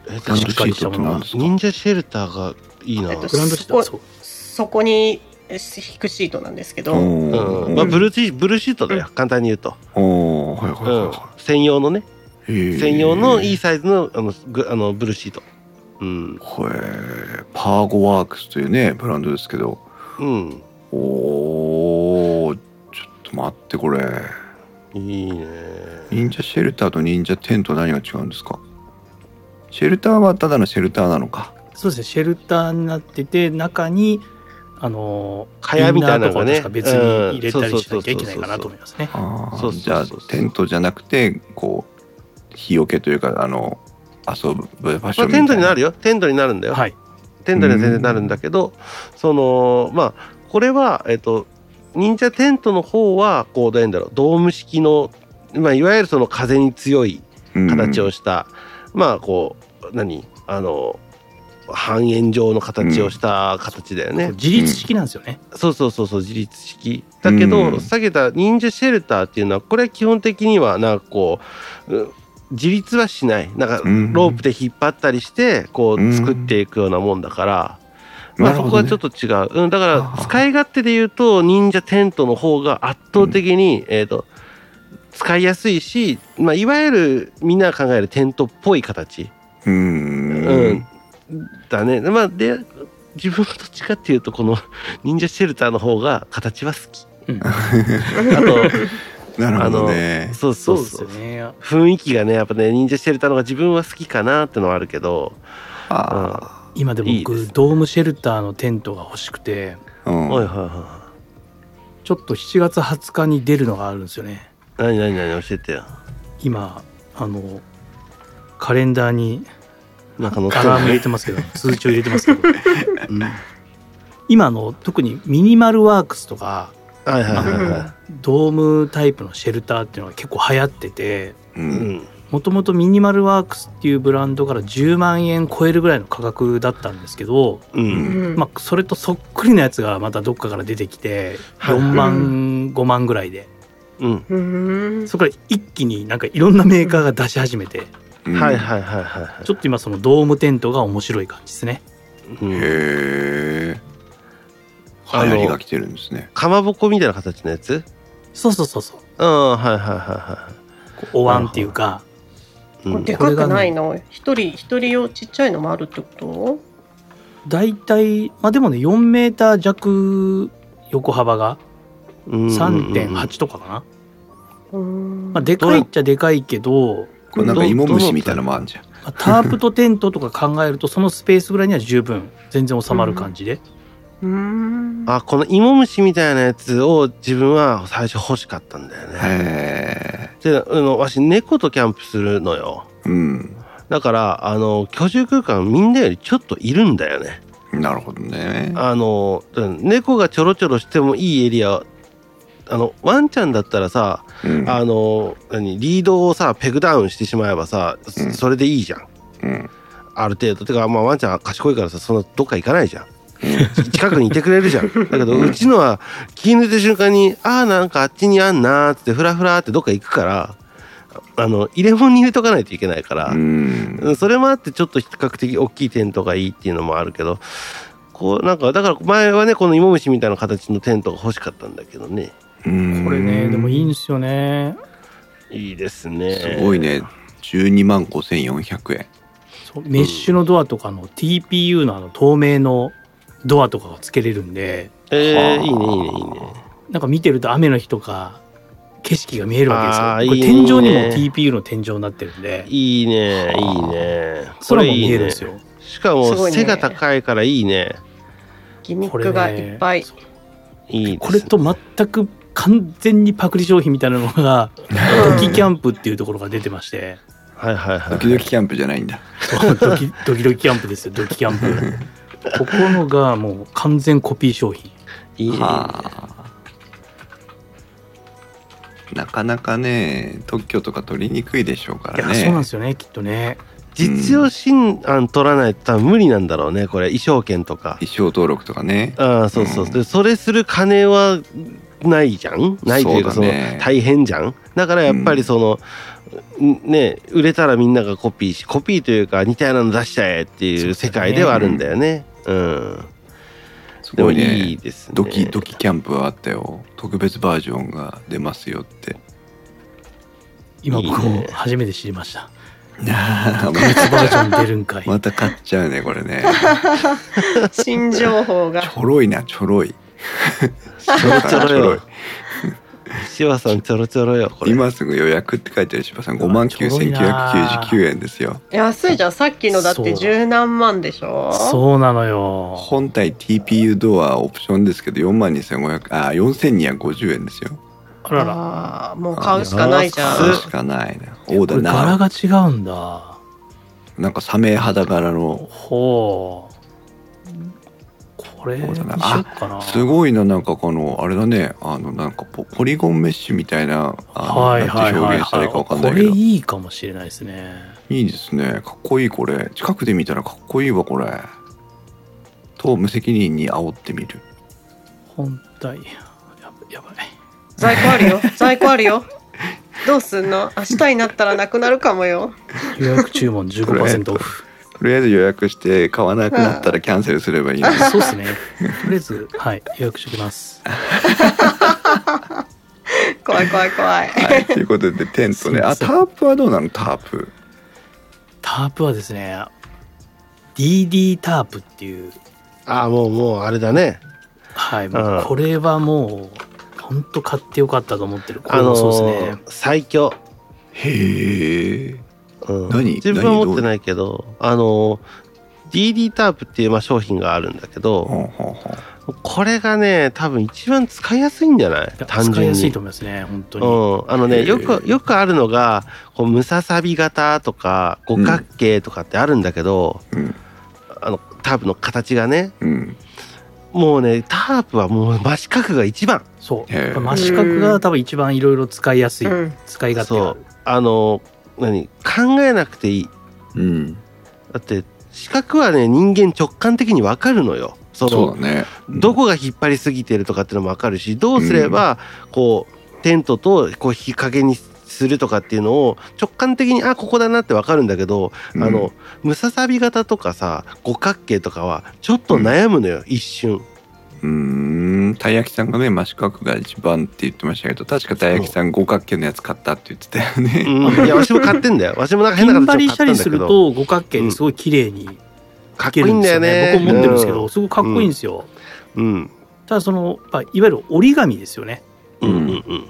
Speaker 2: え確
Speaker 5: グラ
Speaker 2: か
Speaker 5: ン
Speaker 2: に
Speaker 5: ドシートってなんですか
Speaker 2: 忍者シェルターがいいな。
Speaker 3: えっと
Speaker 4: グランドシート
Speaker 3: そ
Speaker 4: そう
Speaker 3: そこに引くシートなんですけ
Speaker 5: お
Speaker 3: ど、
Speaker 2: う
Speaker 5: ー
Speaker 2: ん。まあブルーシブルーシートだよ。簡単に言うと。
Speaker 5: おーはいはい
Speaker 2: うん
Speaker 5: は。
Speaker 2: 専用のね。
Speaker 5: いはい。
Speaker 2: 専用のいい
Speaker 5: い。
Speaker 2: サイズのあのぐあのブルーシート。うん。
Speaker 5: これパーゴワークスというねブランドですけど。
Speaker 2: うん。
Speaker 5: おーちょっと待ってこれ
Speaker 2: いいね。
Speaker 5: 忍者シェルターと忍者テント何が違うんですかシェルターはただのシェルターなのか
Speaker 4: そうですねシェルターになってて中にあの
Speaker 2: 蚊帳みたいなの
Speaker 4: インナーとか
Speaker 2: が
Speaker 4: を
Speaker 2: ね
Speaker 4: 確か別に入れたりしなきゃいけないかなと思いますね
Speaker 5: あー
Speaker 2: そうそう
Speaker 5: じゃあ
Speaker 2: そうそう
Speaker 5: テントじゃなくてこう日よけというかあの遊ぶ場
Speaker 2: ま
Speaker 5: 所
Speaker 2: あ
Speaker 5: みた
Speaker 2: テ
Speaker 5: いな、
Speaker 2: ントになるよ。テントになるんだよ。
Speaker 4: はい
Speaker 2: テントには全然なるんだけど、そのまあこれはえっと忍者テントの方はこうどういうんだろうドーム式の、まあ、いわゆるその風に強い形をした、まあこう何あの半円状の形をした形だよね、
Speaker 4: 自立式なんですよね、
Speaker 2: そうそうそうそう自立式だけど、
Speaker 5: うん
Speaker 2: 下げた忍者シェルターっていうのはこれは基本的にはなんかこうう自立はしないなんか
Speaker 5: うん
Speaker 2: ロープで引っ張ったりしてこ
Speaker 5: う
Speaker 2: うん作っていくようなもんだから、ま
Speaker 5: な
Speaker 2: あ、
Speaker 5: る
Speaker 2: そ
Speaker 5: ほ
Speaker 2: こ
Speaker 5: ど
Speaker 2: は
Speaker 5: ね
Speaker 2: ちょっと違う、うん、だか
Speaker 5: あ
Speaker 2: ら
Speaker 5: ー
Speaker 2: 使い勝手で言うと忍者テントの方が圧倒的に、えー、と使いやすいし、まあ、いわゆるみんなが考えるテントっぽい形、
Speaker 5: う
Speaker 2: うんんだね、まあ、で自分はどっちかっていうとこの 忍者シェルターの方が形は好き
Speaker 4: うん、
Speaker 2: あと
Speaker 5: なるほどね
Speaker 2: そう そ
Speaker 4: そう
Speaker 2: う
Speaker 4: です
Speaker 2: そう
Speaker 4: よね
Speaker 2: 雰囲気がねやっぱね忍者シェルターの方が自分は好きかなってのはあるけど
Speaker 5: あ
Speaker 4: 今でも
Speaker 2: いい
Speaker 4: 僕
Speaker 2: ですね
Speaker 4: ドームシェルターのテントが欲しくて
Speaker 5: ーうん
Speaker 2: はいはいは
Speaker 4: ちょっと7月20日に出るのがあるんですよね
Speaker 2: い何何何教えてよ
Speaker 4: 今あのカレンダーに
Speaker 2: なんかの
Speaker 4: アラーム入れてますけど通知を入れてますけど今あの特にミニマルワークスとか
Speaker 2: はいはいはいは
Speaker 4: ドームタイプのシェルターっていうのが結構流行ってて
Speaker 5: う
Speaker 2: い。うんん。
Speaker 4: もともとミニマルワークスっていうブランドから10万円超えるぐらいの価格だったんですけど、
Speaker 2: う。
Speaker 5: うん
Speaker 3: うん
Speaker 4: まあ、それとそっくりなやつがまたどっかから出てきて
Speaker 2: はい
Speaker 4: 4万5万ぐらいで
Speaker 2: うん。
Speaker 3: うーん
Speaker 4: そこから一気になんかいろんなメーカーが出し始めて
Speaker 5: うん
Speaker 2: はいはいはいは
Speaker 4: ちょっと今そのドームテントが面白い感じですね
Speaker 2: い。うん。
Speaker 5: へえ
Speaker 2: あの
Speaker 5: 流行りが来てるんですね
Speaker 2: かまぼこみたいな形のやつ
Speaker 4: そうそうそうそう
Speaker 2: うん、はいはいは
Speaker 4: こうお椀っていうか
Speaker 3: こ
Speaker 2: いは
Speaker 3: れ
Speaker 2: い。
Speaker 3: でかくないの一人一人用ちっちゃいのもあるってこと
Speaker 4: 大体まあでもね4メーター弱横幅が
Speaker 2: うん。
Speaker 4: 3.8とかかな、
Speaker 3: うーん
Speaker 4: まあ、でかいっちゃでかいけど、
Speaker 5: これなんか芋虫みたいなのもあんじゃん
Speaker 4: まあタープとテントとか考えるとそのスペースぐらいには十分全然収まる感じで、
Speaker 3: うーん
Speaker 2: あ、この芋虫みたいなやつを自分は最初欲しかったんだよね。
Speaker 5: へ
Speaker 2: で、あの、わし猫とキャンプするのよ。
Speaker 5: えうん
Speaker 2: だから、あの、居住空間みんなよりちょっといるんだよね。
Speaker 5: なるほどね
Speaker 2: あの、うん猫がちょろちょろしてもいいエリア、あの、ワンちゃんだったらさ、
Speaker 5: うん
Speaker 2: あの何リードをさペグダウンしてしまえばさそ
Speaker 5: うん
Speaker 2: それでいいじゃん、
Speaker 5: うん
Speaker 2: ある程度てかまあワンちゃん賢いからさそんなどっか行かないじゃん近くにいてくれる じゃん。だけど、うちのは気抜いた瞬間に、ああ、なんかあっちにあんなーっつって、ふらふらってどっか行くから、あの、入れ物に入れとかないといけないから、
Speaker 1: うん
Speaker 2: うんそれもあってちょっと比較的大きいテントがいいっていうのもあるけどこうなんかだから前はねこの芋虫みたいな形のテントが欲しかったんだけどね
Speaker 1: うん
Speaker 4: これね、でもいいんですよね。
Speaker 2: いいですね
Speaker 1: すごいね12万5400円
Speaker 4: そうメッシュのドアとかの TPU のあの透明のドアとかがつけれるんで、
Speaker 2: えー
Speaker 1: はあ
Speaker 2: いいねいいねいいね
Speaker 4: なんか見てると雨の日とか景色が見えるわ
Speaker 2: あ
Speaker 4: け
Speaker 2: ー
Speaker 4: ですよ。これ
Speaker 2: いい
Speaker 4: 天
Speaker 2: ね
Speaker 4: 井にも TPU の天井になってるんで、
Speaker 2: いいねいいねこ
Speaker 4: 空
Speaker 2: れ
Speaker 4: も
Speaker 2: い
Speaker 4: 見え
Speaker 2: い
Speaker 4: るん
Speaker 2: ね
Speaker 4: ですよ。
Speaker 2: しか
Speaker 3: すご
Speaker 2: も
Speaker 3: いね
Speaker 2: 背が高いからいいね
Speaker 3: ギミ
Speaker 4: こ
Speaker 3: ッ
Speaker 4: れ
Speaker 3: ク
Speaker 4: ね
Speaker 3: がいっぱい。
Speaker 4: そう
Speaker 2: いいですね
Speaker 4: これと全く完全にパクリ商品みたいなのが、ドキキャンプっていうところが出てまして、
Speaker 2: はいはいは
Speaker 1: ド
Speaker 2: い
Speaker 1: キドキキャンプじゃないんだ
Speaker 4: そうドキドキドキキャンプですよ、ドキキャンプ。ここのがもう完全コピー商品。
Speaker 2: いいね
Speaker 1: はあなかなかね特許とか取りにくいでしょうか
Speaker 4: いや、
Speaker 1: らね
Speaker 4: そうなんですよね、きっとね。
Speaker 2: 実用新案取らないと多分無理なんだろうねこれ衣装券とか
Speaker 1: 一生登録とかね
Speaker 2: ああそうそう、
Speaker 1: うん
Speaker 2: でそれする金はないじゃんないというか
Speaker 1: そ
Speaker 2: そうの
Speaker 1: だね
Speaker 2: 大変じゃんだからやっぱりその、んね売れたらみんながコピーしコピーというか似たようなの出しちゃえっていう世界ではあるんだよねうん
Speaker 1: す
Speaker 2: で
Speaker 1: ご
Speaker 2: も
Speaker 1: いね
Speaker 2: いいですね
Speaker 1: ドキドキキャンプはあったよ特別バージョンが出ますよっ て
Speaker 4: 今僕
Speaker 2: い
Speaker 4: も
Speaker 2: いね
Speaker 4: 初めて知りました。
Speaker 1: ま
Speaker 4: 別バージョン出るん かい。
Speaker 1: また買っちゃうねこれね
Speaker 3: 新情報が。
Speaker 1: ちょろいなちょろい
Speaker 2: ちょろちょろよ
Speaker 1: ち
Speaker 2: シワさんちょろちょろよこ れ
Speaker 1: 今すぐ予約って書いてある柴さん5万9999円ですよ
Speaker 3: 安いじゃん。さっきのだって十何万でしょ
Speaker 4: そうなのよ。
Speaker 1: 本体 TPU ドアオプションですけど4万2500あ4250円ですよ
Speaker 4: あらら。
Speaker 3: あーもう買うしかないじゃ
Speaker 2: あー
Speaker 1: そ
Speaker 3: ん
Speaker 1: れ
Speaker 2: 安。
Speaker 1: しかないなオー
Speaker 4: こ
Speaker 1: ダー
Speaker 4: れ柄
Speaker 1: な
Speaker 4: が違うんだ。
Speaker 1: なんかサメ肌柄の
Speaker 4: ほう。これにしよっかな。
Speaker 1: すごいななんかこのあれだねあのなんかポポリゴンメッシュみたいなあの
Speaker 4: はいは
Speaker 1: な
Speaker 4: い
Speaker 1: んて
Speaker 4: は
Speaker 1: 表
Speaker 4: い、
Speaker 1: 現したら
Speaker 4: はいい。
Speaker 1: いかわか
Speaker 4: こ
Speaker 1: んないけ
Speaker 4: れ
Speaker 1: ど
Speaker 4: いいかもしれないですね。
Speaker 1: いいですねかっこいいこれ近くで見たらかっこいいわこれと無責任に煽ってみる
Speaker 4: 本体。やばやばい。
Speaker 3: 在庫あるよ。在庫あるよ。どうすんの明日になったらなくなるかもよ。
Speaker 4: 予約注 文15%オフ。
Speaker 1: とりあえず予約して買わなくなったらキャンセルすればいいの に
Speaker 4: そうですね。とりあえず、はい、予約してきます。
Speaker 3: 怖い怖い怖い。
Speaker 1: はい、ということでテントねあタープはどうなのタープ
Speaker 4: タープはですね、DD タープっていう、
Speaker 2: ああもうもうあれだね
Speaker 4: はい、
Speaker 2: うん
Speaker 4: これはもう、本当買ってよかったと思ってる。こ
Speaker 2: あ
Speaker 4: れ
Speaker 2: の
Speaker 4: も
Speaker 2: ー
Speaker 4: そうですね。
Speaker 2: 最強
Speaker 1: へえ
Speaker 2: うん
Speaker 1: 何
Speaker 2: 自分は
Speaker 1: 何
Speaker 2: 持ってないけどあの DD タープっていうまあ商品があるんだけどこれがね多分一番使いやすいんじゃない
Speaker 4: いや
Speaker 2: 単
Speaker 4: 使い
Speaker 2: 純
Speaker 4: やす
Speaker 2: に
Speaker 4: いと思いますね、本当に。
Speaker 2: うん、あの
Speaker 1: へ
Speaker 2: ね
Speaker 1: ー
Speaker 2: よくよくあるのがこうムササビ型とか五角形とかってあるんだけど、
Speaker 1: うん
Speaker 2: あのタープの形がね
Speaker 1: うん
Speaker 2: もうねタープはもう真四角が一番
Speaker 4: そう。
Speaker 1: へー
Speaker 4: やっぱ真四角が多分一番いろいろ使いやすい、
Speaker 3: うん。
Speaker 4: 使い勝手がある。
Speaker 2: あの何考えなくていい
Speaker 1: うん
Speaker 2: だって四角はね人間直感的に分かるのよその
Speaker 1: そうだね
Speaker 2: どこが引っ張りすぎてるとかっていうのも分かるしどうすればこうテントとこう日陰にするとかっていうのを直感的にあここだなって分かるんだけど、
Speaker 1: うん
Speaker 2: あのムササビ型とかさ五角形とかはちょっと悩むのよ、一瞬
Speaker 1: うーんたい焼きさんがね真四角が一番って言ってましたけど確かたい焼きさん五角形のやつ買ったって言ってたよ
Speaker 2: う
Speaker 1: ね、
Speaker 2: んいやわしも買ってんだよ わしもなんか
Speaker 4: ピ
Speaker 2: 変な
Speaker 4: ンバ
Speaker 2: 形
Speaker 4: リ
Speaker 2: で
Speaker 4: した
Speaker 2: 買った
Speaker 4: り
Speaker 2: ん
Speaker 4: す
Speaker 2: だけ
Speaker 4: る
Speaker 2: ど
Speaker 4: と五角形ですごい綺麗に
Speaker 2: か
Speaker 4: 書
Speaker 2: っこ
Speaker 4: け
Speaker 2: い
Speaker 4: る
Speaker 2: いん
Speaker 4: んです
Speaker 2: だよ
Speaker 4: よね。
Speaker 2: ね
Speaker 4: 僕も持ってるんですけど、すごくかっこいいんですよ。
Speaker 2: うん
Speaker 4: ただその、まあいわゆる折り紙ですよね。
Speaker 2: うんうんうん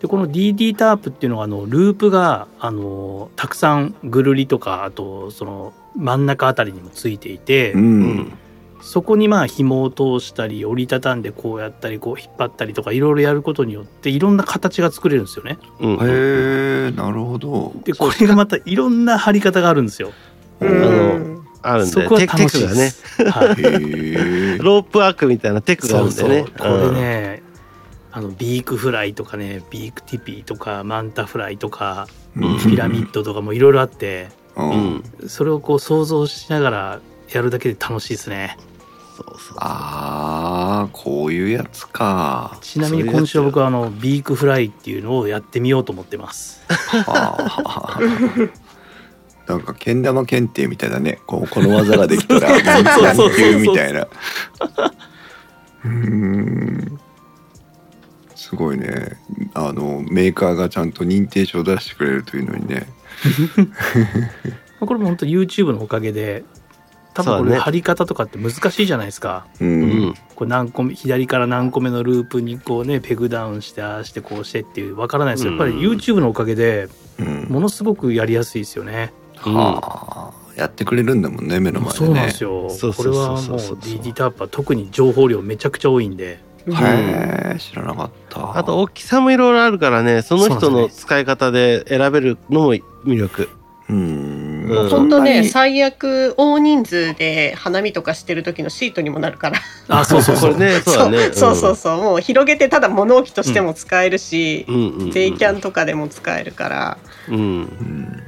Speaker 4: でこの DD タープっていうのはあのループがあのたくさんぐるりとかあとその真ん中あたりにもついていて、
Speaker 1: う
Speaker 2: うんん
Speaker 4: そこにまあ紐を通したり折りたたんでこうやったりこう引っ張ったりとかいろいろやることによっていろんな形が作れるんですよね。
Speaker 2: うんうん
Speaker 1: へえなるほど
Speaker 4: でこれがまたいろんな貼り方があるんですよ。
Speaker 3: うん。
Speaker 2: あるん
Speaker 4: そ
Speaker 2: で
Speaker 4: こは
Speaker 2: テ
Speaker 4: 楽
Speaker 2: テ
Speaker 4: しいで
Speaker 2: クがね
Speaker 4: す。はい
Speaker 1: へえ
Speaker 2: ロープワークみたいな テクがあるんだよね
Speaker 4: これね、あのビークフライとかねビークティピーとかマンタフライとかピラミッドとかもいろいろあって。
Speaker 1: うん
Speaker 2: うん、うん
Speaker 4: それをこう想像しながらやるだけで楽しいですね。
Speaker 2: そうそう。
Speaker 1: ああこういうやつか
Speaker 4: ちなみに今週は僕
Speaker 1: は
Speaker 4: はあのビークフライっていうのをやってみようと思ってます。
Speaker 1: あーなんかけん玉検定みたいだねこうこの技ができたら
Speaker 4: そうそうそうそう
Speaker 1: 何級みたいなうーんすごいねあのメーカーがちゃんと認定証出してくれるというのにね
Speaker 4: まあこれも本当 YouTube のおかげで多分こ
Speaker 2: そうだ
Speaker 4: れ
Speaker 2: ね
Speaker 4: 貼り方とかって難しいじゃないですか。
Speaker 1: うん、
Speaker 2: うん。
Speaker 4: これ何個目左から何個目のループにこうねペグダウンしてああしてこうしてっていうわからないですよやっぱり
Speaker 2: うん
Speaker 4: YouTube のおかげで
Speaker 1: うん
Speaker 4: ものすごくやりやすいですよね。
Speaker 1: はあ、やってくれるんだもんね目の前でね
Speaker 4: そうなんですよ。
Speaker 2: そう
Speaker 4: こ
Speaker 2: そ
Speaker 4: れ
Speaker 2: うそう
Speaker 4: はもう
Speaker 2: そうそう
Speaker 4: DD タープは特に情報量めちゃくちゃ多いんで。
Speaker 1: へえ知らなかった
Speaker 2: あと、大きさもいろいろあるからね、その
Speaker 4: そ
Speaker 2: 人
Speaker 4: うなん
Speaker 2: の
Speaker 4: です
Speaker 2: 使い方で選べるのも魅力。
Speaker 1: うーん
Speaker 2: うん
Speaker 3: 本当
Speaker 1: そんな
Speaker 3: ね、最悪大人数で花見とかしてる時のシートにもなるから。
Speaker 4: あそうそう
Speaker 2: こ
Speaker 4: そ
Speaker 2: れ
Speaker 4: う。
Speaker 2: ね、 そうだね。
Speaker 3: そうそうそう、もう広げてただ物置としても使えるし、
Speaker 2: うん。うんうんうん。
Speaker 3: 税キャンとかでも使えるから。
Speaker 2: うん。
Speaker 1: にうん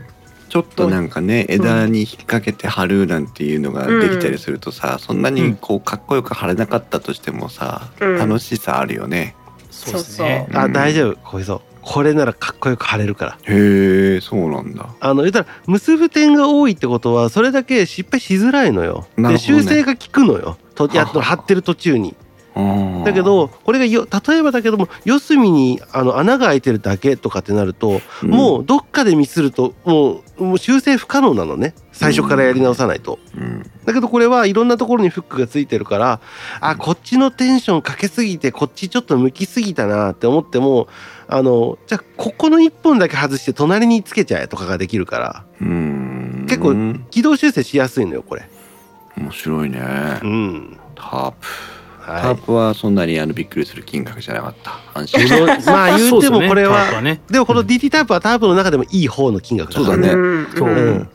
Speaker 1: ちょっとなんかね枝に引っ掛けて貼るなんていうのができたりするとさ、そんなにこうかっこよく貼れなかったとしてもさ、
Speaker 3: うん
Speaker 1: 楽しさあるよね
Speaker 4: そうですね。
Speaker 1: そう
Speaker 2: あ、大丈夫。これそう。これならかっこよく貼れるから。
Speaker 1: へえそうなんだ
Speaker 2: あの、言ったら、結ぶ点が多いってことは、それだけ失敗しづらいのよ。
Speaker 1: な
Speaker 2: で、
Speaker 1: るほどね
Speaker 2: 修正が効くのよ。とやっと
Speaker 1: はは
Speaker 2: 貼ってる途中に。
Speaker 1: あー
Speaker 2: だけど、これがよ、例えばだけども、四隅にあの穴が開いてるだけとかってなると、もうどっかでミスると、もう、もう修正不可能なのね。最初からやり直さないと。
Speaker 1: うん、うん
Speaker 2: だけどこれはいろんなところにフックがついてるから、あ、こっちのテンションかけすぎて、こっちちょっと向きすぎたなって思っても、あの、じゃあここの一本だけ外して隣につけちゃえとかができるから、
Speaker 1: うん
Speaker 2: 結構軌道修正しやすいのよ、これ。
Speaker 1: 面白いね
Speaker 2: うん。
Speaker 1: タープタ
Speaker 2: は
Speaker 1: ー
Speaker 2: い。
Speaker 1: プはそんなにあのびっくりする金額じゃなかった安
Speaker 2: こ
Speaker 1: 心
Speaker 2: のまあ言うてもこれ
Speaker 4: そうですねタープ
Speaker 2: は、
Speaker 4: ね
Speaker 2: でもこの DT タープはタープの中でもいい方の金額だ
Speaker 1: そうだね
Speaker 3: ん
Speaker 4: そう
Speaker 2: う。
Speaker 4: うん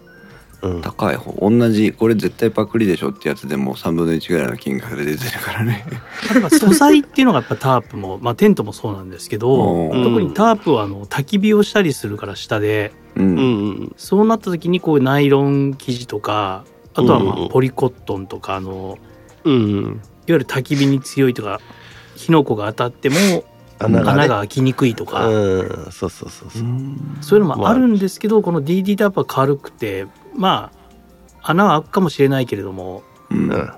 Speaker 2: うん。
Speaker 1: 高い方同じこれ絶対パクリでしょってやつでも3分の1ぐらいの金額で出てるからね
Speaker 4: やっぱ素材っていうのがやっぱタープも、まあ、テントもそうなんですけど、
Speaker 1: お
Speaker 2: ー
Speaker 4: 特にタープはあの焚き火をしたりするから下で
Speaker 1: うん
Speaker 2: うんうん。
Speaker 4: そうなった時にこうナイロン生地とかあとはま
Speaker 2: うんう
Speaker 4: あ
Speaker 2: ん
Speaker 4: ポリコットンとかあの
Speaker 2: うん。
Speaker 4: いわゆる焚き火に強いとか火の粉が当たっても
Speaker 2: 穴がね。
Speaker 4: 穴が開きにくいとか、
Speaker 2: うん。そうそうそうそう。
Speaker 4: そういうのもあるんですけどこの DD タープは軽くてまあ穴は開くかもしれないけれども
Speaker 1: うん
Speaker 2: うん。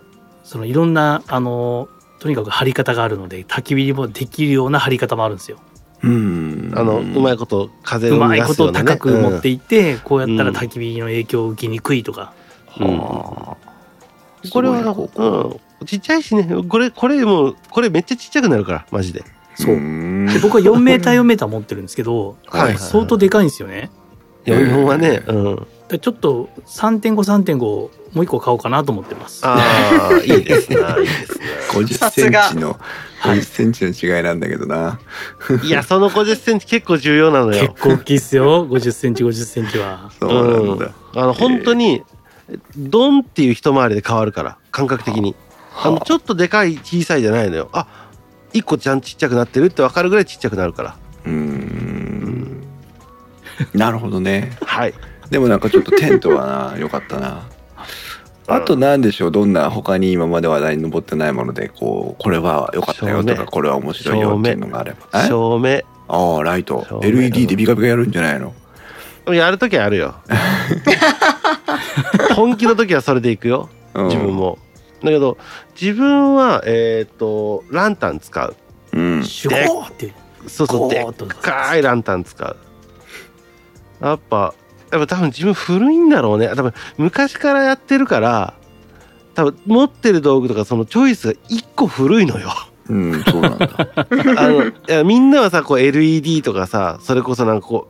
Speaker 4: そのいろんなあのとにかく張り方があるので焚き火にもできるような張り方もあるんですよ。
Speaker 1: うん
Speaker 2: あの、うま
Speaker 1: い
Speaker 2: いこと風
Speaker 4: う
Speaker 2: を
Speaker 4: ま
Speaker 2: 逃
Speaker 4: い
Speaker 2: が
Speaker 4: こ
Speaker 2: すよ
Speaker 4: と
Speaker 2: うなね。
Speaker 4: 高く持っていって、こうやったら
Speaker 2: うん
Speaker 4: 焚き火の影響を受けにくいとか、
Speaker 2: うん
Speaker 1: うん
Speaker 2: これは、
Speaker 1: すごいなここ
Speaker 2: うん、ちっちゃいしね、これ、これもう、これめっちゃちっちゃくなるから、マジで。
Speaker 1: そう
Speaker 4: で僕は4メーター4メーター持ってるんですけど、
Speaker 1: はい
Speaker 4: 相当でかいんですよね。
Speaker 1: へー
Speaker 2: 44はね、うん。
Speaker 4: でちょっと3.5、3.5もう一個買おうかなと思ってます。
Speaker 2: ああ、いいですね、 いいですね。
Speaker 1: 50
Speaker 3: さ
Speaker 1: セ
Speaker 3: す
Speaker 1: ン
Speaker 3: が
Speaker 1: チの50センチの違いなんだけどな、
Speaker 2: いや、その50センチ結構重要なの
Speaker 4: 結
Speaker 2: よ。
Speaker 4: 構大きいっすよ、50センチ、50センチは。
Speaker 1: そうなんだ、
Speaker 2: あの、本当に、ドンっていう一回りで変わるから、感覚的に。あの、ちょっとでかい、小さいじゃないのよ。あ、一個ちゃんちっちゃくなってるってわかるぐらいちっちゃくなるから。
Speaker 1: うーんなるほどね
Speaker 2: はい。
Speaker 1: でもなんかちょっとテントはなよかったなあと何でしょうどんな他に今まで話題に上ってないものでこうこれは良かったよと
Speaker 2: 照
Speaker 1: か
Speaker 2: 明
Speaker 1: これは面白いよっていうのがあればえ
Speaker 2: 照明。
Speaker 1: ああライト
Speaker 2: 照明
Speaker 1: LED でビカビカやるんじゃないの
Speaker 2: やるときあるよ。本気のときはそれでいくよ。
Speaker 1: うん
Speaker 2: 自分も。だけど、自分は、えっ、と、ランタン使う。
Speaker 1: うん
Speaker 4: シュゴーって。
Speaker 2: そうそう、で
Speaker 4: ゴー
Speaker 2: っ
Speaker 4: っと
Speaker 2: かいランタン使う。やっぱ、やっぱ多分自分古いんだろうね。多分昔からやってるから、多分持ってる道具とかそのチョイスが一個古いのよ。
Speaker 1: うんそうなんだ
Speaker 2: あのいやみんなはさこう LED とかさそれこそなんかこ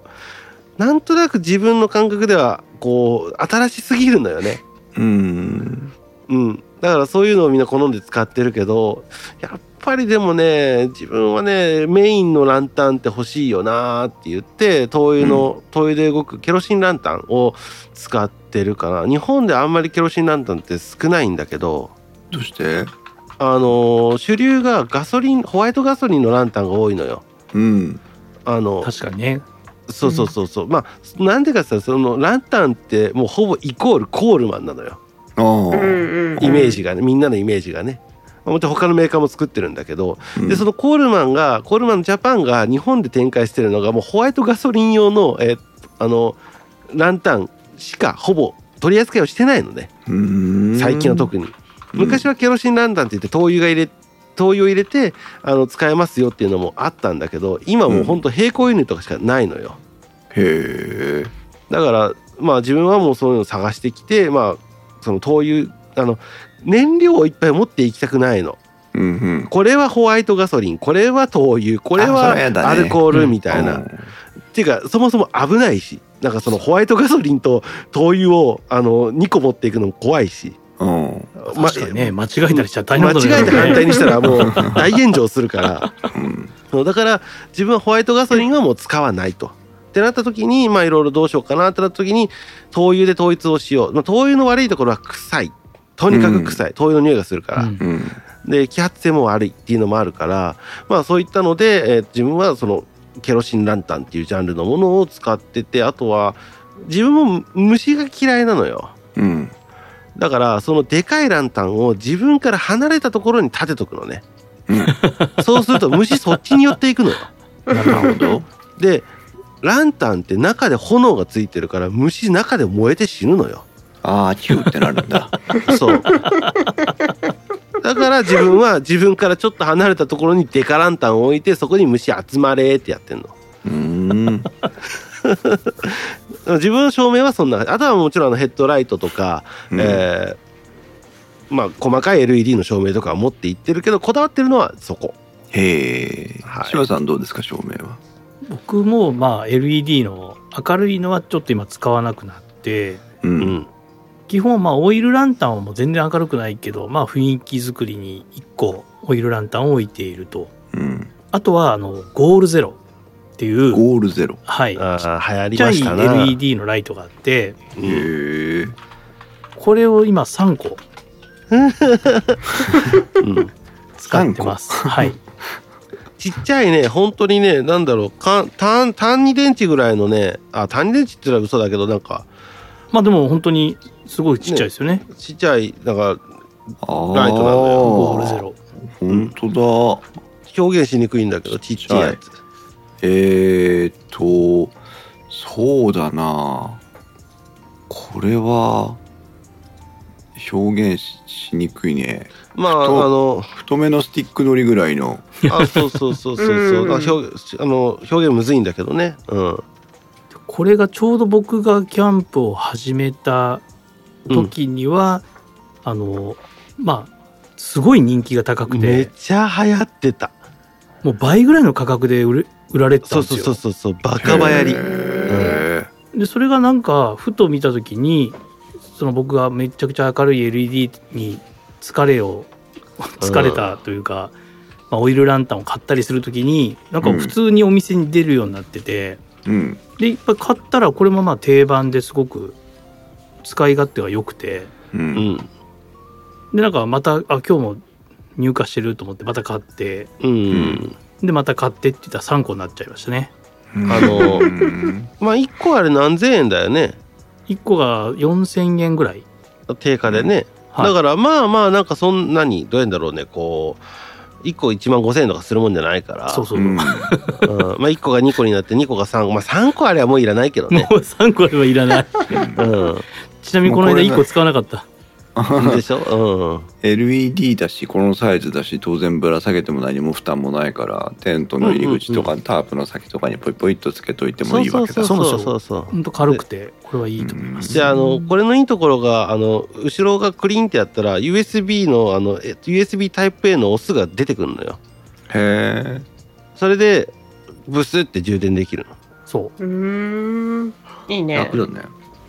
Speaker 2: うなんとなく自分の感覚ではこう新しすぎるんだよね。
Speaker 1: うん
Speaker 2: うん、だからそういうのをみんな好んで使ってるけどやっぱりでもね自分はねメインのランタンって欲しいよなーって言って灯油の、灯油で動くケロシンランタンを使ってるかな日本であんまりケロシンランタンって少ないんだけど
Speaker 1: どうして
Speaker 2: あのー主流がガソリンホワイトガソリンのランタンが多いのよ。
Speaker 1: うん
Speaker 2: あの
Speaker 4: 確かにね。
Speaker 2: そうそうそうそう、まあなんでかって言ったらそのランタンってもうほぼイコールコールマンなのよ
Speaker 1: ああ、
Speaker 3: うんうんうん
Speaker 2: イメージがね、みんなのイメージがね。まあもちろん他のメーカーも作ってるんだけど、で、そのコールマンが、コールマンジャパンが日本で展開してるのが、もうホワイトガソリン用の、えーあの、ランタンしかほぼ取り扱いをしてないのね、
Speaker 1: うん
Speaker 2: 最近は特に。
Speaker 1: うん
Speaker 2: 昔はケロシンランタンって言って、灯油が入れ、灯油を入れて、あの、使えますよっていうのもあったんだけど、今もう本当並行輸入とかしかないのよ。
Speaker 1: へえ
Speaker 2: だからまあ自分はもうそういうのを探してきてまあその灯油あの燃料をいっぱい持っていきたくないの
Speaker 1: うんうん
Speaker 2: これはホワイトガソリンこれは灯油これ
Speaker 1: あ
Speaker 2: は
Speaker 1: それはやだね
Speaker 2: アルコールみたいな、
Speaker 1: うん
Speaker 2: っていうかそもそも危ないしなんかそのホワイトガソリンと灯油をあの2個持っていくのも怖いし、
Speaker 1: うん
Speaker 2: ま
Speaker 4: 確かにね、間違えたりしたら大変
Speaker 2: 間
Speaker 4: なことに
Speaker 2: 違
Speaker 4: なる
Speaker 2: えて
Speaker 4: からね
Speaker 2: 反対にしたらもう 大炎上するから
Speaker 1: うん
Speaker 2: そうだから自分はホワイトガソリンはもう使わないと。ってなった時にまあいろいろどうしようかなってなった時に灯油で統一をしよう、まあ、灯油の悪いところは臭いとにかく臭い、灯油の匂いがするから、
Speaker 4: うん
Speaker 1: うん
Speaker 2: で揮発性も悪いっていうのもあるからまあそういったので、えー自分はそのケロシンランタンっていうジャンルのものを使っててあとは自分も虫が嫌いなのよ
Speaker 1: うん
Speaker 2: だからそのでかいランタンを自分から離れたところに立てとくのね
Speaker 1: うん
Speaker 2: そうすると虫そっちに寄っていくのよ
Speaker 1: なるほど
Speaker 2: でランタンって中で炎がついてるから虫中で燃えて死ぬのよ
Speaker 1: ああキューってなるん だ
Speaker 2: そう だから自分は自分からちょっと離れたところにデカランタンを置いてそこに虫集まれってやってんの
Speaker 1: うん
Speaker 2: 自分の照明はそんなあとはもちろんあのヘッドライトとか、えーまあ細かい LED の照明とかは持っていってるけどこだわってるのはそこ
Speaker 1: へえ
Speaker 2: はい
Speaker 1: 柴さんどうですか照明は
Speaker 4: 僕もまあ LED の明るいのはちょっと今使わなくなって、
Speaker 1: う
Speaker 2: うん、
Speaker 1: ん
Speaker 4: 基本まあオイルランタンはもう全然明るくないけど、まあ雰囲気作りに1個オイルランタンを置いていると。
Speaker 1: うん
Speaker 4: あとはあの、ゴールゼロっていう、
Speaker 1: ゴールゼロ
Speaker 4: はい、ち
Speaker 2: あ
Speaker 4: っ
Speaker 2: ー流行り
Speaker 4: ちゃ
Speaker 2: ま
Speaker 4: い
Speaker 2: したな
Speaker 4: LED のライトがあって、
Speaker 2: うん
Speaker 1: へえ
Speaker 4: これを今3個
Speaker 2: うん
Speaker 4: 使ってます。はい。
Speaker 2: ちっちゃいね、本当にね、なんだろう、か単単二電池ぐらいのね、あ、単二電池ってのは嘘だけど、なんか、
Speaker 4: まあでも本当にすごいちっちゃいですよね。
Speaker 2: ちっちゃい、なんか、
Speaker 1: ああ
Speaker 2: ライトなんだよ
Speaker 4: ゴールゼロ。
Speaker 1: 本当だ
Speaker 2: 表現しにくいんだけど、ちっちゃいやつ。
Speaker 1: えー、っとそうだなこれは表現ししにくいね
Speaker 2: まあ、あの、
Speaker 1: 太めのスティックのりぐらいの
Speaker 2: あ、そうそうそうそうそうう、
Speaker 3: ん
Speaker 2: あ表現、あの、表現むずいんだけどね。うん。
Speaker 4: これがちょうど僕がキャンプを始めた時には、あのまあすごい人気が高く
Speaker 2: めってちゃ流行ってた。
Speaker 4: もう倍ぐらいの価格で売れ売られてた
Speaker 2: そ
Speaker 4: んです
Speaker 2: うそ
Speaker 4: よ
Speaker 2: うそうそうそう、バカバヤり
Speaker 1: へ。ー
Speaker 4: でそれがなんかふと見た時にその僕がめちゃくちゃ明るい LED に疲れを疲れたというか、まあ、オイルランタンを買ったりする時になんか普通にお店に出るようになってて、
Speaker 1: うん
Speaker 4: でいっぱい買ったらこれもまあ定番ですごく使い勝手が良くて。
Speaker 1: う
Speaker 2: うんん。
Speaker 4: でなんかまたあ今日も入荷してると思ってまた買って
Speaker 2: うん。
Speaker 4: でまた買ってって言ったら3個になっちゃいましたね
Speaker 2: あの
Speaker 1: うん
Speaker 2: まあ、一個あれ何千円だよね。
Speaker 4: 1個が4000円ぐらい、
Speaker 2: 定価でね。
Speaker 4: はい
Speaker 2: だからまあまあなんかそんなにどうやんだろうねこう1個1万5千円とかするもんじゃないから
Speaker 4: そうそうう、
Speaker 1: ん
Speaker 4: も
Speaker 2: うんまあ1個が2個になって2個が3個まあ3個あれはもういらないけど
Speaker 4: う
Speaker 2: ね、
Speaker 4: 3個あればいらない
Speaker 2: うん、
Speaker 4: ちなみにこの
Speaker 1: もうこ
Speaker 4: 間
Speaker 1: れ
Speaker 4: 1個使わなかった
Speaker 2: でしょ、
Speaker 1: LED だしこのサイズだし当然ぶら下げても何も負担もないからテントの入り口とかタープの先とかにポイポイっとつけといて
Speaker 2: うん、
Speaker 1: もいいわけだ
Speaker 2: そうそうそ
Speaker 4: そ
Speaker 2: うそうそう
Speaker 4: ほんと軽くてこれはいいと思います
Speaker 2: じゃああのこれのいいところがあの後ろがクリーンってやったら USB のあのえ USB タイプ A のオスが出てくるのよ
Speaker 1: へえ
Speaker 2: それでブスって充電できるの
Speaker 4: そう
Speaker 3: ーんいいね
Speaker 1: 楽だね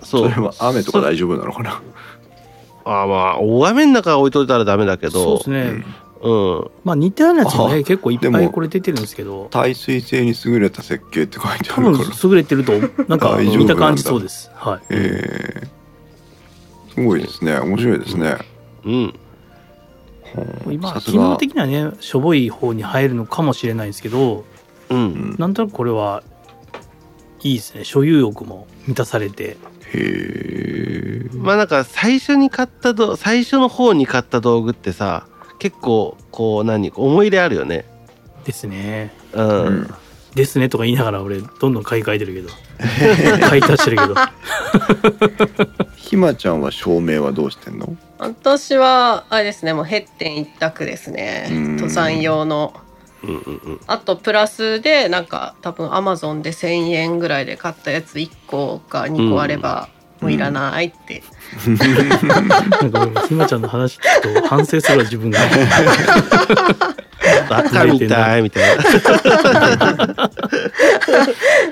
Speaker 2: そ
Speaker 1: そうれは雨とか大丈夫なのかな
Speaker 2: あーまあ大雨の中置いといたらダメだけど
Speaker 4: そうですね、
Speaker 1: うん
Speaker 2: うん
Speaker 4: まあ似たようなやつも
Speaker 1: あ
Speaker 4: ね結構いっ
Speaker 1: で
Speaker 4: ぱい
Speaker 1: も
Speaker 4: これ出てるんですけど
Speaker 1: 耐水性に優れた設計って書いてあ
Speaker 4: 多
Speaker 1: る
Speaker 4: 分
Speaker 1: から
Speaker 4: 優れてるとなんか
Speaker 1: 大丈夫
Speaker 4: 見た感じそうですはい
Speaker 1: えー、すごいですね面白いですね、
Speaker 2: うん
Speaker 4: 今
Speaker 1: さす
Speaker 4: 機
Speaker 1: が
Speaker 4: 能的にはねしょぼい方に入るのかもしれないんですけど
Speaker 2: うん
Speaker 1: うん
Speaker 4: なんとなくこれはいいですね。所有欲も満たされて。
Speaker 1: へえ。
Speaker 2: まあなんか最初に買ったど最初の方に買った道具ってさ結構こう何思い入れあるよね
Speaker 4: ですね。
Speaker 2: うん、
Speaker 1: うん
Speaker 4: ですねとか言いながら俺、どんどん買い替えてる けど。買い足してるけど。
Speaker 1: ひまちゃんは照明はどうしてんの？
Speaker 3: 私はあれですねもうヘッテン一択ですね
Speaker 1: うん
Speaker 3: 登山用の
Speaker 2: うんうんうん
Speaker 3: あとプラスでなんか多分アマゾンで1,000円ぐらいで買ったやつ1個か2個あればもういらないって、
Speaker 4: なんか俺ひまちゃんの話聞くと反省するわ、自分が。
Speaker 2: バカみたいみ たいな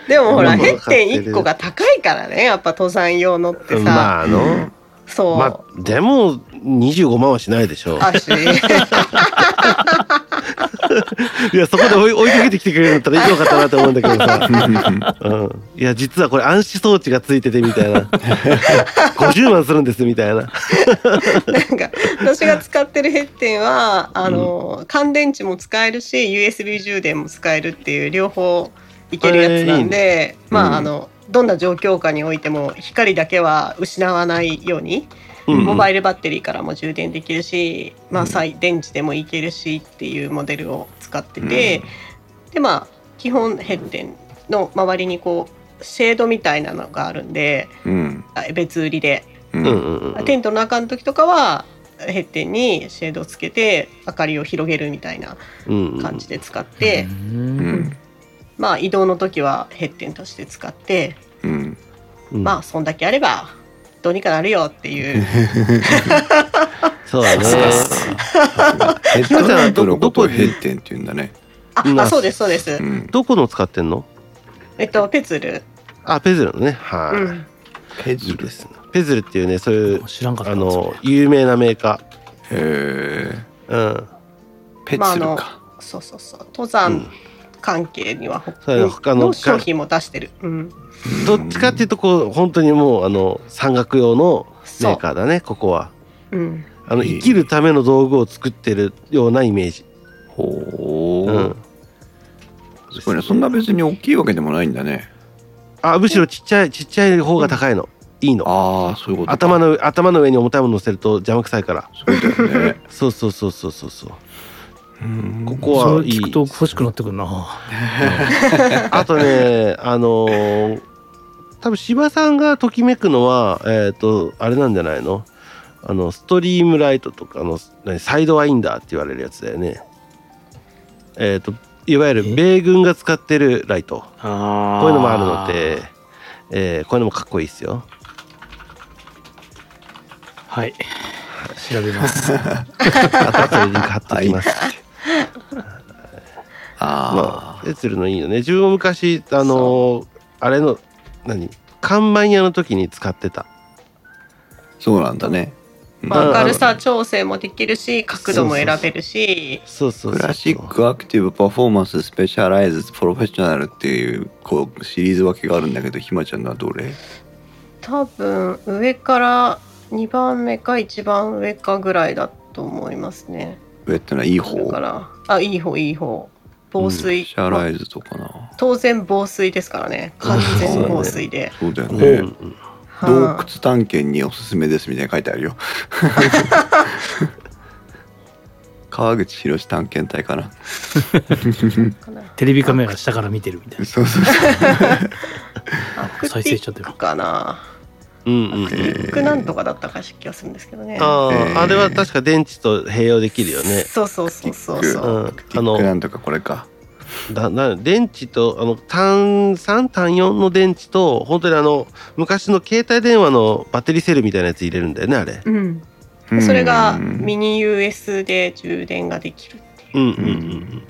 Speaker 3: でもほら
Speaker 2: うん
Speaker 3: ヘッテン1個が高いからねやっぱ登山用のってさ、
Speaker 2: まああの、
Speaker 3: そう、
Speaker 2: まあでも25万はしないでしょ
Speaker 3: あし
Speaker 2: いやそこで追い 追いかけてきてくれるんだったらよかったなと思うんだけどさ、 うん、いや実はこれ暗視装置がついててみたいな 50万するんですみたいな
Speaker 3: なんか私が使ってるヘッテンはあの、乾電池も使えるし USB 充電も使えるっていう両方いけるやつなんで、まあ、あのどんな状況下においても光だけは失わないように、
Speaker 2: うん
Speaker 3: モバイルバッテリーからも充電できるし、まあ、再電池でもいけるしっていうモデルを使ってて、でまあ基本ヘッテンの周りにこうシェードみたいなのがあるんで
Speaker 1: うん
Speaker 3: あ別売りで。
Speaker 1: う
Speaker 2: うんうんうん
Speaker 3: テントの中の時とかはヘッテンにシェードをつけて明かりを広げるみたいな
Speaker 2: うんうん
Speaker 3: 感じで使って、
Speaker 1: う
Speaker 4: うん
Speaker 1: ん
Speaker 3: まあ移動の時はヘッテンとして使って、
Speaker 1: うん
Speaker 2: うん
Speaker 3: まあそんだけあればどうにかなるよっていう
Speaker 2: そうだね
Speaker 1: ヘッドランプのことを
Speaker 2: ひまちゃんはどどこに
Speaker 1: ヘッテンって言うんだね。
Speaker 3: あ
Speaker 2: うん
Speaker 3: あそうですそうです、
Speaker 1: うん
Speaker 2: どこの使ってんの
Speaker 3: えっとペツル、
Speaker 2: あペズルのねはい、
Speaker 3: うん
Speaker 1: ヘッ
Speaker 2: いい
Speaker 1: ド
Speaker 2: で
Speaker 1: ですす。
Speaker 2: ねペズルっていうねそういう
Speaker 4: 知らんかった
Speaker 2: あ
Speaker 4: なそれ
Speaker 2: の有名なメーカ
Speaker 1: へえ。
Speaker 2: ーうん
Speaker 1: ペ
Speaker 3: まあ
Speaker 1: ツ
Speaker 3: あ
Speaker 1: ル
Speaker 3: の
Speaker 1: か。
Speaker 3: そうそうそう登
Speaker 2: うん
Speaker 3: 山関係には、
Speaker 2: そうだね他の
Speaker 3: の商品も出してる、うん、
Speaker 2: どっちかっていうとこう本当にもうあの山岳用のメ
Speaker 3: そ
Speaker 2: ー
Speaker 3: う、
Speaker 2: カーだねここは
Speaker 3: うん、
Speaker 2: あの
Speaker 1: いい
Speaker 2: 生きるための道具を作ってるようなイメージ
Speaker 1: ほ
Speaker 2: う。
Speaker 1: うんすごいね。そんな別に大きいわけでもないんだね。
Speaker 2: あむしろちっちゃいちっちゃい方が高いのいいの
Speaker 1: ああそういうことか。
Speaker 2: 頭の頭の上に重たいもの乗せると邪魔くさいから
Speaker 1: そうだよね。
Speaker 2: そうそうそうそうそうそう
Speaker 1: うん
Speaker 2: ここはいい
Speaker 4: 聞くと欲しくなってくるな。
Speaker 2: あとね、 あのー多分芝さんがときめくのは、えっ、と、あれなんじゃないのあの、ストリームライトとかの、何サイドワインダーって言われるやつだよね。えっ、と、いわゆる米軍が使ってるライト。こういうのもあるので、えーこういうのもかっこいいですよ。
Speaker 4: はい。調べます。
Speaker 2: あと、後でリンク貼ってきます。ま
Speaker 1: あ
Speaker 2: あ、エツルのいいのね。自分も昔、あのーあれの、何看板屋の時に使ってた。
Speaker 1: あそうなんだね。
Speaker 3: まあ
Speaker 2: うん
Speaker 3: 明るさ調整もできるし角度も選べるし
Speaker 2: そうそうそうそう
Speaker 1: クラシックアクティブパフォーマンススペシャライズプロフェッショナルっていうこうシリーズ分けがあるんだけどひまちゃんのはどれ
Speaker 3: 多分上から2番目か一番上かぐらいだと思いますね
Speaker 1: 上ってのはいい
Speaker 3: だ
Speaker 1: 方
Speaker 3: からあいい方いい方防水、
Speaker 1: シャラ
Speaker 3: まあ
Speaker 1: イズとかな
Speaker 3: 当然防水ですからね完全防水で、
Speaker 1: そうだよ
Speaker 2: うんう
Speaker 1: ね
Speaker 2: ん
Speaker 1: 洞
Speaker 3: は
Speaker 1: 窟探検におすすめですみたいな書いてあるよ川口博士探検隊かな
Speaker 3: あかな
Speaker 4: テレビカメラ下から見てるみたいな。
Speaker 1: そうそうそう
Speaker 3: アクテ
Speaker 4: 再生しちゃ
Speaker 3: ィ
Speaker 4: って
Speaker 3: ッ
Speaker 4: る
Speaker 3: クかな
Speaker 2: うんうんうん
Speaker 3: アクティックなんとかだったか気がするんですけどね
Speaker 2: あ
Speaker 1: え
Speaker 2: あ
Speaker 1: ー
Speaker 2: あれは確か電池と併用できるよね。
Speaker 3: そうそうそうそう
Speaker 1: ティッ
Speaker 2: う、
Speaker 3: そうん
Speaker 1: ティ
Speaker 2: あ
Speaker 1: ックな
Speaker 2: の
Speaker 1: んとかこれか
Speaker 2: だな電池とあの単3単4の電池と本当にあの昔の携帯電話のバッテリーセルみたいなやつ入れるんだよねあれ。
Speaker 3: うん、それが
Speaker 1: うん
Speaker 3: ミニ US で充電ができる
Speaker 2: うんうんうん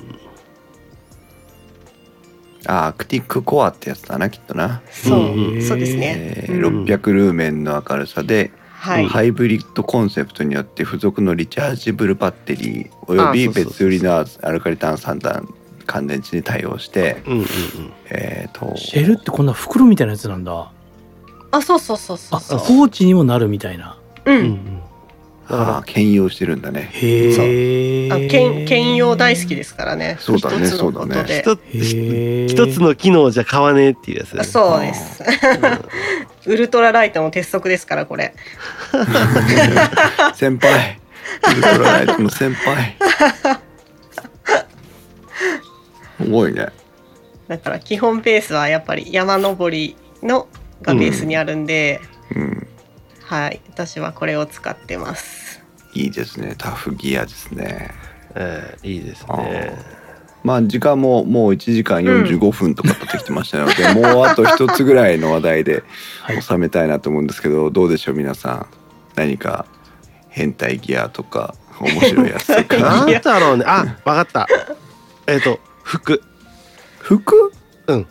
Speaker 1: あアクティックコアってやつだなきっとな、
Speaker 3: そう、
Speaker 2: うん
Speaker 3: そうですね、
Speaker 1: え
Speaker 3: う
Speaker 1: ー、
Speaker 2: ん
Speaker 1: 600ルーメンの明るさで
Speaker 3: はい、
Speaker 1: ハイブリッドコンセプトによって付属のリチャージブルバッテリーおよび
Speaker 2: あそうそう
Speaker 1: 別売りのアルカリ炭酸炭乾電池に対応して、
Speaker 2: うんうんうん。
Speaker 1: えー、と
Speaker 4: シェルってこんな袋みたいなやつなんだ。
Speaker 3: あそうそうそうそ
Speaker 4: あ、
Speaker 3: うそう
Speaker 4: コーチにもなるみたいな。
Speaker 3: う
Speaker 2: うん
Speaker 3: ん
Speaker 2: うんだから
Speaker 1: ああ兼用してるんだね
Speaker 4: へえ。
Speaker 3: あ兼兼用大好きですからね。
Speaker 1: そうだね
Speaker 3: 一つのこと
Speaker 1: そうだ
Speaker 3: で
Speaker 1: ね
Speaker 2: 一つ
Speaker 4: へー
Speaker 2: 一つの機能じゃ買わねえっていうやつだね
Speaker 3: そうです。 ウルトラライトの鉄則ですからこれ。
Speaker 1: 先輩ウルトラライトの先 輩すごいね
Speaker 3: だから基本ベースはやっぱり山登りのがベースにあるんで、
Speaker 1: うん
Speaker 3: はい私はこれを使ってます。
Speaker 1: いいですねタフギアですね
Speaker 2: ええいいです
Speaker 1: あ
Speaker 2: ね
Speaker 1: まあ時間ももう1時間45分とか経ってきてま したので、もうあと一つぐらいの話題で
Speaker 4: はい
Speaker 1: 収めたいなと思うんですけどどうでしょう皆さん何か変態ギアとか面白いやつと
Speaker 2: な
Speaker 1: か
Speaker 2: んだろうね あわかったえっ、と服
Speaker 1: 服
Speaker 2: うん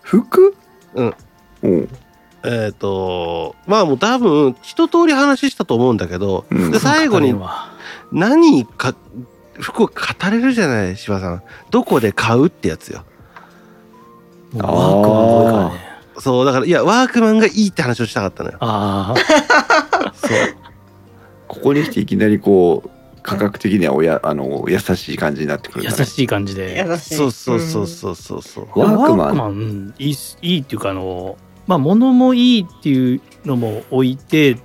Speaker 1: 服
Speaker 2: うん
Speaker 1: うん
Speaker 2: えっ、とまあもう多分一通り話したと思うんだけど、
Speaker 1: うん
Speaker 2: で最後に
Speaker 4: は
Speaker 2: 何か服を語れるじゃない柴さんどこで買うってやつよ
Speaker 4: もうワークマンが多いからね。
Speaker 2: そうだからいやワークマンがいいって話をしたかったのよ
Speaker 4: あ
Speaker 2: そう
Speaker 1: ここに来ていきなりこう価格的にはおやあの優しい感じになってくる
Speaker 4: あ、
Speaker 1: ん
Speaker 4: 優
Speaker 1: だね
Speaker 4: しい感じで。
Speaker 3: 優しい。
Speaker 2: そうそうそうんそうそうそう
Speaker 1: ワークマン
Speaker 4: うんいいっすいいっていうかあのまあ物もいいっていうのも置いて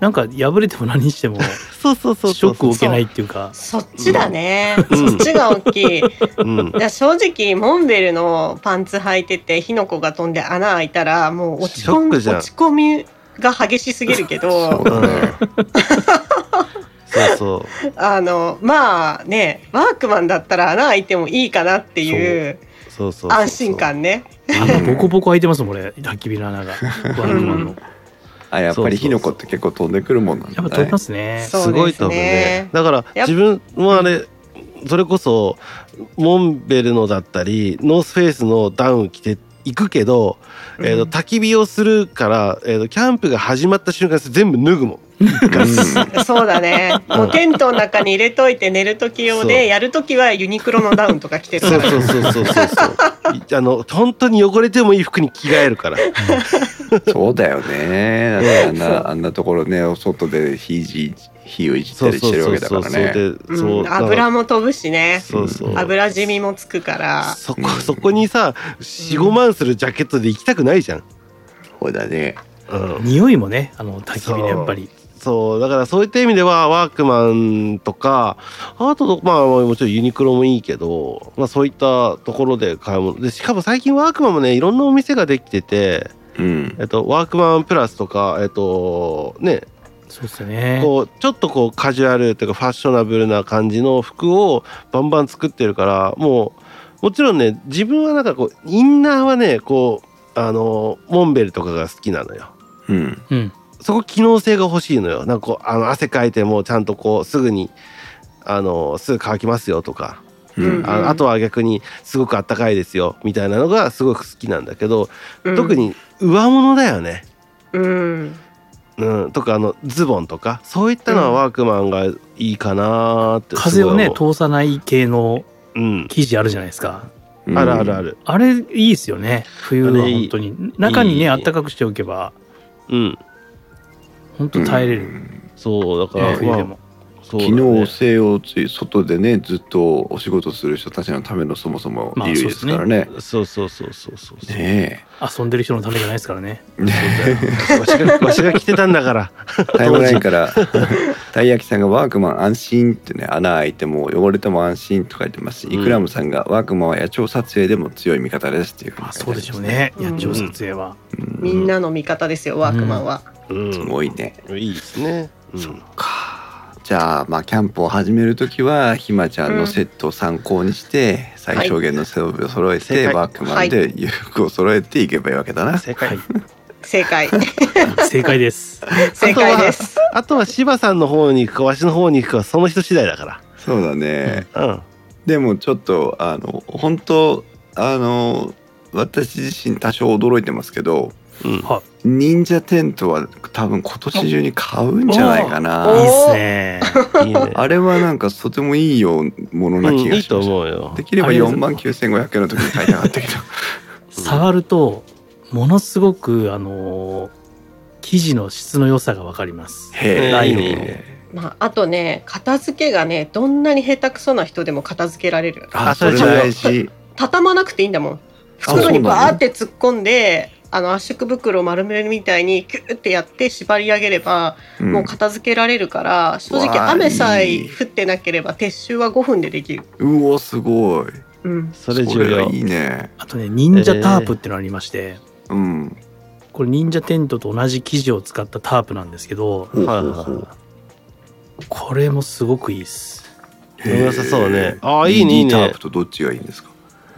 Speaker 4: なんか破れても何しても
Speaker 2: そうそうそう、
Speaker 4: ショックを受けないいっていうか
Speaker 3: そっちだね。
Speaker 2: うん
Speaker 3: そっちが大きい。
Speaker 2: うん
Speaker 3: いや正直モンベルのパンツ履いてて火の粉が飛んで穴開いたらもう落ち込
Speaker 2: ショッ
Speaker 3: み
Speaker 2: クじゃん
Speaker 3: 落ち込みが激しすぎるけ
Speaker 1: そう
Speaker 3: ど
Speaker 1: だね
Speaker 2: そうそ
Speaker 3: あのまあねワークマンだったら穴開いてもいいかなっていう
Speaker 2: うそうそう
Speaker 3: 安心感ね
Speaker 4: 穴ボコボコ開いてますもん俺焚き火の穴がワークマンの
Speaker 1: あやっぱり火の粉って結構飛んでくるもんなん
Speaker 4: や
Speaker 1: だ
Speaker 4: っぱ飛
Speaker 1: ね
Speaker 4: びますね
Speaker 3: そう
Speaker 2: すごいと思
Speaker 3: で
Speaker 2: う
Speaker 3: す
Speaker 2: ね
Speaker 3: ね
Speaker 2: だから
Speaker 3: やっ
Speaker 2: 自分もあれそれこそモンベルのだったりノースフェイスのダウン着て行くけど、えー、と
Speaker 3: うん
Speaker 2: 焚き火をするから、えー、とキャンプが始まった瞬間全部脱ぐもん
Speaker 1: うん
Speaker 3: そうだ ねもうテントの中に入れといて寝る時用
Speaker 2: そう
Speaker 3: でやる時はユニクロのダウンとか着てるか
Speaker 2: そう
Speaker 3: ら
Speaker 2: そうそうそうそうそういあの本当に汚れてもいい服に着替えるから
Speaker 1: そうだよね。だってあんな、あんなところね、お外で火いじ、火をいじっ
Speaker 2: そ
Speaker 1: た
Speaker 2: う
Speaker 1: り
Speaker 2: そ
Speaker 1: し
Speaker 2: う
Speaker 1: てる
Speaker 2: そ
Speaker 1: わ
Speaker 2: う
Speaker 1: けだか
Speaker 2: そう
Speaker 1: ら
Speaker 2: そう
Speaker 1: ね。
Speaker 2: でそう
Speaker 3: うん
Speaker 2: だから
Speaker 3: 油も飛ぶしね
Speaker 2: そうそう
Speaker 3: 油染みもつくから
Speaker 2: そこそこにさ45万するジャケットで行きたくないじゃん、
Speaker 1: そうだね。
Speaker 2: うん、
Speaker 4: 匂いもねあの焚き火でやっぱり
Speaker 2: そうだからそういった意味ではワークマンとかあとまあもちろんユニクロもいいけど、まあ、そういったところで買い物でしかも最近ワークマンもねいろんなお店ができてて、
Speaker 1: うん。
Speaker 2: えっと、ワークマンプラスとかえっとね
Speaker 4: そうですよね
Speaker 2: こうちょっとこうカジュアルというかファッショナブルな感じの服をバンバン作ってるからもうもちろんね自分はなんかこうインナーはねこうあのモンベルとかが好きなのよ。
Speaker 1: うん。
Speaker 4: うん
Speaker 2: そこ機能性が欲しいのよ。なんかこうあの汗かいてもちゃんとこうすぐにあのすぐ乾きますよとか、
Speaker 1: う
Speaker 3: うん
Speaker 1: ん。
Speaker 2: ああとは逆にすごくあったかいですよみたいなのがすごく好きなんだけど、
Speaker 3: うん
Speaker 2: 特に上物だよね。
Speaker 3: うん
Speaker 2: うん、とかあのズボンとかそういったのはワークマンがいいかなーってす
Speaker 4: 風
Speaker 2: ごい
Speaker 4: をね
Speaker 2: 思
Speaker 4: 通さない系の
Speaker 2: う、うん、
Speaker 4: 生地あるじゃないですか
Speaker 1: うん
Speaker 2: あるあるあ。る、
Speaker 4: あれいいですよね冬は
Speaker 2: あれい
Speaker 4: 本
Speaker 2: い
Speaker 4: 当に中に
Speaker 2: いい
Speaker 4: ねあったかくしておけば
Speaker 2: うん、
Speaker 4: 本当耐えれ
Speaker 1: う
Speaker 4: る
Speaker 1: ん
Speaker 2: そうだから、
Speaker 4: ね冬で
Speaker 2: ま
Speaker 4: も
Speaker 2: あそうだ
Speaker 1: 機
Speaker 2: ね
Speaker 1: 能性をつい、外でね、ずっとお仕事する人たちのためのそもそも理由ですからね。
Speaker 2: そうそうそうそうそうそう、
Speaker 1: ね
Speaker 4: 遊んでる人のためじゃないですからね
Speaker 1: え。ね
Speaker 2: わしがわ しが着てたんだから
Speaker 1: えタイムラインから、 たい焼きさんがワークマン安心ってね、穴開いても汚れても安心と書いてますし、
Speaker 2: うん
Speaker 1: イクラムさんがワークマンは野鳥撮影でも強い味方ですっていうふに
Speaker 4: あ
Speaker 1: 書いて
Speaker 4: そう
Speaker 1: りま
Speaker 4: で
Speaker 1: す
Speaker 4: しょう。ね
Speaker 3: うん
Speaker 4: 野鳥撮影は、
Speaker 1: うん
Speaker 3: みんなの味方ですよワークマンは。
Speaker 2: うん
Speaker 1: すごいね。
Speaker 2: いいですね。うん
Speaker 1: そっか。じゃあ、まあ、キャンプを始めるときは、ひまちゃんのセットを参考にして、最小限の装備を揃え
Speaker 2: はい
Speaker 1: て、ワークマンで裕福を揃えていけばいいわけ だな。
Speaker 2: 正
Speaker 4: は
Speaker 2: 解
Speaker 4: い。
Speaker 3: 正解
Speaker 4: 正解です
Speaker 3: 正解 です。
Speaker 2: あとは芝さんの方に行くか、わしの方に行くか、その人次第だか
Speaker 1: そうだね。
Speaker 2: ら。うん。
Speaker 1: でも、ちょっと、あの、本当、あの、私自身多少驚いてますけど、
Speaker 2: うん。
Speaker 4: は
Speaker 1: 忍者テントは多分今年中に買うんじゃないか
Speaker 4: いい
Speaker 1: な。
Speaker 4: いっすね
Speaker 2: いいね。
Speaker 1: あれはなんかとてもいいよもの
Speaker 2: う
Speaker 1: なん気
Speaker 2: い
Speaker 1: が
Speaker 2: い
Speaker 1: しま
Speaker 2: と
Speaker 1: した。
Speaker 2: 思うよ
Speaker 1: で。きれば
Speaker 4: ありがと
Speaker 1: 4
Speaker 4: う
Speaker 1: 万9500円の時に 買いたかったけど。
Speaker 4: 触るとものすごくあのー生地の質の良さがわかります。
Speaker 1: へ
Speaker 2: えー
Speaker 1: えい
Speaker 2: いい
Speaker 1: い
Speaker 2: ねいい
Speaker 1: ね
Speaker 3: まあ、あとね片付けがねどんなに下手くそな人でも片付けられる
Speaker 2: あ
Speaker 6: それ
Speaker 2: それ
Speaker 6: 大事
Speaker 3: 畳まなくていいんだもん袋に
Speaker 1: そうなの
Speaker 3: バーって突っ込んであの圧縮袋を丸めるみたいにキューってやって縛り上げれば、
Speaker 1: うん
Speaker 3: もう片付けられるから正直
Speaker 1: わあ
Speaker 3: 雨さえ
Speaker 1: いい
Speaker 3: 降ってなければ撤収は5分でできる、
Speaker 1: うおすごい
Speaker 3: うん、
Speaker 2: それ
Speaker 1: そ
Speaker 2: 重
Speaker 1: れ
Speaker 2: 要
Speaker 1: いいね
Speaker 4: あとね、忍者タープってのありまして、
Speaker 1: うん
Speaker 4: これ忍者テントと同じ生地を使ったタープなんですけど、
Speaker 1: ほう
Speaker 2: はい
Speaker 1: ほ
Speaker 2: は
Speaker 1: う
Speaker 2: い
Speaker 1: ほう
Speaker 2: は
Speaker 4: これもすごくいいです。
Speaker 2: い良さそうねああいいねいい
Speaker 1: DD ター
Speaker 2: ね
Speaker 1: プとどっちがいいんですか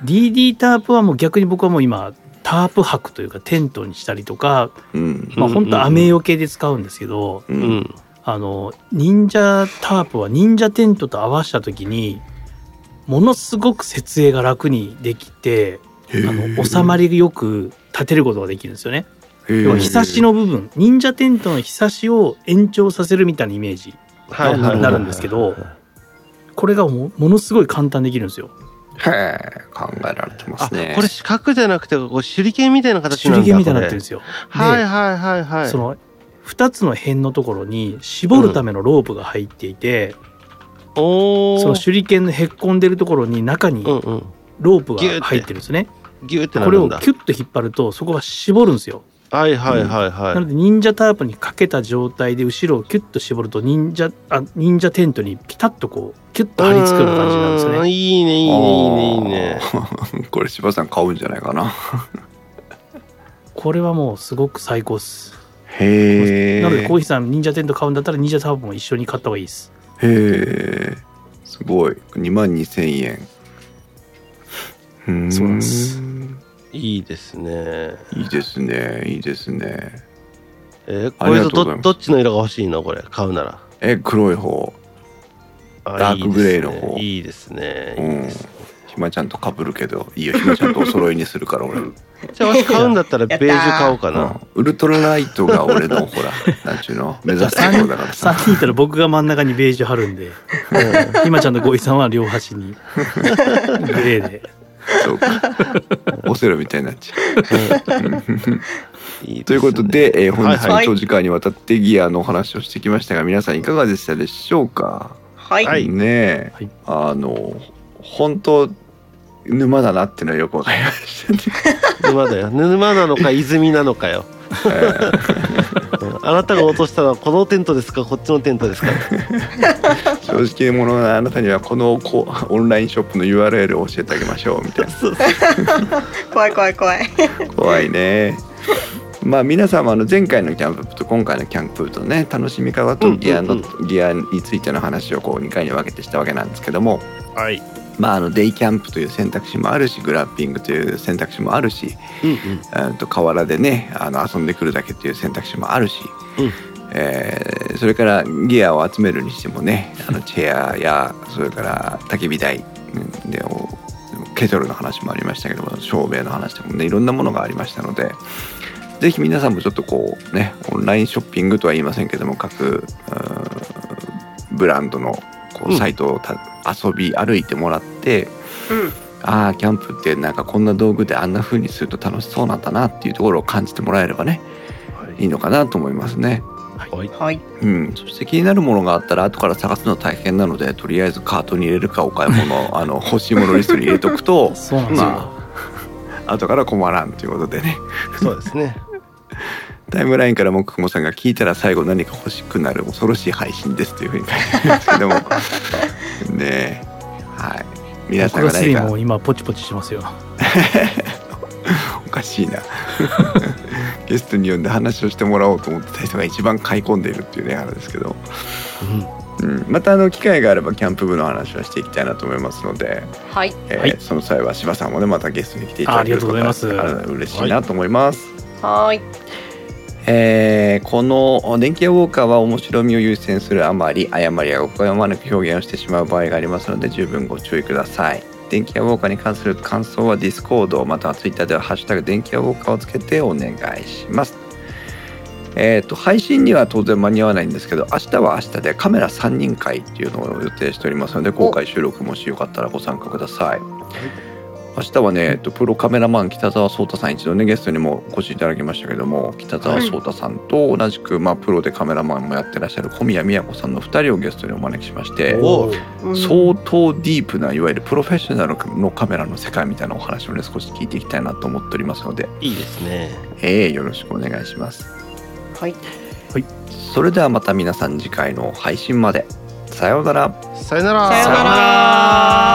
Speaker 4: DD タープはもう逆に僕はもう今、タープ泊というかテントにしたりとか、
Speaker 1: うん
Speaker 4: まあ
Speaker 2: うん
Speaker 4: 本当雨よけで使うんですけど、
Speaker 1: う
Speaker 2: うんん
Speaker 4: あの、忍者タープは忍者テントと合わせた時に、ものすごく設営が楽にできて、あの、収まりよく立てることができるんですよね。要は、ひさしの部分、忍者テントのひさしを延長させるみたいなイメージ。
Speaker 2: はいはいはい
Speaker 4: なるんですけどこれがもものすごい簡単にできるんですよ。
Speaker 1: へえ考えられてま
Speaker 2: あ
Speaker 1: すね
Speaker 2: これ四角じゃなくてこう手裏剣みたいな形
Speaker 4: 手
Speaker 2: なんだ
Speaker 4: 裏剣みたいになってるん
Speaker 2: こ
Speaker 4: ですよ。
Speaker 2: れはいはいはいはい
Speaker 4: その、二つの辺のところに絞るためのロープが入っていて、
Speaker 2: お
Speaker 4: その
Speaker 2: ー
Speaker 4: 手裏剣のへっこんでるところに中に
Speaker 2: うんうん
Speaker 4: ロープが入ってるんですね。
Speaker 2: ギューってな
Speaker 4: これ
Speaker 2: るん
Speaker 4: を
Speaker 2: だ
Speaker 4: キュッと引っ張るとそこが絞るんですよ、
Speaker 2: はいはいはいはい
Speaker 4: なので忍者タープにかけた状態で後ろをキュッと絞ると忍者あ忍者テントにピタッとこうキュッと張り付くような感じになるんですよ
Speaker 2: う
Speaker 4: ね
Speaker 2: んいいねいいねいいねいいね
Speaker 1: これ柴さん買うんじゃないかな
Speaker 4: これはもうすごく最高っす、
Speaker 1: へえ
Speaker 4: なのでコーヒーさん忍者テント買うんだったら忍者タープも一緒に買った方がいいです
Speaker 1: へえすごい2万2000円うー
Speaker 4: そうなんです
Speaker 2: いいですね
Speaker 1: いいですねいいですね
Speaker 2: えー、こ
Speaker 1: あり
Speaker 2: れ
Speaker 1: が
Speaker 2: と
Speaker 1: とうござい
Speaker 2: ど
Speaker 1: ます
Speaker 2: どっちの色が欲しいのこれ買うなら
Speaker 1: え黒い方
Speaker 2: あ
Speaker 1: ダークグレーの方
Speaker 2: いいですねいい
Speaker 1: うん
Speaker 2: ですね
Speaker 1: ひまちゃんと被るけどいいよひまちゃんとお揃いにするから俺、うん
Speaker 2: じゃあ私買うんだったらベ
Speaker 3: やっ
Speaker 2: ージ
Speaker 3: たー
Speaker 2: ュ買おうかな
Speaker 1: ウルトラライトが俺のほらなんちゅうの 目指すところだから
Speaker 4: 3
Speaker 1: さ
Speaker 4: 人いたら僕が真ん中にベージュ貼るんで今ちゃんとゴイさんは両端 にグレーで
Speaker 1: そうかオセロみたいになっちゃ
Speaker 2: いいですね
Speaker 1: うということで、えー本日
Speaker 2: は
Speaker 1: も
Speaker 2: い
Speaker 1: 長時間にわたってギアのお話をしてきましたが皆さんいかがでしたでしょうか
Speaker 3: はい、
Speaker 2: はい
Speaker 1: ねえ、
Speaker 4: はい
Speaker 1: あの本当沼だなっていうのはよくわかりました ね
Speaker 2: 沼だよ沼なのか泉なのかようんあなたが落としたのはこのテントですかこっちのテントですか
Speaker 1: 正直者のあなたにはこのこうオンラインショップの URL を教えてあげましょうみたい
Speaker 2: そう
Speaker 3: 怖い怖い怖い
Speaker 1: な怖いね まあ皆さんもあの前回のキャンプと今回のキャンプとね楽しみ方とギアの、
Speaker 2: うんう
Speaker 1: ギアについての話をこう2回に分けてしたわけなんですけども
Speaker 2: はい
Speaker 1: まああのデイキャンプという選択肢もあるしグラッピングという選択肢もあるし
Speaker 2: うんうん
Speaker 1: うんと河原でねあの遊んでくるだけっていう選択肢もあるし、
Speaker 2: うん
Speaker 1: えーそれからギアを集めるにしてもねあのチェアやそれから焚き火台うんでおケトルの話もありましたけども照明の話とかもねいろんなものがありましたので。ぜひ皆さんもちょっとこうねオンラインショッピングとは言いませんけども各うんブランドのこ
Speaker 2: う
Speaker 1: うんサイトをた、遊び歩いてもらって、
Speaker 3: うん
Speaker 1: ああキャンプってなんかこんな道具であんな風にすると楽しそうなんだなっていうところを感じてもらえればねいいのかなと思いますね。
Speaker 2: はい
Speaker 3: はい
Speaker 1: うん、そして気になるものがあったら後から探すの大変なのでとりあえずカートに入れるかお買い物あの欲しいものリストに入れとく と
Speaker 4: そうなんですよ、
Speaker 1: ま後から困らんということでね
Speaker 2: そうですね
Speaker 1: タイムラインからもくもさんが聞いたら最後何か欲しくなる恐ろしい配信ですというふうに書いてありますけどもねえはい皆さん
Speaker 4: 僕
Speaker 1: が
Speaker 4: がす
Speaker 1: 何
Speaker 4: でに
Speaker 1: か
Speaker 4: もう今ポチポチしてますよ
Speaker 1: おかしいな ゲストに呼んで話をしてもらおうと思ってた人が一番買い込んでいるっていうねあれですけど、うん、またあの機会があればキャンプ部の話はしていきたいなと思いますので、
Speaker 3: はい
Speaker 1: えー
Speaker 4: はい
Speaker 1: その際は柴さんもねまたゲストに来ていた
Speaker 4: ああ
Speaker 1: だ
Speaker 4: り
Speaker 1: ける
Speaker 4: がとうございます
Speaker 1: ことがあるので嬉しいなと思います。
Speaker 3: はーい
Speaker 1: えーこの「電気屋ウォーカー」は面白みを優先するあまり誤りや誤解を招く表現をしてしまう場合がありますので十分ご注意ください電気屋ウォーカーに関する感想はディスコードまたはツイッターでは「ハッシュタグ電気屋ウォーカー」をつけてお願いしますえーと配信には当然間に合わないんですけど明日は明日でカメラ3人会っていうのを予定しておりますので公開収録もしよかったらご参加ください明日はね、えっと、プロカメラマン北澤壮太さん一度ねゲストにもお越しいただきましたけども北澤壮太さんと同じく、まあ、プロでカメラマンもやってらっしゃる小宮宮子さんの2人をゲストにお招きしまして
Speaker 2: おう
Speaker 3: うん
Speaker 1: 相当ディープないわゆるプロフェッショナルのカメラの世界みたいなお話をね少し聞いていきたいなと思っておりますので、
Speaker 2: いいですね。
Speaker 1: えーよろしくお願いします。
Speaker 3: はい
Speaker 1: それではまた皆さん次回の配信まで。さようなら。
Speaker 2: さよなら。
Speaker 3: さよなら